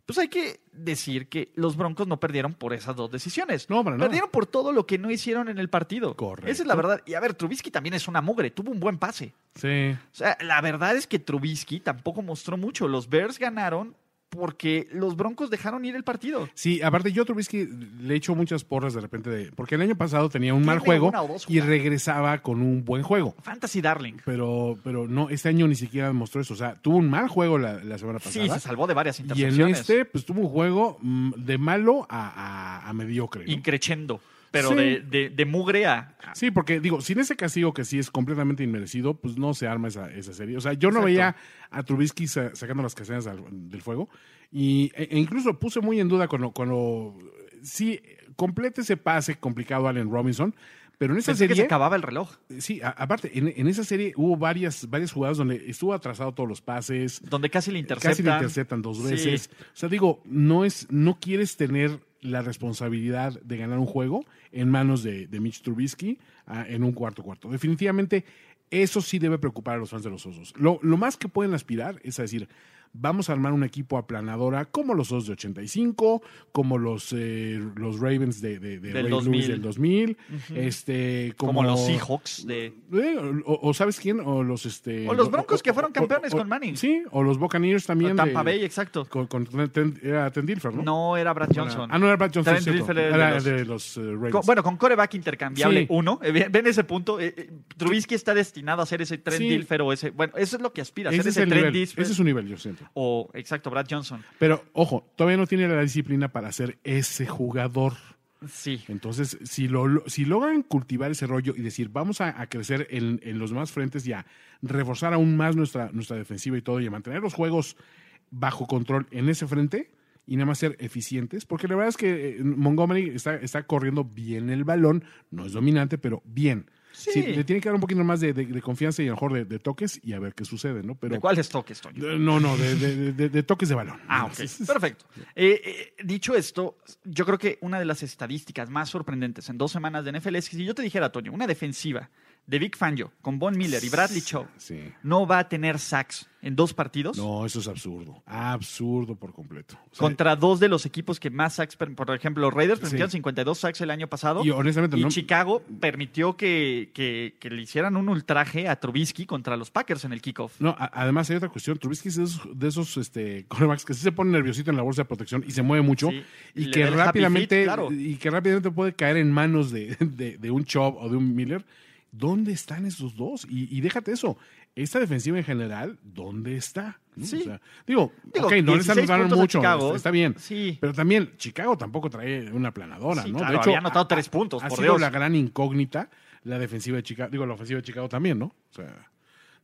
Speaker 4: pues hay que decir que los Broncos no perdieron por esas dos decisiones.
Speaker 5: No, para nada.
Speaker 4: Perdieron por todo lo que no hicieron en el partido.
Speaker 5: Correcto.
Speaker 4: Esa es la verdad. Y a ver, Trubisky también es una mugre, tuvo un buen pase.
Speaker 5: Sí.
Speaker 4: O sea, la verdad es que Trubisky tampoco mostró mucho. Los Bears ganaron porque los Broncos dejaron ir el partido.
Speaker 5: Sí, aparte yo a Trubisky le echo muchas porras de repente, de, porque el año pasado tenía un mal
Speaker 4: Tiene
Speaker 5: juego
Speaker 4: una o dos
Speaker 5: y
Speaker 4: jugadas.
Speaker 5: regresaba con un buen juego.
Speaker 4: Fantasy Darling.
Speaker 5: Pero, pero no, este año ni siquiera demostró eso. O sea, tuvo un mal juego la, la semana
Speaker 4: Sí,
Speaker 5: pasada.
Speaker 4: se salvó de varias
Speaker 5: y en
Speaker 4: intercepciones.
Speaker 5: este, pues tuvo un juego mm, de malo a, a- a mediocre. ¿no?
Speaker 4: Increchendo. Pero
Speaker 5: Sí.
Speaker 4: de, de- de mugre a.
Speaker 5: Sí, porque digo, sin ese castigo que sí es completamente inmerecido, pues no se arma esa, esa serie. O sea, yo no
Speaker 4: Exacto.
Speaker 5: veía a Trubisky sa- sacando las castañas al- del fuego. Y, e, e incluso puse muy en duda cuando, cuando sí complete ese pase complicado Allen Robinson, pero en esa
Speaker 4: Pensé que se
Speaker 5: serie.
Speaker 4: acababa el reloj.
Speaker 5: Sí, a- aparte, en, en esa serie hubo varias, varias jugadas donde estuvo atrasado todos los pases.
Speaker 4: Donde casi le interceptan.
Speaker 5: Casi le interceptan dos
Speaker 4: Sí.
Speaker 5: veces. O sea, digo, no es, no quieres tener la responsabilidad de ganar un juego en manos de, de Mitch Trubisky ah, en un cuarto cuarto. Definitivamente, eso sí debe preocupar a los fans de los osos. Lo, lo más que pueden aspirar es a decir, vamos a armar un equipo aplanadora como los osos de 85, como los, eh, los Ravens de, de- de
Speaker 4: Del
Speaker 5: Ray
Speaker 4: 2000.
Speaker 5: Lewis del 2000, este, como,
Speaker 4: Como, los Seahawks de.
Speaker 5: eh, o, o- o sabes quién, o los este.
Speaker 4: O los Broncos que fueron campeones con Manning.
Speaker 5: Sí, o los Buccaneers también.
Speaker 4: Tampa
Speaker 5: de-
Speaker 4: Bay, exacto.
Speaker 5: Con, con Trent- era Trent Dilfer, ¿no?
Speaker 4: No era Brad Johnson.
Speaker 5: Ah, no era Brad Johnson.
Speaker 4: Trent
Speaker 5: cierto.
Speaker 4: Dilfer era
Speaker 5: Era
Speaker 4: de los-
Speaker 5: de los, eh, Ravens.
Speaker 4: Co- bueno, con coreback intercambiable
Speaker 5: Sí.
Speaker 4: uno. eh, ve- Ven ese punto. eh, eh, Trubisky está destinado a ser ese Trent
Speaker 5: Sí.
Speaker 4: Dilfer o ese. Bueno, eso es lo que aspira, a ser
Speaker 5: ese, es
Speaker 4: ese
Speaker 5: el
Speaker 4: Trent
Speaker 5: nivel.
Speaker 4: Dilfer.
Speaker 5: Ese es su nivel, yo siento.
Speaker 4: O, exacto, Brad Johnson.
Speaker 5: Pero, ojo, todavía no tiene la disciplina para ser ese jugador.
Speaker 4: Sí.
Speaker 5: Entonces, si, lo, lo- si logran cultivar ese rollo y decir, vamos a, a crecer en, en los demás frentes y a reforzar aún más nuestra, nuestra defensiva y todo, y a mantener los juegos bajo control en ese frente y nada más ser eficientes, porque la verdad es que eh, Montgomery está, está corriendo bien el balón, no es dominante, pero bien.
Speaker 4: Sí.
Speaker 5: le tiene que dar un poquito más de, de- de confianza y a lo mejor de, de toques y a ver qué sucede, ¿no? Pero,
Speaker 4: ¿De cuáles toques, Toño?
Speaker 5: Eh, No, no, de, de- de- de- de toques de balón.
Speaker 4: Ah, ok. Perfecto. Eh, eh, dicho esto, yo creo que una de las estadísticas más sorprendentes en dos semanas de NFL es que si yo te dijera, Toño, una defensiva de Vic Fangio con Von Miller y Bradley Chow
Speaker 5: Sí.
Speaker 4: no va a tener sacks en dos partidos.
Speaker 5: No, eso es absurdo. Absurdo por completo. O sea,
Speaker 4: Contra dos de los equipos que más sacks, per- por ejemplo, los Raiders permitieron
Speaker 5: Sí.
Speaker 4: 52 sacks el año pasado.
Speaker 5: Y honestamente,
Speaker 4: Y
Speaker 5: no-
Speaker 4: Chicago permitió que, que- que le hicieran un ultraje a Trubisky contra los Packers en el kickoff.
Speaker 5: No, a- además hay otra cuestión. Trubisky es de esos, de esos, este, cornerbacks que sí se pone nerviosito en la bolsa de protección y se mueve mucho
Speaker 4: Sí, y
Speaker 5: y,
Speaker 4: le
Speaker 5: que
Speaker 4: da el happy
Speaker 5: rápidamente
Speaker 4: feet, claro.
Speaker 5: y que rápidamente puede caer en manos de, de- de un Chubb o de un Miller. ¿Dónde están esos dos? Y, y déjate eso. Esta defensiva en general, ¿dónde está? ¿No?
Speaker 4: Sí.
Speaker 5: digo,
Speaker 4: Digo,
Speaker 5: ok, no les
Speaker 4: 16
Speaker 5: anotaron
Speaker 4: puntos a
Speaker 5: mucho.
Speaker 4: Chicago.
Speaker 5: está- está bien.
Speaker 4: Sí.
Speaker 5: Pero también Chicago tampoco trae una planadora,
Speaker 4: Sí,
Speaker 5: ¿no?
Speaker 4: claro, había anotado tres puntos,
Speaker 5: Ha
Speaker 4: por
Speaker 5: sido
Speaker 4: Dios.
Speaker 5: la gran incógnita la defensiva de Chicago. Digo, la ofensiva de Chicago también, ¿no? O sea.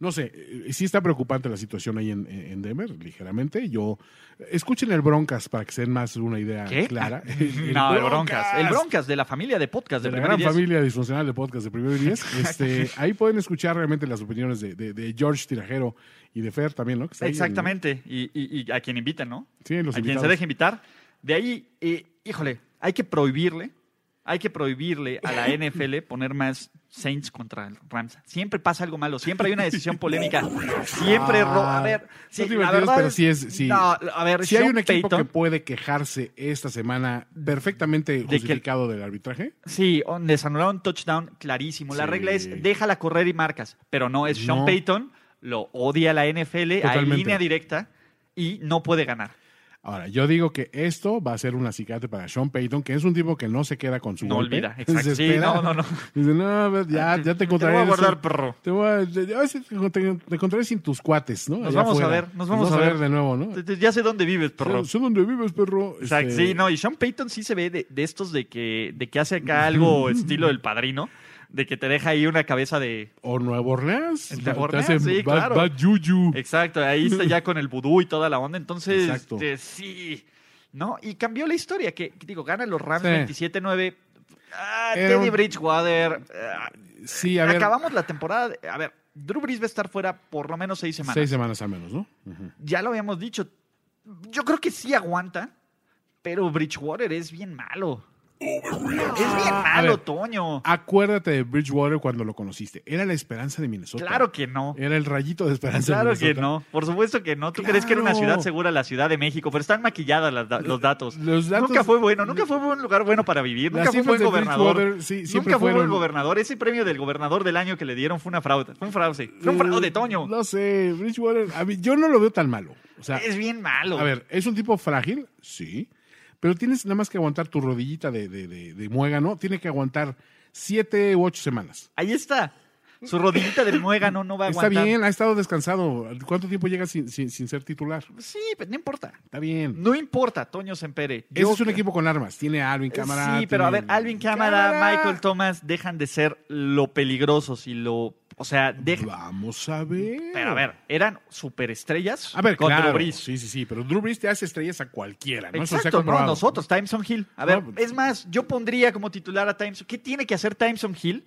Speaker 5: No sé, eh, sí está preocupante la situación ahí en, en Denver, ligeramente. Yo escuchen el Broncas para que se den más una idea
Speaker 4: ¿Qué?
Speaker 5: clara.
Speaker 4: no, el Broncas. El Broncas de la familia de podcast de,
Speaker 5: de la
Speaker 4: Primero
Speaker 5: gran
Speaker 4: y Diez.
Speaker 5: familia disfuncional de podcast de Primero y Diez. Este, ahí pueden escuchar realmente las opiniones de, de- de George Tirajero y de Fer también, ¿no? Que está ahí en-
Speaker 4: Exactamente. Y, y- y a quien inviten, ¿no?
Speaker 5: Sí, los
Speaker 4: a quien se
Speaker 5: invitados.
Speaker 4: deje invitar. De ahí, eh, híjole, hay que prohibirle, hay que prohibirle a la NFL poner más Saints contra el Rams. Siempre pasa algo malo, siempre hay una decisión polémica. Siempre, ro-
Speaker 5: Ah,
Speaker 4: a ver, sí,
Speaker 5: Son
Speaker 4: la
Speaker 5: divertidos,
Speaker 4: verdad
Speaker 5: pero sí es. sí.
Speaker 4: no, a ver,
Speaker 5: si hay
Speaker 4: Sean
Speaker 5: un equipo
Speaker 4: Payton-
Speaker 5: que puede quejarse esta semana perfectamente
Speaker 4: que-
Speaker 5: justificado del arbitraje,
Speaker 4: Sí, on- les anularon touchdown clarísimo. La
Speaker 5: Sí.
Speaker 4: regla es déjala correr y marcas, pero no, es Sean
Speaker 5: No.
Speaker 4: Payton, lo odia la NFL, hay
Speaker 5: Totalmente.
Speaker 4: línea directa y no puede ganar.
Speaker 5: ahora yo digo que esto va a ser un acicate para Sean Payton, que es un tipo que no se queda con su
Speaker 4: No
Speaker 5: golpe.
Speaker 4: olvida, exacto. Sí,
Speaker 5: Desespera.
Speaker 4: no, no, no.
Speaker 5: Dice, no, a ver, ya, ya te encontraré.
Speaker 4: voy a guardar,
Speaker 5: sin-
Speaker 4: perro.
Speaker 5: Te, voy a- te- ahora sí te- te- te encontraré sin tus cuates, ¿no?
Speaker 4: Nos
Speaker 5: Allá
Speaker 4: vamos a
Speaker 5: afuera.
Speaker 4: ver, nos vamos a ver.
Speaker 5: de nuevo, ¿no?
Speaker 4: Entonces, Ya sé dónde vives, perro.
Speaker 5: Sé dónde vives, perro.
Speaker 4: Exacto,
Speaker 5: Este,
Speaker 4: sí, no, y Sean Payton sí se ve de, de estos de que, de que hace acá algo estilo del padrino, de que te deja ahí una cabeza de...
Speaker 5: O Nueva Orleans.
Speaker 4: En
Speaker 5: Te
Speaker 4: Nueva Orleans,
Speaker 5: hacen
Speaker 4: sí,
Speaker 5: bad,
Speaker 4: claro. Eh,
Speaker 5: bad juju.
Speaker 4: Exacto, ahí está ya con el vudú y toda la onda. Entonces,
Speaker 5: Exacto.
Speaker 4: este, sí. ¿No? Y cambió la historia, que que digo, ganan los Rams
Speaker 5: Sí.
Speaker 4: 27-9. Ah,
Speaker 5: Era
Speaker 4: Teddy
Speaker 5: un-
Speaker 4: Bridgewater. ah,
Speaker 5: Sí, a ver.
Speaker 4: Acabamos la temporada. de- a ver, Drew Brees va a estar fuera por lo menos seis semanas.
Speaker 5: Seis semanas al menos, ¿no? Ujú.
Speaker 4: Ya lo habíamos dicho. Yo creo que sí aguanta, pero Bridgewater es bien malo. Es bien malo,
Speaker 5: ver.
Speaker 4: Toño.
Speaker 5: Acuérdate de Bridgewater cuando lo conociste. Era la esperanza de Minnesota.
Speaker 4: Claro que no.
Speaker 5: Era el rayito de esperanza
Speaker 4: Claro
Speaker 5: de
Speaker 4: que
Speaker 5: Minnesota.
Speaker 4: no, por supuesto que no. Tú crees que era una
Speaker 5: Claro.
Speaker 4: ciudad segura la Ciudad de México, pero están maquilladas las da- los datos.
Speaker 5: los datos-
Speaker 4: Nunca fue bueno, nunca fue un lugar bueno para vivir,
Speaker 5: Las
Speaker 4: nunca fue un
Speaker 5: cifras
Speaker 4: buen
Speaker 5: de
Speaker 4: gobernador.
Speaker 5: Bridgewater, sí, siempre
Speaker 4: nunca fue un buen
Speaker 5: fueron-
Speaker 4: gobernador. Ese premio del gobernador del año que le dieron fue una fraude. Fue un fraude. Fue un fraude,
Speaker 5: Eh,
Speaker 4: Toño.
Speaker 5: No sé, Bridgewater. a mí- yo no lo veo tan malo. O sea,
Speaker 4: Es bien malo.
Speaker 5: a ver, ¿es un tipo frágil? Sí. Pero tienes nada más que aguantar tu rodillita de, de, de, de muégano. Tiene que aguantar siete u ocho semanas.
Speaker 4: Ahí está. Su rodillita del muégano no va a
Speaker 5: Está
Speaker 4: aguantar.
Speaker 5: bien, ha estado descansado. ¿Cuánto tiempo llega sin, sin, sin ser titular?
Speaker 4: Sí, pero no importa.
Speaker 5: Está bien.
Speaker 4: No importa, Toño Sempere.
Speaker 5: Ese
Speaker 4: Mm, Yo- Eh,
Speaker 5: es un equipo con armas. Tiene a Alvin Cámara.
Speaker 4: Sí, pero a ver,
Speaker 5: tiene-
Speaker 4: Alvin Cámara,
Speaker 5: Cámara.
Speaker 4: Michael Thomas dejan de ser lo peligrosos y lo. O sea, dejan.
Speaker 5: Vamos a ver.
Speaker 4: Mm, Pero a ver, eran superestrellas
Speaker 5: A ver,
Speaker 4: con Drew
Speaker 5: claro.
Speaker 4: Brees.
Speaker 5: Sí, sí, sí. Pero Drew Brees te hace estrellas a cualquiera, ¿no? Eso se ha
Speaker 4: Exacto, no,
Speaker 5: comprobado.
Speaker 4: nosotros, Timeson Hill. A ver,
Speaker 5: No, pues-
Speaker 4: es más, yo pondría como titular a Timeson. ¿Qué tiene que hacer Timeson Hill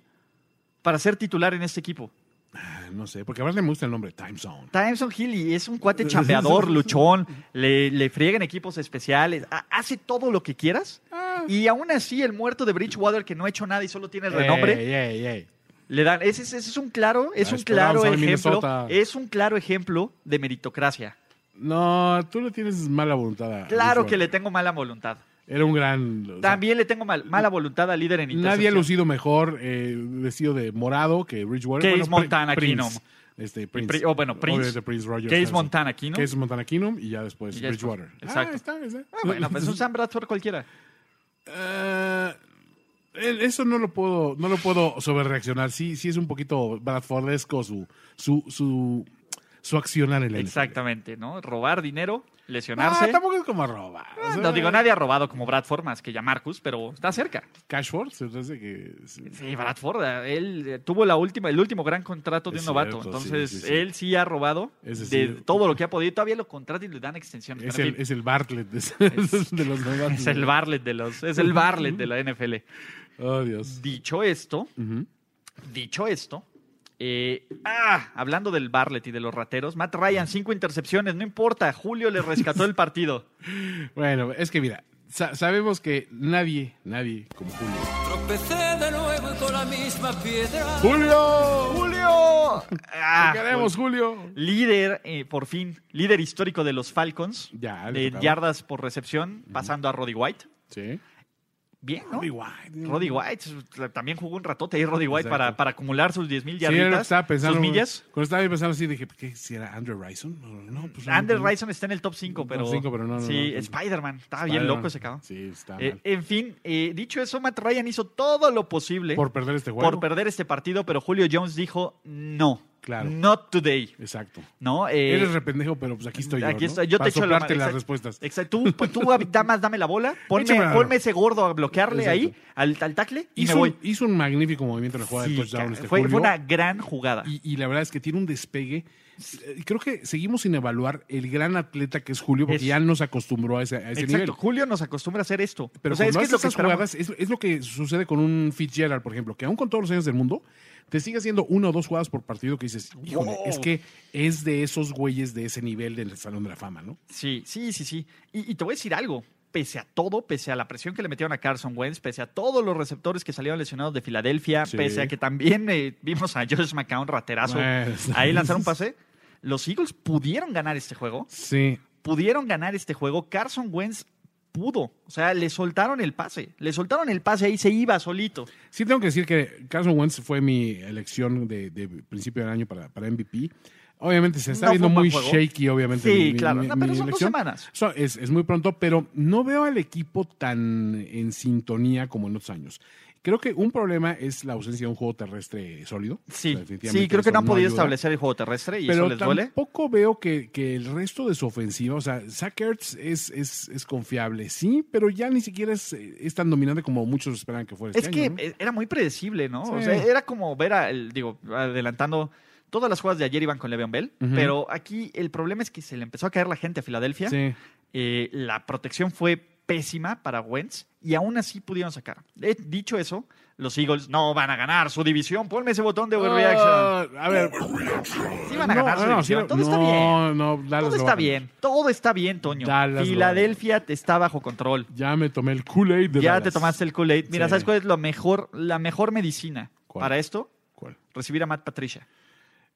Speaker 4: para ser titular en este equipo?
Speaker 5: Ah, No sé, porque a ver, me gusta el nombre Time Zone.
Speaker 4: Timeson Hill y es un cuate chambeador, luchón, le, le friega en equipos especiales, ha- hace todo lo que quieras.
Speaker 5: Ah.
Speaker 4: Y aún así, el muerto de Bridgewater, que no ha hecho nada y solo tiene el renombre,
Speaker 5: Ey, ey, ey.
Speaker 4: le dan. Ese, ese- ese es un claro, es
Speaker 5: La
Speaker 4: un claro
Speaker 5: esperanza de
Speaker 4: ejemplo.
Speaker 5: Minnesota. Ah,
Speaker 4: Es un claro ejemplo de meritocracia.
Speaker 5: No, tú le tienes mala voluntad.
Speaker 4: Claro
Speaker 5: a Bridgewater.
Speaker 4: que le tengo mala voluntad.
Speaker 5: Era un gran. o sea,
Speaker 4: También le tengo mal- mala voluntad al líder en
Speaker 5: nadie ha
Speaker 4: intercepciones.
Speaker 5: lucido mejor eh, vestido de morado que Bridgewater.
Speaker 4: Case
Speaker 5: Pri-
Speaker 4: Montana
Speaker 5: Prince.
Speaker 4: Keenum.
Speaker 5: Este, Prince.
Speaker 4: Pri- oh, bueno, Prince.
Speaker 5: Obviamente Prince Rogers.
Speaker 4: Case
Speaker 5: Hanson.
Speaker 4: Montana Keenum.
Speaker 5: Case Montana Keenum y ya después
Speaker 4: Y ya después.
Speaker 5: Bridgewater.
Speaker 4: Exacto.
Speaker 5: Ah, está, está.
Speaker 4: Ah, bueno, pues un Sam Bradford cualquiera.
Speaker 5: Eh, eso no lo puedo, no lo puedo sobrereaccionar. Sí, sí es un poquito Bradfordesco su, su, su, su accionar en la NFL.
Speaker 4: Exactamente, ¿no? Robar dinero, lesionarse.
Speaker 5: Ah, tampoco es como roba. O sea,
Speaker 4: Ah, No digo, nadie ha robado como Bradford más que ya Marcus, pero está cerca.
Speaker 5: Cashford, se me hace que.
Speaker 4: Sí, Bradford, eh, él eh, tuvo la última, el último gran contrato de
Speaker 5: Es
Speaker 4: un novato.
Speaker 5: cierto, sí,
Speaker 4: Entonces,
Speaker 5: sí, sí.
Speaker 4: él sí ha robado
Speaker 5: Ese
Speaker 4: de
Speaker 5: sí.
Speaker 4: todo lo que ha podido. Todavía lo contratan y le dan extensiones.
Speaker 5: Es
Speaker 4: Pero,
Speaker 5: el,
Speaker 4: en fin,
Speaker 5: es el Bartlett de, de los novatos.
Speaker 4: es el Barlet de los, es el Barlet de la NFL.
Speaker 5: Oh, Dios.
Speaker 4: Dicho esto, dicho esto, eh, ah, hablando del Barlet y de los rateros, Matt Ryan, cinco intercepciones, no importa, Julio le rescató el partido.
Speaker 5: Bueno, es que mira, sa- sabemos que nadie, nadie como Julio. ¡Julio!
Speaker 4: ¡Julio! Ah,
Speaker 5: ¡Te queremos,
Speaker 4: Julio.
Speaker 5: Julio!
Speaker 4: Líder, eh, por fin, líder histórico de los Falcons,
Speaker 5: Ya, le
Speaker 4: de
Speaker 5: tocaba.
Speaker 4: yardas por recepción, pasando a Roddy White.
Speaker 5: Sí.
Speaker 4: Bien, ¿no?
Speaker 5: Muy guay.
Speaker 4: Roddy White eh, también jugó un ratote ahí Roddy White para,
Speaker 5: Exacto.
Speaker 4: para acumular sus 10.000
Speaker 5: Sí, era lo que
Speaker 4: yarditas,
Speaker 5: estaba pensando.
Speaker 4: sus millas.
Speaker 5: Cuando estaba pensando así, dije, ¿qué? ¿Si era Andrew Ryson? No, no, pues. no,
Speaker 4: Ander
Speaker 5: no.
Speaker 4: Ryson está en el top 5, pero.
Speaker 5: cinco, pero no, no,
Speaker 4: sí,
Speaker 5: no.
Speaker 4: Spider-Man. Estaba bien
Speaker 5: Spider-Man.
Speaker 4: loco ese cabrón.
Speaker 5: Sí, está
Speaker 4: Eh,
Speaker 5: Ah, mal.
Speaker 4: en fin, eh, dicho eso, Matt Ryan hizo todo lo posible
Speaker 5: Por perder este juego.
Speaker 4: por perder este partido, pero Julio Jones dijo no.
Speaker 5: Claro.
Speaker 4: Not today.
Speaker 5: Exacto.
Speaker 4: ¿no? Eh,
Speaker 5: Eres rependejo, pero pues aquí estoy yo.
Speaker 4: aquí
Speaker 5: ¿no?
Speaker 4: estoy, yo
Speaker 5: Para
Speaker 4: te echo la
Speaker 5: soplarte
Speaker 4: mano.
Speaker 5: las
Speaker 4: Exacto.
Speaker 5: respuestas.
Speaker 4: Exacto. Tú, pues, tú da más, dame la bola. Ponme,
Speaker 5: Échamela.
Speaker 4: ponme ese gordo a bloquearle ahí,
Speaker 5: Exacto.
Speaker 4: al, al tackle, y me
Speaker 5: Hizo,
Speaker 4: voy.
Speaker 5: un, hizo un magnífico movimiento en la jugada
Speaker 4: Sí,
Speaker 5: de touchdown
Speaker 4: ca-
Speaker 5: este
Speaker 4: fue,
Speaker 5: Julio.
Speaker 4: fue una gran jugada.
Speaker 5: Y, y la verdad es que tiene un despegue. Eh, Creo que seguimos sin evaluar el gran atleta que es Julio, porque
Speaker 4: Es-
Speaker 5: ya nos acostumbró a ese, a ese
Speaker 4: Exacto.
Speaker 5: nivel.
Speaker 4: Julio nos acostumbra a hacer esto.
Speaker 5: Pero
Speaker 4: O sea,
Speaker 5: cuando
Speaker 4: es que
Speaker 5: hace
Speaker 4: es lo que
Speaker 5: esas
Speaker 4: esperamos.
Speaker 5: jugadas, es, es lo que sucede con un Fitzgerald, por ejemplo, que aún con todos los años del mundo, te sigue haciendo una o dos jugadas por partido que dices, híjole,
Speaker 4: Wow.
Speaker 5: es que es de esos güeyes de ese nivel del Salón de la Fama, ¿no?
Speaker 4: Sí, sí, sí, sí. Y, y te voy a decir algo. Pese a todo, pese a la presión que le metieron a Carson Wentz, pese a todos los receptores que salieron lesionados de Filadelfia,
Speaker 5: Sí.
Speaker 4: pese a que también eh, vimos a Josh McCown raterazo
Speaker 5: Bueno.
Speaker 4: ahí lanzar un pase, los Eagles pudieron ganar este juego.
Speaker 5: Sí.
Speaker 4: Pudieron ganar este juego. Carson Wentz pudo. O sea, le soltaron el pase. Le soltaron el pase ahí, se iba solito.
Speaker 5: Sí, tengo que decir que Carson Wentz fue mi elección de, de principio del año para, para MVP. Obviamente se está
Speaker 4: No fue
Speaker 5: viendo
Speaker 4: un
Speaker 5: muy
Speaker 4: buen juego.
Speaker 5: shaky, obviamente.
Speaker 4: Sí,
Speaker 5: mi- mi-
Speaker 4: claro.
Speaker 5: mi-
Speaker 4: No, pero son
Speaker 5: mi
Speaker 4: dos
Speaker 5: elección.
Speaker 4: semanas.
Speaker 5: So- es, es muy pronto, pero no veo al equipo tan en sintonía como en otros años. Creo que un problema es la ausencia de un juego terrestre sólido. O
Speaker 4: Sí,
Speaker 5: sea, definitivamente
Speaker 4: sí, creo que
Speaker 5: eso
Speaker 4: no han podido
Speaker 5: ayuda.
Speaker 4: establecer el juego terrestre y
Speaker 5: Pero
Speaker 4: eso les duele.
Speaker 5: tampoco veo que, que el resto de su ofensiva, o sea, Zach Ertz es, es, es confiable, sí, pero ya ni siquiera es, es tan dominante como muchos esperaban que fuera.
Speaker 4: Es
Speaker 5: este
Speaker 4: que
Speaker 5: año, ¿no?
Speaker 4: eh, era muy predecible, ¿no? O
Speaker 5: Sí.
Speaker 4: sea, era como ver, a, el- digo, adelantando. Todas las jugadas de ayer iban con Le'Veon Bell,
Speaker 5: Ujú.
Speaker 4: pero aquí el problema es que se le empezó a caer la gente a Filadelfia.
Speaker 5: Sí.
Speaker 4: Eh, la protección fue pésima para Wentz y aún así pudieron sacar. Eh, dicho eso, los Eagles no van a ganar su división. Ponme ese botón de overreaction.
Speaker 5: Ah, a ver.
Speaker 4: Sí van a ganar su división.
Speaker 5: sí,
Speaker 4: Todo está
Speaker 5: no,
Speaker 4: bien.
Speaker 5: No, Dallas
Speaker 4: Todo
Speaker 5: lo
Speaker 4: está
Speaker 5: va a ganar.
Speaker 4: bien. Todo está bien, Toño.
Speaker 5: Dallas lo
Speaker 4: Filadelfia te está bajo control.
Speaker 5: Ya me tomé el Kool-Aid de
Speaker 4: Ya
Speaker 5: Dallas.
Speaker 4: te tomaste el Kool-Aid. Mira,
Speaker 5: Sí.
Speaker 4: ¿sabes cuál es lo mejor, la mejor medicina
Speaker 5: ¿Cuál?
Speaker 4: para esto?
Speaker 5: ¿Cuál?
Speaker 4: Recibir a Matt Patricia.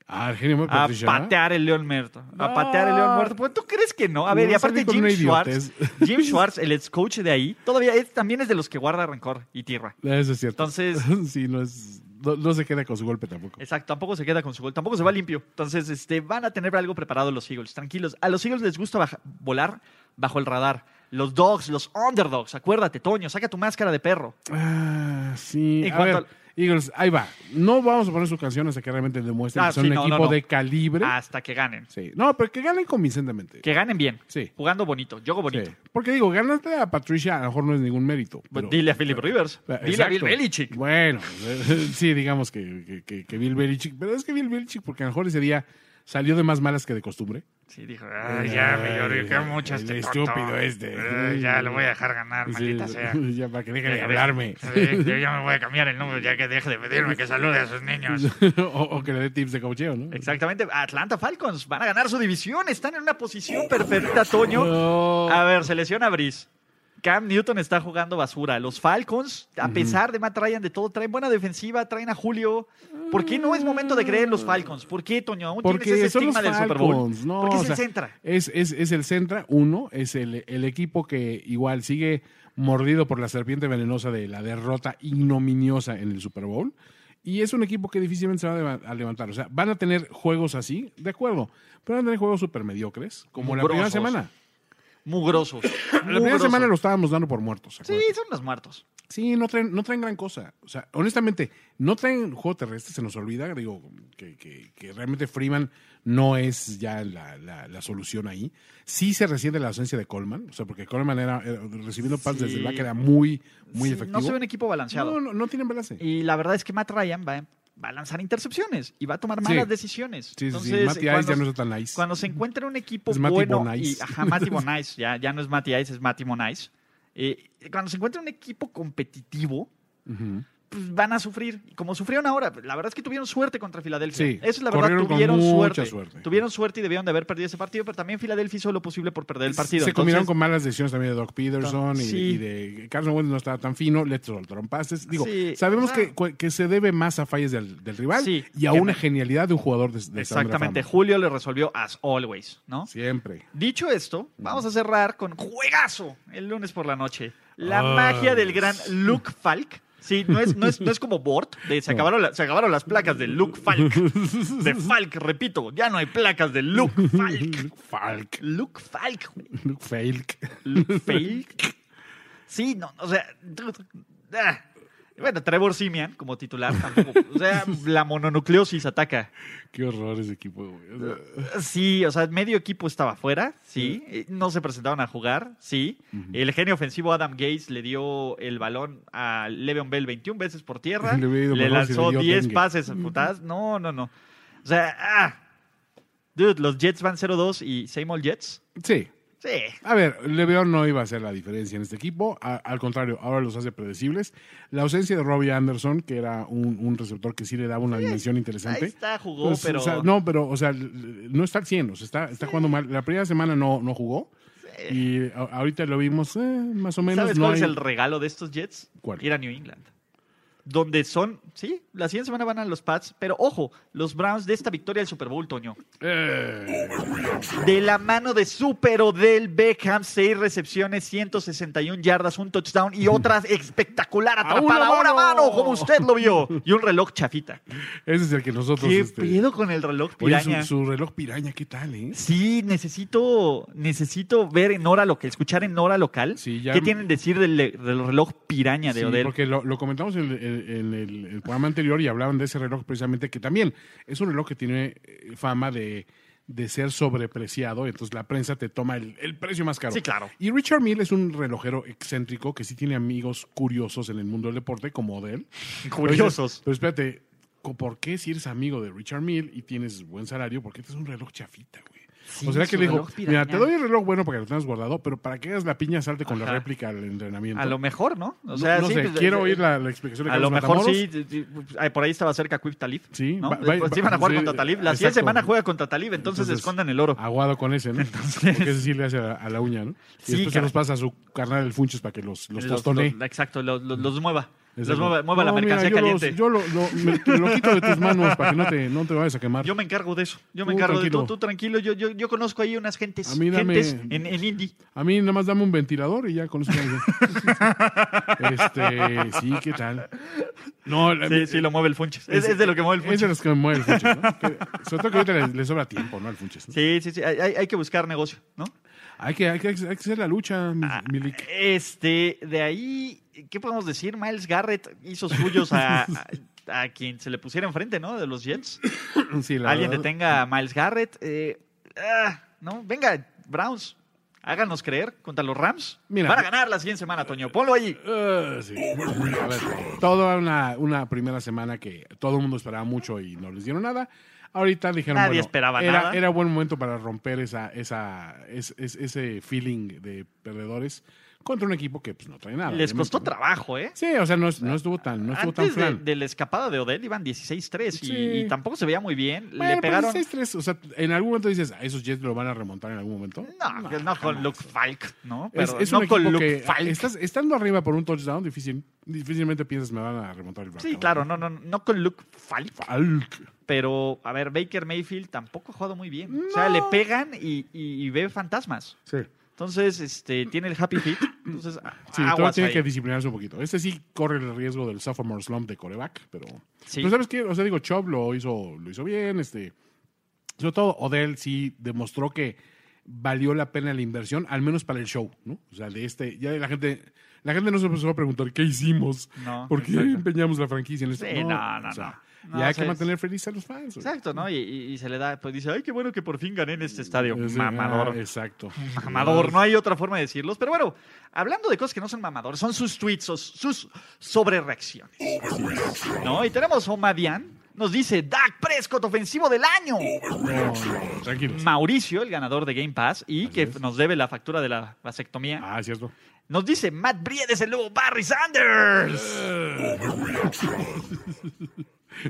Speaker 5: Ah, Argenio Matt
Speaker 4: A
Speaker 5: Patricia.
Speaker 4: patear el león muerto. A
Speaker 5: No.
Speaker 4: patear el león muerto. Pues, ¿Tú crees que no? A ver,
Speaker 5: No
Speaker 4: y aparte
Speaker 5: salí con
Speaker 4: Jim
Speaker 5: una
Speaker 4: Schwartz.
Speaker 5: idiotez.
Speaker 4: Jim Schwartz, el ex coach de ahí, todavía es- también es de los que guarda rencor y tierra.
Speaker 5: Eso es cierto.
Speaker 4: Entonces,
Speaker 5: sí, no, es, no, no se queda con su golpe tampoco.
Speaker 4: exacto, tampoco se queda con su gol, tampoco se va limpio. Entonces, este, van a tener algo preparado los Eagles, tranquilos. A los Eagles les gusta baja- volar bajo el radar. Los dogs, los underdogs, acuérdate, Toño, saca tu máscara de perro.
Speaker 5: Ah, sí.
Speaker 4: En
Speaker 5: a
Speaker 4: cuanto
Speaker 5: ver, Eagles, ahí va. No vamos a poner su canción hasta que realmente demuestren
Speaker 4: Ah,
Speaker 5: que son
Speaker 4: sí,
Speaker 5: un
Speaker 4: no, no,
Speaker 5: equipo
Speaker 4: no. Ah,
Speaker 5: de calibre.
Speaker 4: Hasta que ganen.
Speaker 5: Sí. No, pero que ganen convincentemente.
Speaker 4: Que ganen bien.
Speaker 5: Sí.
Speaker 4: Jugando bonito, juego bonito. Pues
Speaker 5: Sí. Porque digo, ganarte a Patricia a lo mejor no es ningún mérito. pero-
Speaker 4: Dile a Philip Rivers.
Speaker 5: Eh,
Speaker 4: Dile a Bill
Speaker 5: exacto.
Speaker 4: Belichick.
Speaker 5: Bueno, sí, digamos que, que- que- que Bill Belichick. Pero es que Bill Belichick, porque a lo mejor ese día salió de más malas que de costumbre. Eh,
Speaker 4: Sí, dijo, "Ay, Pues ya me lloré, qué mucho
Speaker 5: El
Speaker 4: este
Speaker 5: estúpido
Speaker 4: tonto.
Speaker 5: este.
Speaker 4: Ay, Eh, ya lo voy a dejar ganar, maldita
Speaker 5: Sí,
Speaker 4: sea.
Speaker 5: Ya para que deje de hablarme.
Speaker 4: Sí, yo ya me voy a cambiar el número, ya que deje de pedirme que salude a sus niños.
Speaker 5: o, o que le dé tips de cocheo, ¿no?
Speaker 4: Exactamente, Atlanta Falcons van a ganar su división, están en una posición perfecta, Toño.
Speaker 5: No.
Speaker 4: A ver, se lesiona Brice. Cam Newton está jugando basura. Los Falcons, a pesar de Matt Ryan, de todo, traen buena defensiva, traen a Julio. ¿Por qué no es momento de creer en los Falcons? ¿Por qué, Toño? ¿Aún tienes
Speaker 5: Porque
Speaker 4: ese
Speaker 5: son los
Speaker 4: estigma del Super Bowl?
Speaker 5: Falcons. No,
Speaker 4: Porque
Speaker 5: o
Speaker 4: es el
Speaker 5: sea,
Speaker 4: centra.
Speaker 5: Es, es, es el Centra, uno. Es el, el equipo que igual sigue mordido por la serpiente venenosa de la derrota ignominiosa en el Super Bowl. Y es un equipo que difícilmente se va a leva- a levantar. O sea, van a tener juegos así, de acuerdo. Pero van a tener juegos súper mediocres, como la primera
Speaker 4: Mugrosos.
Speaker 5: semana.
Speaker 4: Mugrosos.
Speaker 5: La primera semana lo estábamos dando por muertos. ¿se
Speaker 4: Sí,
Speaker 5: acuerdan?
Speaker 4: son los muertos.
Speaker 5: Sí, no traen, no traen gran cosa. O sea, honestamente, no traen juego terrestre, se nos olvida, digo, que, que- que realmente Freeman no es ya la, la- la solución ahí. Sí se resiente la ausencia de Coleman, o sea, porque Coleman era, era- recibiendo pases
Speaker 4: Sí.
Speaker 5: desde el back era muy, muy
Speaker 4: Sí,
Speaker 5: efectivo.
Speaker 4: No se ve un equipo balanceado.
Speaker 5: no, no, no tienen balance.
Speaker 4: Y la verdad es que Matt Ryan va, va a lanzar intercepciones y va a tomar
Speaker 5: Sí.
Speaker 4: malas decisiones.
Speaker 5: Sí, sí, sí.
Speaker 4: Entonces,
Speaker 5: Matty Ice
Speaker 4: cuando-
Speaker 5: ya no está tan nice.
Speaker 4: Cuando se encuentra un equipo
Speaker 5: Es Matty
Speaker 4: bueno
Speaker 5: Bonice.
Speaker 4: y ajá, Matty Bonice, ya, ya no es Matty Ice, es Matty Bonice. Eh, cuando se encuentra un equipo competitivo,
Speaker 5: Ujú.
Speaker 4: pues van a sufrir. Y Como sufrieron ahora, la verdad es que tuvieron suerte contra Filadelfia.
Speaker 5: Sí,
Speaker 4: Eso es la verdad,
Speaker 5: corrieron con
Speaker 4: tuvieron
Speaker 5: mucha
Speaker 4: suerte.
Speaker 5: suerte.
Speaker 4: Tuvieron suerte y debieron de haber perdido ese partido, pero también Filadelfia hizo lo posible por perder el partido.
Speaker 5: Se comieron
Speaker 4: Entonces,
Speaker 5: con malas decisiones también de Doc Peterson y,
Speaker 4: Sí.
Speaker 5: y de Carson Wentz no estaba tan fino, le soltaron pases. Digo,
Speaker 4: Sí,
Speaker 5: sabemos
Speaker 4: o
Speaker 5: que,
Speaker 4: sea-
Speaker 5: cu- que se debe más a fallas del, del rival
Speaker 4: Sí,
Speaker 5: y a
Speaker 4: que
Speaker 5: una
Speaker 4: no.
Speaker 5: genialidad de un jugador de, de Sandra
Speaker 4: Exactamente,
Speaker 5: Fama.
Speaker 4: Julio le resolvió as always, ¿no?
Speaker 5: Siempre.
Speaker 4: Dicho esto, vamos a cerrar con juegazo el lunes por la noche. La
Speaker 5: Ay.
Speaker 4: magia del gran Luke Falk. Sí, no es, no es, no es como Bort, de se, acabaron la- se acabaron las placas de Luke Falk. De Falk, repito, ya no hay placas de Luke Falk.
Speaker 5: Falk.
Speaker 4: Luke Falk, güey.
Speaker 5: Luke Falk.
Speaker 4: Luke Falk. Sí, no, o sea. tú- tú- ah. Bueno, Trevor Simian como titular tampoco. O sea, la mononucleosis ataca.
Speaker 5: Qué horror ese equipo, güey. O sea,
Speaker 4: Sí, o sea, medio equipo estaba afuera, sí. Eh, No se presentaron a jugar, sí. El genio ofensivo Adam Gates le dio el balón a Le'Veon Bell 21 veces por tierra.
Speaker 5: Le hubiera ido
Speaker 4: Le
Speaker 5: mejor si
Speaker 4: lanzó
Speaker 5: le dio
Speaker 4: 10
Speaker 5: dengue.
Speaker 4: pases putadas. No, no, no. O sea, ah. Dude, los Jets van 0-2 y same old Jets.
Speaker 5: sí.
Speaker 4: Sí.
Speaker 5: A ver, Le'Veon no iba a hacer la diferencia en este equipo. A- al contrario, ahora los hace predecibles. La ausencia de Robbie Anderson, que era un, un receptor que sí le daba una dimensión interesante.
Speaker 4: Ahí está, jugó,
Speaker 5: Pues,
Speaker 4: pero
Speaker 5: o sea, no, pero, o sea, l- l- no está al 100. O sea, está, está jugando mal. La primera semana no, no jugó. Y a- ahorita lo vimos eh, más o menos.
Speaker 4: ¿sabes
Speaker 5: no
Speaker 4: cuál es
Speaker 5: hay-
Speaker 4: el regalo de estos Jets?
Speaker 5: ¿Cuál?
Speaker 4: Ir a New England. donde son, sí, la siguiente semana van a los Pats, pero ojo, los Browns de esta victoria del Super Bowl, Toño.
Speaker 5: Eh.
Speaker 4: De la mano de Super Odell Beckham, seis recepciones, 161 yardas, un touchdown y otra espectacular atrapada a una mano, como usted lo vio, y un reloj chafita.
Speaker 5: Ese es el que nosotros.
Speaker 4: ¿Qué
Speaker 5: este,
Speaker 4: pedo con el reloj
Speaker 5: oye,
Speaker 4: piraña?
Speaker 5: su, su reloj piraña, ¿qué tal, eh?
Speaker 4: Sí, necesito, necesito ver en hora local, escuchar en hora local
Speaker 5: Sí, ya-
Speaker 4: qué tienen que decir del, del reloj piraña de
Speaker 5: Sí,
Speaker 4: Odell.
Speaker 5: porque lo, lo comentamos en el, en el- el programa anterior y hablaban de ese reloj precisamente, que también es un reloj que tiene eh, fama de, de ser sobrepreciado, entonces la prensa te toma el, el precio más caro.
Speaker 4: Sí, claro.
Speaker 5: Y Richard Mill es un relojero excéntrico que sí tiene amigos curiosos en el mundo del deporte, como Odell.
Speaker 4: Curiosos.
Speaker 5: Pero, dices, pero espérate, co- ¿por qué si eres amigo de Richard Mill y tienes buen salario, por qué te es un reloj chafita, güey?
Speaker 4: Sí,
Speaker 5: o será que
Speaker 4: su
Speaker 5: le dijo,
Speaker 4: reloj piraña.
Speaker 5: mira, te doy el reloj bueno para que lo tengas guardado, pero para que hagas la piña salte con la
Speaker 4: Ajá.
Speaker 5: réplica al entrenamiento.
Speaker 4: A lo mejor, ¿no? O
Speaker 5: No-
Speaker 4: sea,
Speaker 5: no
Speaker 4: sí,
Speaker 5: sé,
Speaker 4: pues,
Speaker 5: quiero
Speaker 4: eh,
Speaker 5: oír la, la explicación de
Speaker 4: A lo
Speaker 5: Carlos
Speaker 4: mejor
Speaker 5: Matamoros.
Speaker 4: sí, sí, sí, ay, por ahí estaba cerca Quick Talib.
Speaker 5: Sí,
Speaker 4: ¿no?
Speaker 5: va-
Speaker 4: Después
Speaker 5: va-
Speaker 4: sí van a jugar
Speaker 5: sí,
Speaker 4: contra Talib. La
Speaker 5: exacto. ah,
Speaker 4: siguiente semana juega contra Talib, entonces, escondan el oro.
Speaker 5: Aguado con ese, ¿no? Porque ese sí le hace a, a la uña, ¿no? Y
Speaker 4: Sí,
Speaker 5: después se
Speaker 4: caray.
Speaker 5: los pasa a su carnal el Funches para que los, los,
Speaker 4: Los-
Speaker 5: tostone.
Speaker 4: los- exacto, los, los- los mueva.
Speaker 5: Es
Speaker 4: Los
Speaker 5: algo.
Speaker 4: mueva, mueva la
Speaker 5: No, mira,
Speaker 4: mercancía
Speaker 5: yo los-
Speaker 4: caliente. yo,
Speaker 5: yo lo, lo- me- te lo quito de tus manos para que no te, no te vayas a quemar.
Speaker 4: me encargo de eso. Yo me
Speaker 5: Tú
Speaker 4: encargo de
Speaker 5: Uh, tranquilo.
Speaker 4: todo. Tú tranquilo. Yo, yo, yo conozco ahí unas gentes,
Speaker 5: A mí dame-
Speaker 4: gentes en, en Indy.
Speaker 5: A mí nada más dame un ventilador y ya con eso me voy. Este, sí, ¿qué tal? No, la-
Speaker 4: Sí, sí, lo mueve el Funches. Es, es de lo que mueve el
Speaker 5: Es de
Speaker 4: Funches.
Speaker 5: los que me mueve el Funches, ¿no? Que- sobre todo que ahorita le, le sobra tiempo, ¿no? Al Funches. ¿no?
Speaker 4: Sí, sí, sí. Hay, hay- hay que buscar negocio, ¿no?
Speaker 5: Hay, que, hay, que, hay que hacer la lucha, mi-
Speaker 4: Ah,
Speaker 5: Milik.
Speaker 4: Este, de ahí, ¿qué podemos decir? Miles Garrett hizo suyos a, a- a quien se le pusiera enfrente, ¿no? De los Jets.
Speaker 5: Sí, la
Speaker 4: Alguien
Speaker 5: verdad.
Speaker 4: detenga a Miles Garrett. eh, ah, no, venga, Browns. Háganos creer contra los Rams.
Speaker 5: Mira,
Speaker 4: Van a ganar la siguiente semana, Toño. Ponlo ahí.
Speaker 5: Ah, sí. A ver, toda una, una primera semana que todo el mundo esperaba mucho y no les dieron nada. Ahorita dijeron
Speaker 4: Nadie
Speaker 5: bueno,
Speaker 4: esperaba
Speaker 5: era,
Speaker 4: nada.
Speaker 5: era buen momento para romper esa, esa, es- es- ese feeling de perdedores contra un equipo que pues, no trae nada.
Speaker 4: Les costó
Speaker 5: obviamente, ¿no?
Speaker 4: trabajo, ¿eh?
Speaker 5: Sí, o sea, no, es- no estuvo tan, no estuvo tan
Speaker 4: Antes de,
Speaker 5: flan.
Speaker 4: de la escapada de Odell iban 16-3 y-
Speaker 5: Sí.
Speaker 4: y, tampoco se veía muy bien.
Speaker 5: Bueno,
Speaker 4: Le
Speaker 5: pero
Speaker 4: pegaron.
Speaker 5: 16-3, o sea, en algún momento dices, ¿a esos Jets lo van a remontar en algún momento?
Speaker 4: No, no, con Luke Falk, ¿no?
Speaker 5: Es,
Speaker 4: Pero
Speaker 5: es
Speaker 4: no
Speaker 5: un
Speaker 4: con
Speaker 5: equipo
Speaker 4: Luke
Speaker 5: que
Speaker 4: Falk.
Speaker 5: estás, estando arriba por un touchdown, difícil, difícilmente piensas me van a remontar el
Speaker 4: Sí,
Speaker 5: marcador".
Speaker 4: claro, no, no, no con Luke Falk.
Speaker 5: Falk.
Speaker 4: Pero, a ver, Baker Mayfield tampoco ha jugado muy bien. O sea, le pegan y, y- y ve fantasmas.
Speaker 5: Sí.
Speaker 4: Entonces, este, tiene el happy hit. Entonces,
Speaker 5: Sí, todavía
Speaker 4: aguas
Speaker 5: tiene
Speaker 4: ahí.
Speaker 5: que disciplinarse un poquito. Este sí corre el riesgo del sophomore slump de coreback, pero.
Speaker 4: Sí.
Speaker 5: Pero ¿sabes qué? O sea, digo, Chubb lo hizo, lo hizo bien. Este, sobre todo, Odell sí demostró que valió la pena la inversión, al menos para el show, ¿no? O sea, de este. Ya la gente. La gente no se empezó a preguntar qué hicimos,
Speaker 4: No,
Speaker 5: por qué
Speaker 4: exacto.
Speaker 5: empeñamos la franquicia en esto.
Speaker 4: Sí, no, no, no.
Speaker 5: Y
Speaker 4: No,
Speaker 5: hay
Speaker 4: o sea,
Speaker 5: que
Speaker 4: es-
Speaker 5: mantener feliz a los fans. güey.
Speaker 4: Exacto, ¿no? Y, y- y se le da, pues dice, ay, qué bueno que por fin gané en este estadio.
Speaker 5: Ese-
Speaker 4: mamador.
Speaker 5: ah, exacto.
Speaker 4: Mamador, no hay otra forma de decirlos. Pero bueno, hablando de cosas que no son mamador, son sus tweets, sus, sus sobrereacciones. ¿No? Y tenemos a Omadian, nos dice, Dak Prescott, ofensivo del año.
Speaker 5: No, no, Oh, tranquilos.
Speaker 4: Mauricio, el ganador de Game Pass y que nos debe la factura de la vasectomía.
Speaker 5: Ah, cierto.
Speaker 4: Nos dice Matt Briedes, el nuevo Barry Sanders.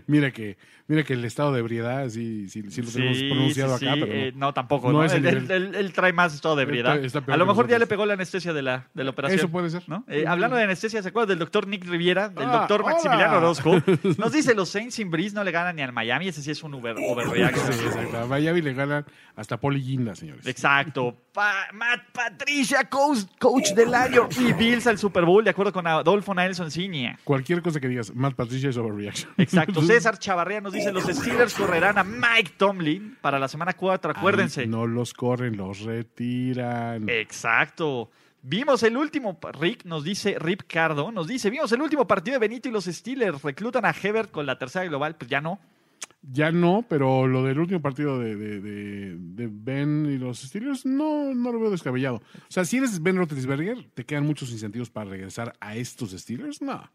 Speaker 5: Mira que, mira que el estado de ebriedad sí, sí, sí lo
Speaker 4: Sí,
Speaker 5: tenemos pronunciado
Speaker 4: sí,
Speaker 5: acá,
Speaker 4: sí,
Speaker 5: pero no.
Speaker 4: eh, no, tampoco.
Speaker 5: No
Speaker 4: ¿no?
Speaker 5: es el
Speaker 4: Él, él-
Speaker 5: nivel.
Speaker 4: él- él trae más estado de ebriedad.
Speaker 5: Está- está peor
Speaker 4: a lo
Speaker 5: que
Speaker 4: mejor ya
Speaker 5: nosotros.
Speaker 4: le pegó la anestesia de la, de la operación.
Speaker 5: Eso puede ser.
Speaker 4: ¿no? Eh, hablando de anestesia, ¿se acuerdan del doctor Nick Riviera? Del
Speaker 5: Ah,
Speaker 4: doctor
Speaker 5: hola.
Speaker 4: Maximiliano Orozco. Nos dice, los Saints sin Breeze no le ganan ni al Miami. Ese sí es un over, overreaction.
Speaker 5: Sí, exacto. A Miami le ganan hasta Poli Guinda, señores.
Speaker 4: Exacto. Pa- Matt Patricia, coach, coach del año. Y Bills al Super Bowl, de acuerdo con Adolfo Nelson Cinia.
Speaker 5: Cualquier cosa que digas, Matt Patricia es overreaction.
Speaker 4: Exacto. César Chavarría nos dice, los Steelers correrán a Mike Tomlin para la semana 4, acuérdense.
Speaker 5: Ay, No los corren, los retiran.
Speaker 4: Eh. Exacto. Vimos el último, pa- Rick nos dice, Rip Cardo nos dice, vimos el último partido de Benito y los Steelers reclutan a Hebert con la tercera global, pues ya no.
Speaker 5: Ya no, pero lo del último partido de, de- de- de Ben y los Steelers, no, no lo veo descabellado. O sea, si eres Ben Roethlisberger, ¿te quedan muchos incentivos para regresar a estos Steelers? No.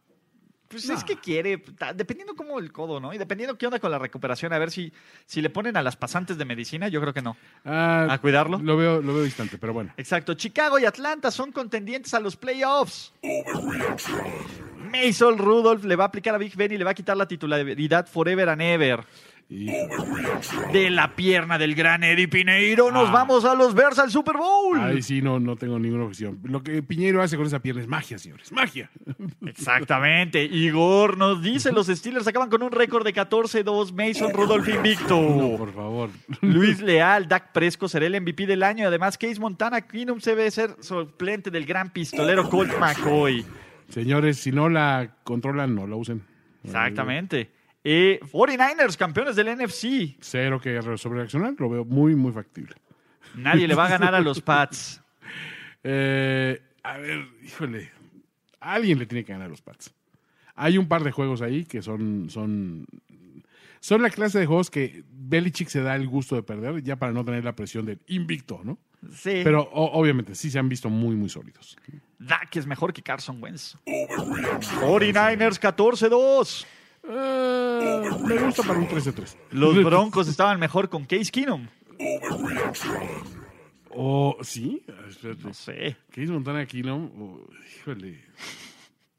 Speaker 4: Pues
Speaker 5: No.
Speaker 4: es que quiere, ta- dependiendo cómo el codo, ¿no? Y dependiendo qué onda con la recuperación, a ver si, si le ponen a las pasantes de medicina, yo creo que no.
Speaker 5: Ah,
Speaker 4: ¿A cuidarlo?
Speaker 5: Lo veo, lo veo distante, pero bueno.
Speaker 4: Exacto. Chicago y Atlanta son contendientes a los playoffs. Mason Rudolph le va a aplicar a Big Ben y le va a quitar la titularidad forever and ever. De la pierna del gran Eddie Pineiro, nos vamos a los Bears al Super Bowl.
Speaker 5: Ah. Ay, sí, no, no tengo ninguna objeción. Lo que Piñeiro hace con esa pierna es magia, señores. Magia.
Speaker 4: Exactamente. Igor nos dice, los Steelers acaban con un récord de 14-2, Mason Rudolph
Speaker 5: No,
Speaker 4: invicto.
Speaker 5: por favor.
Speaker 4: Luis Leal, Dak Presco será el MVP del año. Además, Case Montana Keenum se debe ser suplente del gran pistolero Colt McCoy.
Speaker 5: Señores, si no la controlan, no la usen.
Speaker 4: Exactamente. Eh, 49ers, campeones del NFC.
Speaker 5: Cero que sobrereaccionar, lo veo muy, muy factible.
Speaker 4: Nadie le va a ganar a los Pats.
Speaker 5: Eh, a ver, híjole. Alguien le tiene que ganar a los Pats. Hay un par de juegos ahí que son, son, son la clase de juegos que Belichick se da el gusto de perder ya para no tener la presión del invicto, ¿no?
Speaker 4: Sí.
Speaker 5: Pero o- obviamente sí se han visto muy, muy sólidos.
Speaker 4: Dak es mejor que Carson Wentz. 49ers 14-2.
Speaker 5: Eh, me gusta para un 3-3.
Speaker 4: Los Broncos estaban mejor con Case Keenum.
Speaker 5: O sí, espérate.
Speaker 4: No sé.
Speaker 5: ¿Qué dice Montana aquí, no? O- híjole.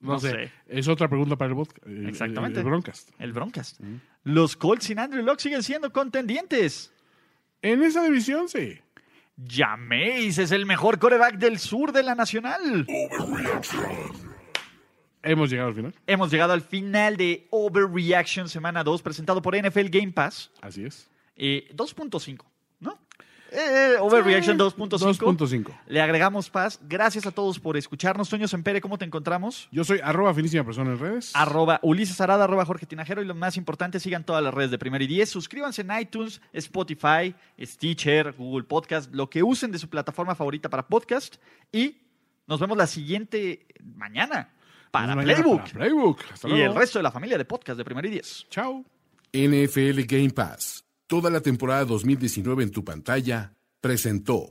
Speaker 5: No,
Speaker 4: No
Speaker 5: sé.
Speaker 4: sé.
Speaker 5: Es otra pregunta para el podcast.
Speaker 4: Exactamente.
Speaker 5: El, Broncast.
Speaker 4: El Broncas. Los Colts sin Andrew Locke siguen siendo contendientes.
Speaker 5: En esa división, sí.
Speaker 4: Jameis es el mejor coreback del sur de la nacional.
Speaker 5: Hemos llegado al final.
Speaker 4: Hemos llegado al final de Overreaction Semana 2, presentado por NFL Game Pass.
Speaker 5: Así es.
Speaker 4: Eh, 2.5, ¿no? Eh, eh, Overreaction 2.5.
Speaker 5: 2.5.
Speaker 4: Le agregamos paz. Gracias a todos por escucharnos. Toño Sempere, ¿cómo te encontramos?
Speaker 5: Yo soy arroba finísima persona en redes.
Speaker 4: Arroba Ulises Arada, arroba Jorge Tinajero. Y lo más importante, sigan todas las redes de Primero y Diez. Suscríbanse en iTunes, Spotify, Stitcher, Google Podcast, lo que usen de su plataforma favorita para podcast. Y nos vemos la siguiente mañana para
Speaker 5: Nos vemos mañana
Speaker 4: Playbook.
Speaker 5: para Playbook. Hasta
Speaker 4: y el
Speaker 5: luego.
Speaker 4: resto de la familia de podcast de Primero y Diez.
Speaker 5: Chao.
Speaker 1: NFL Game Pass, toda la temporada 2019 en tu pantalla, presentó.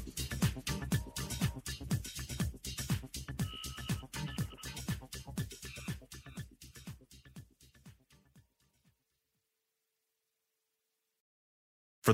Speaker 9: For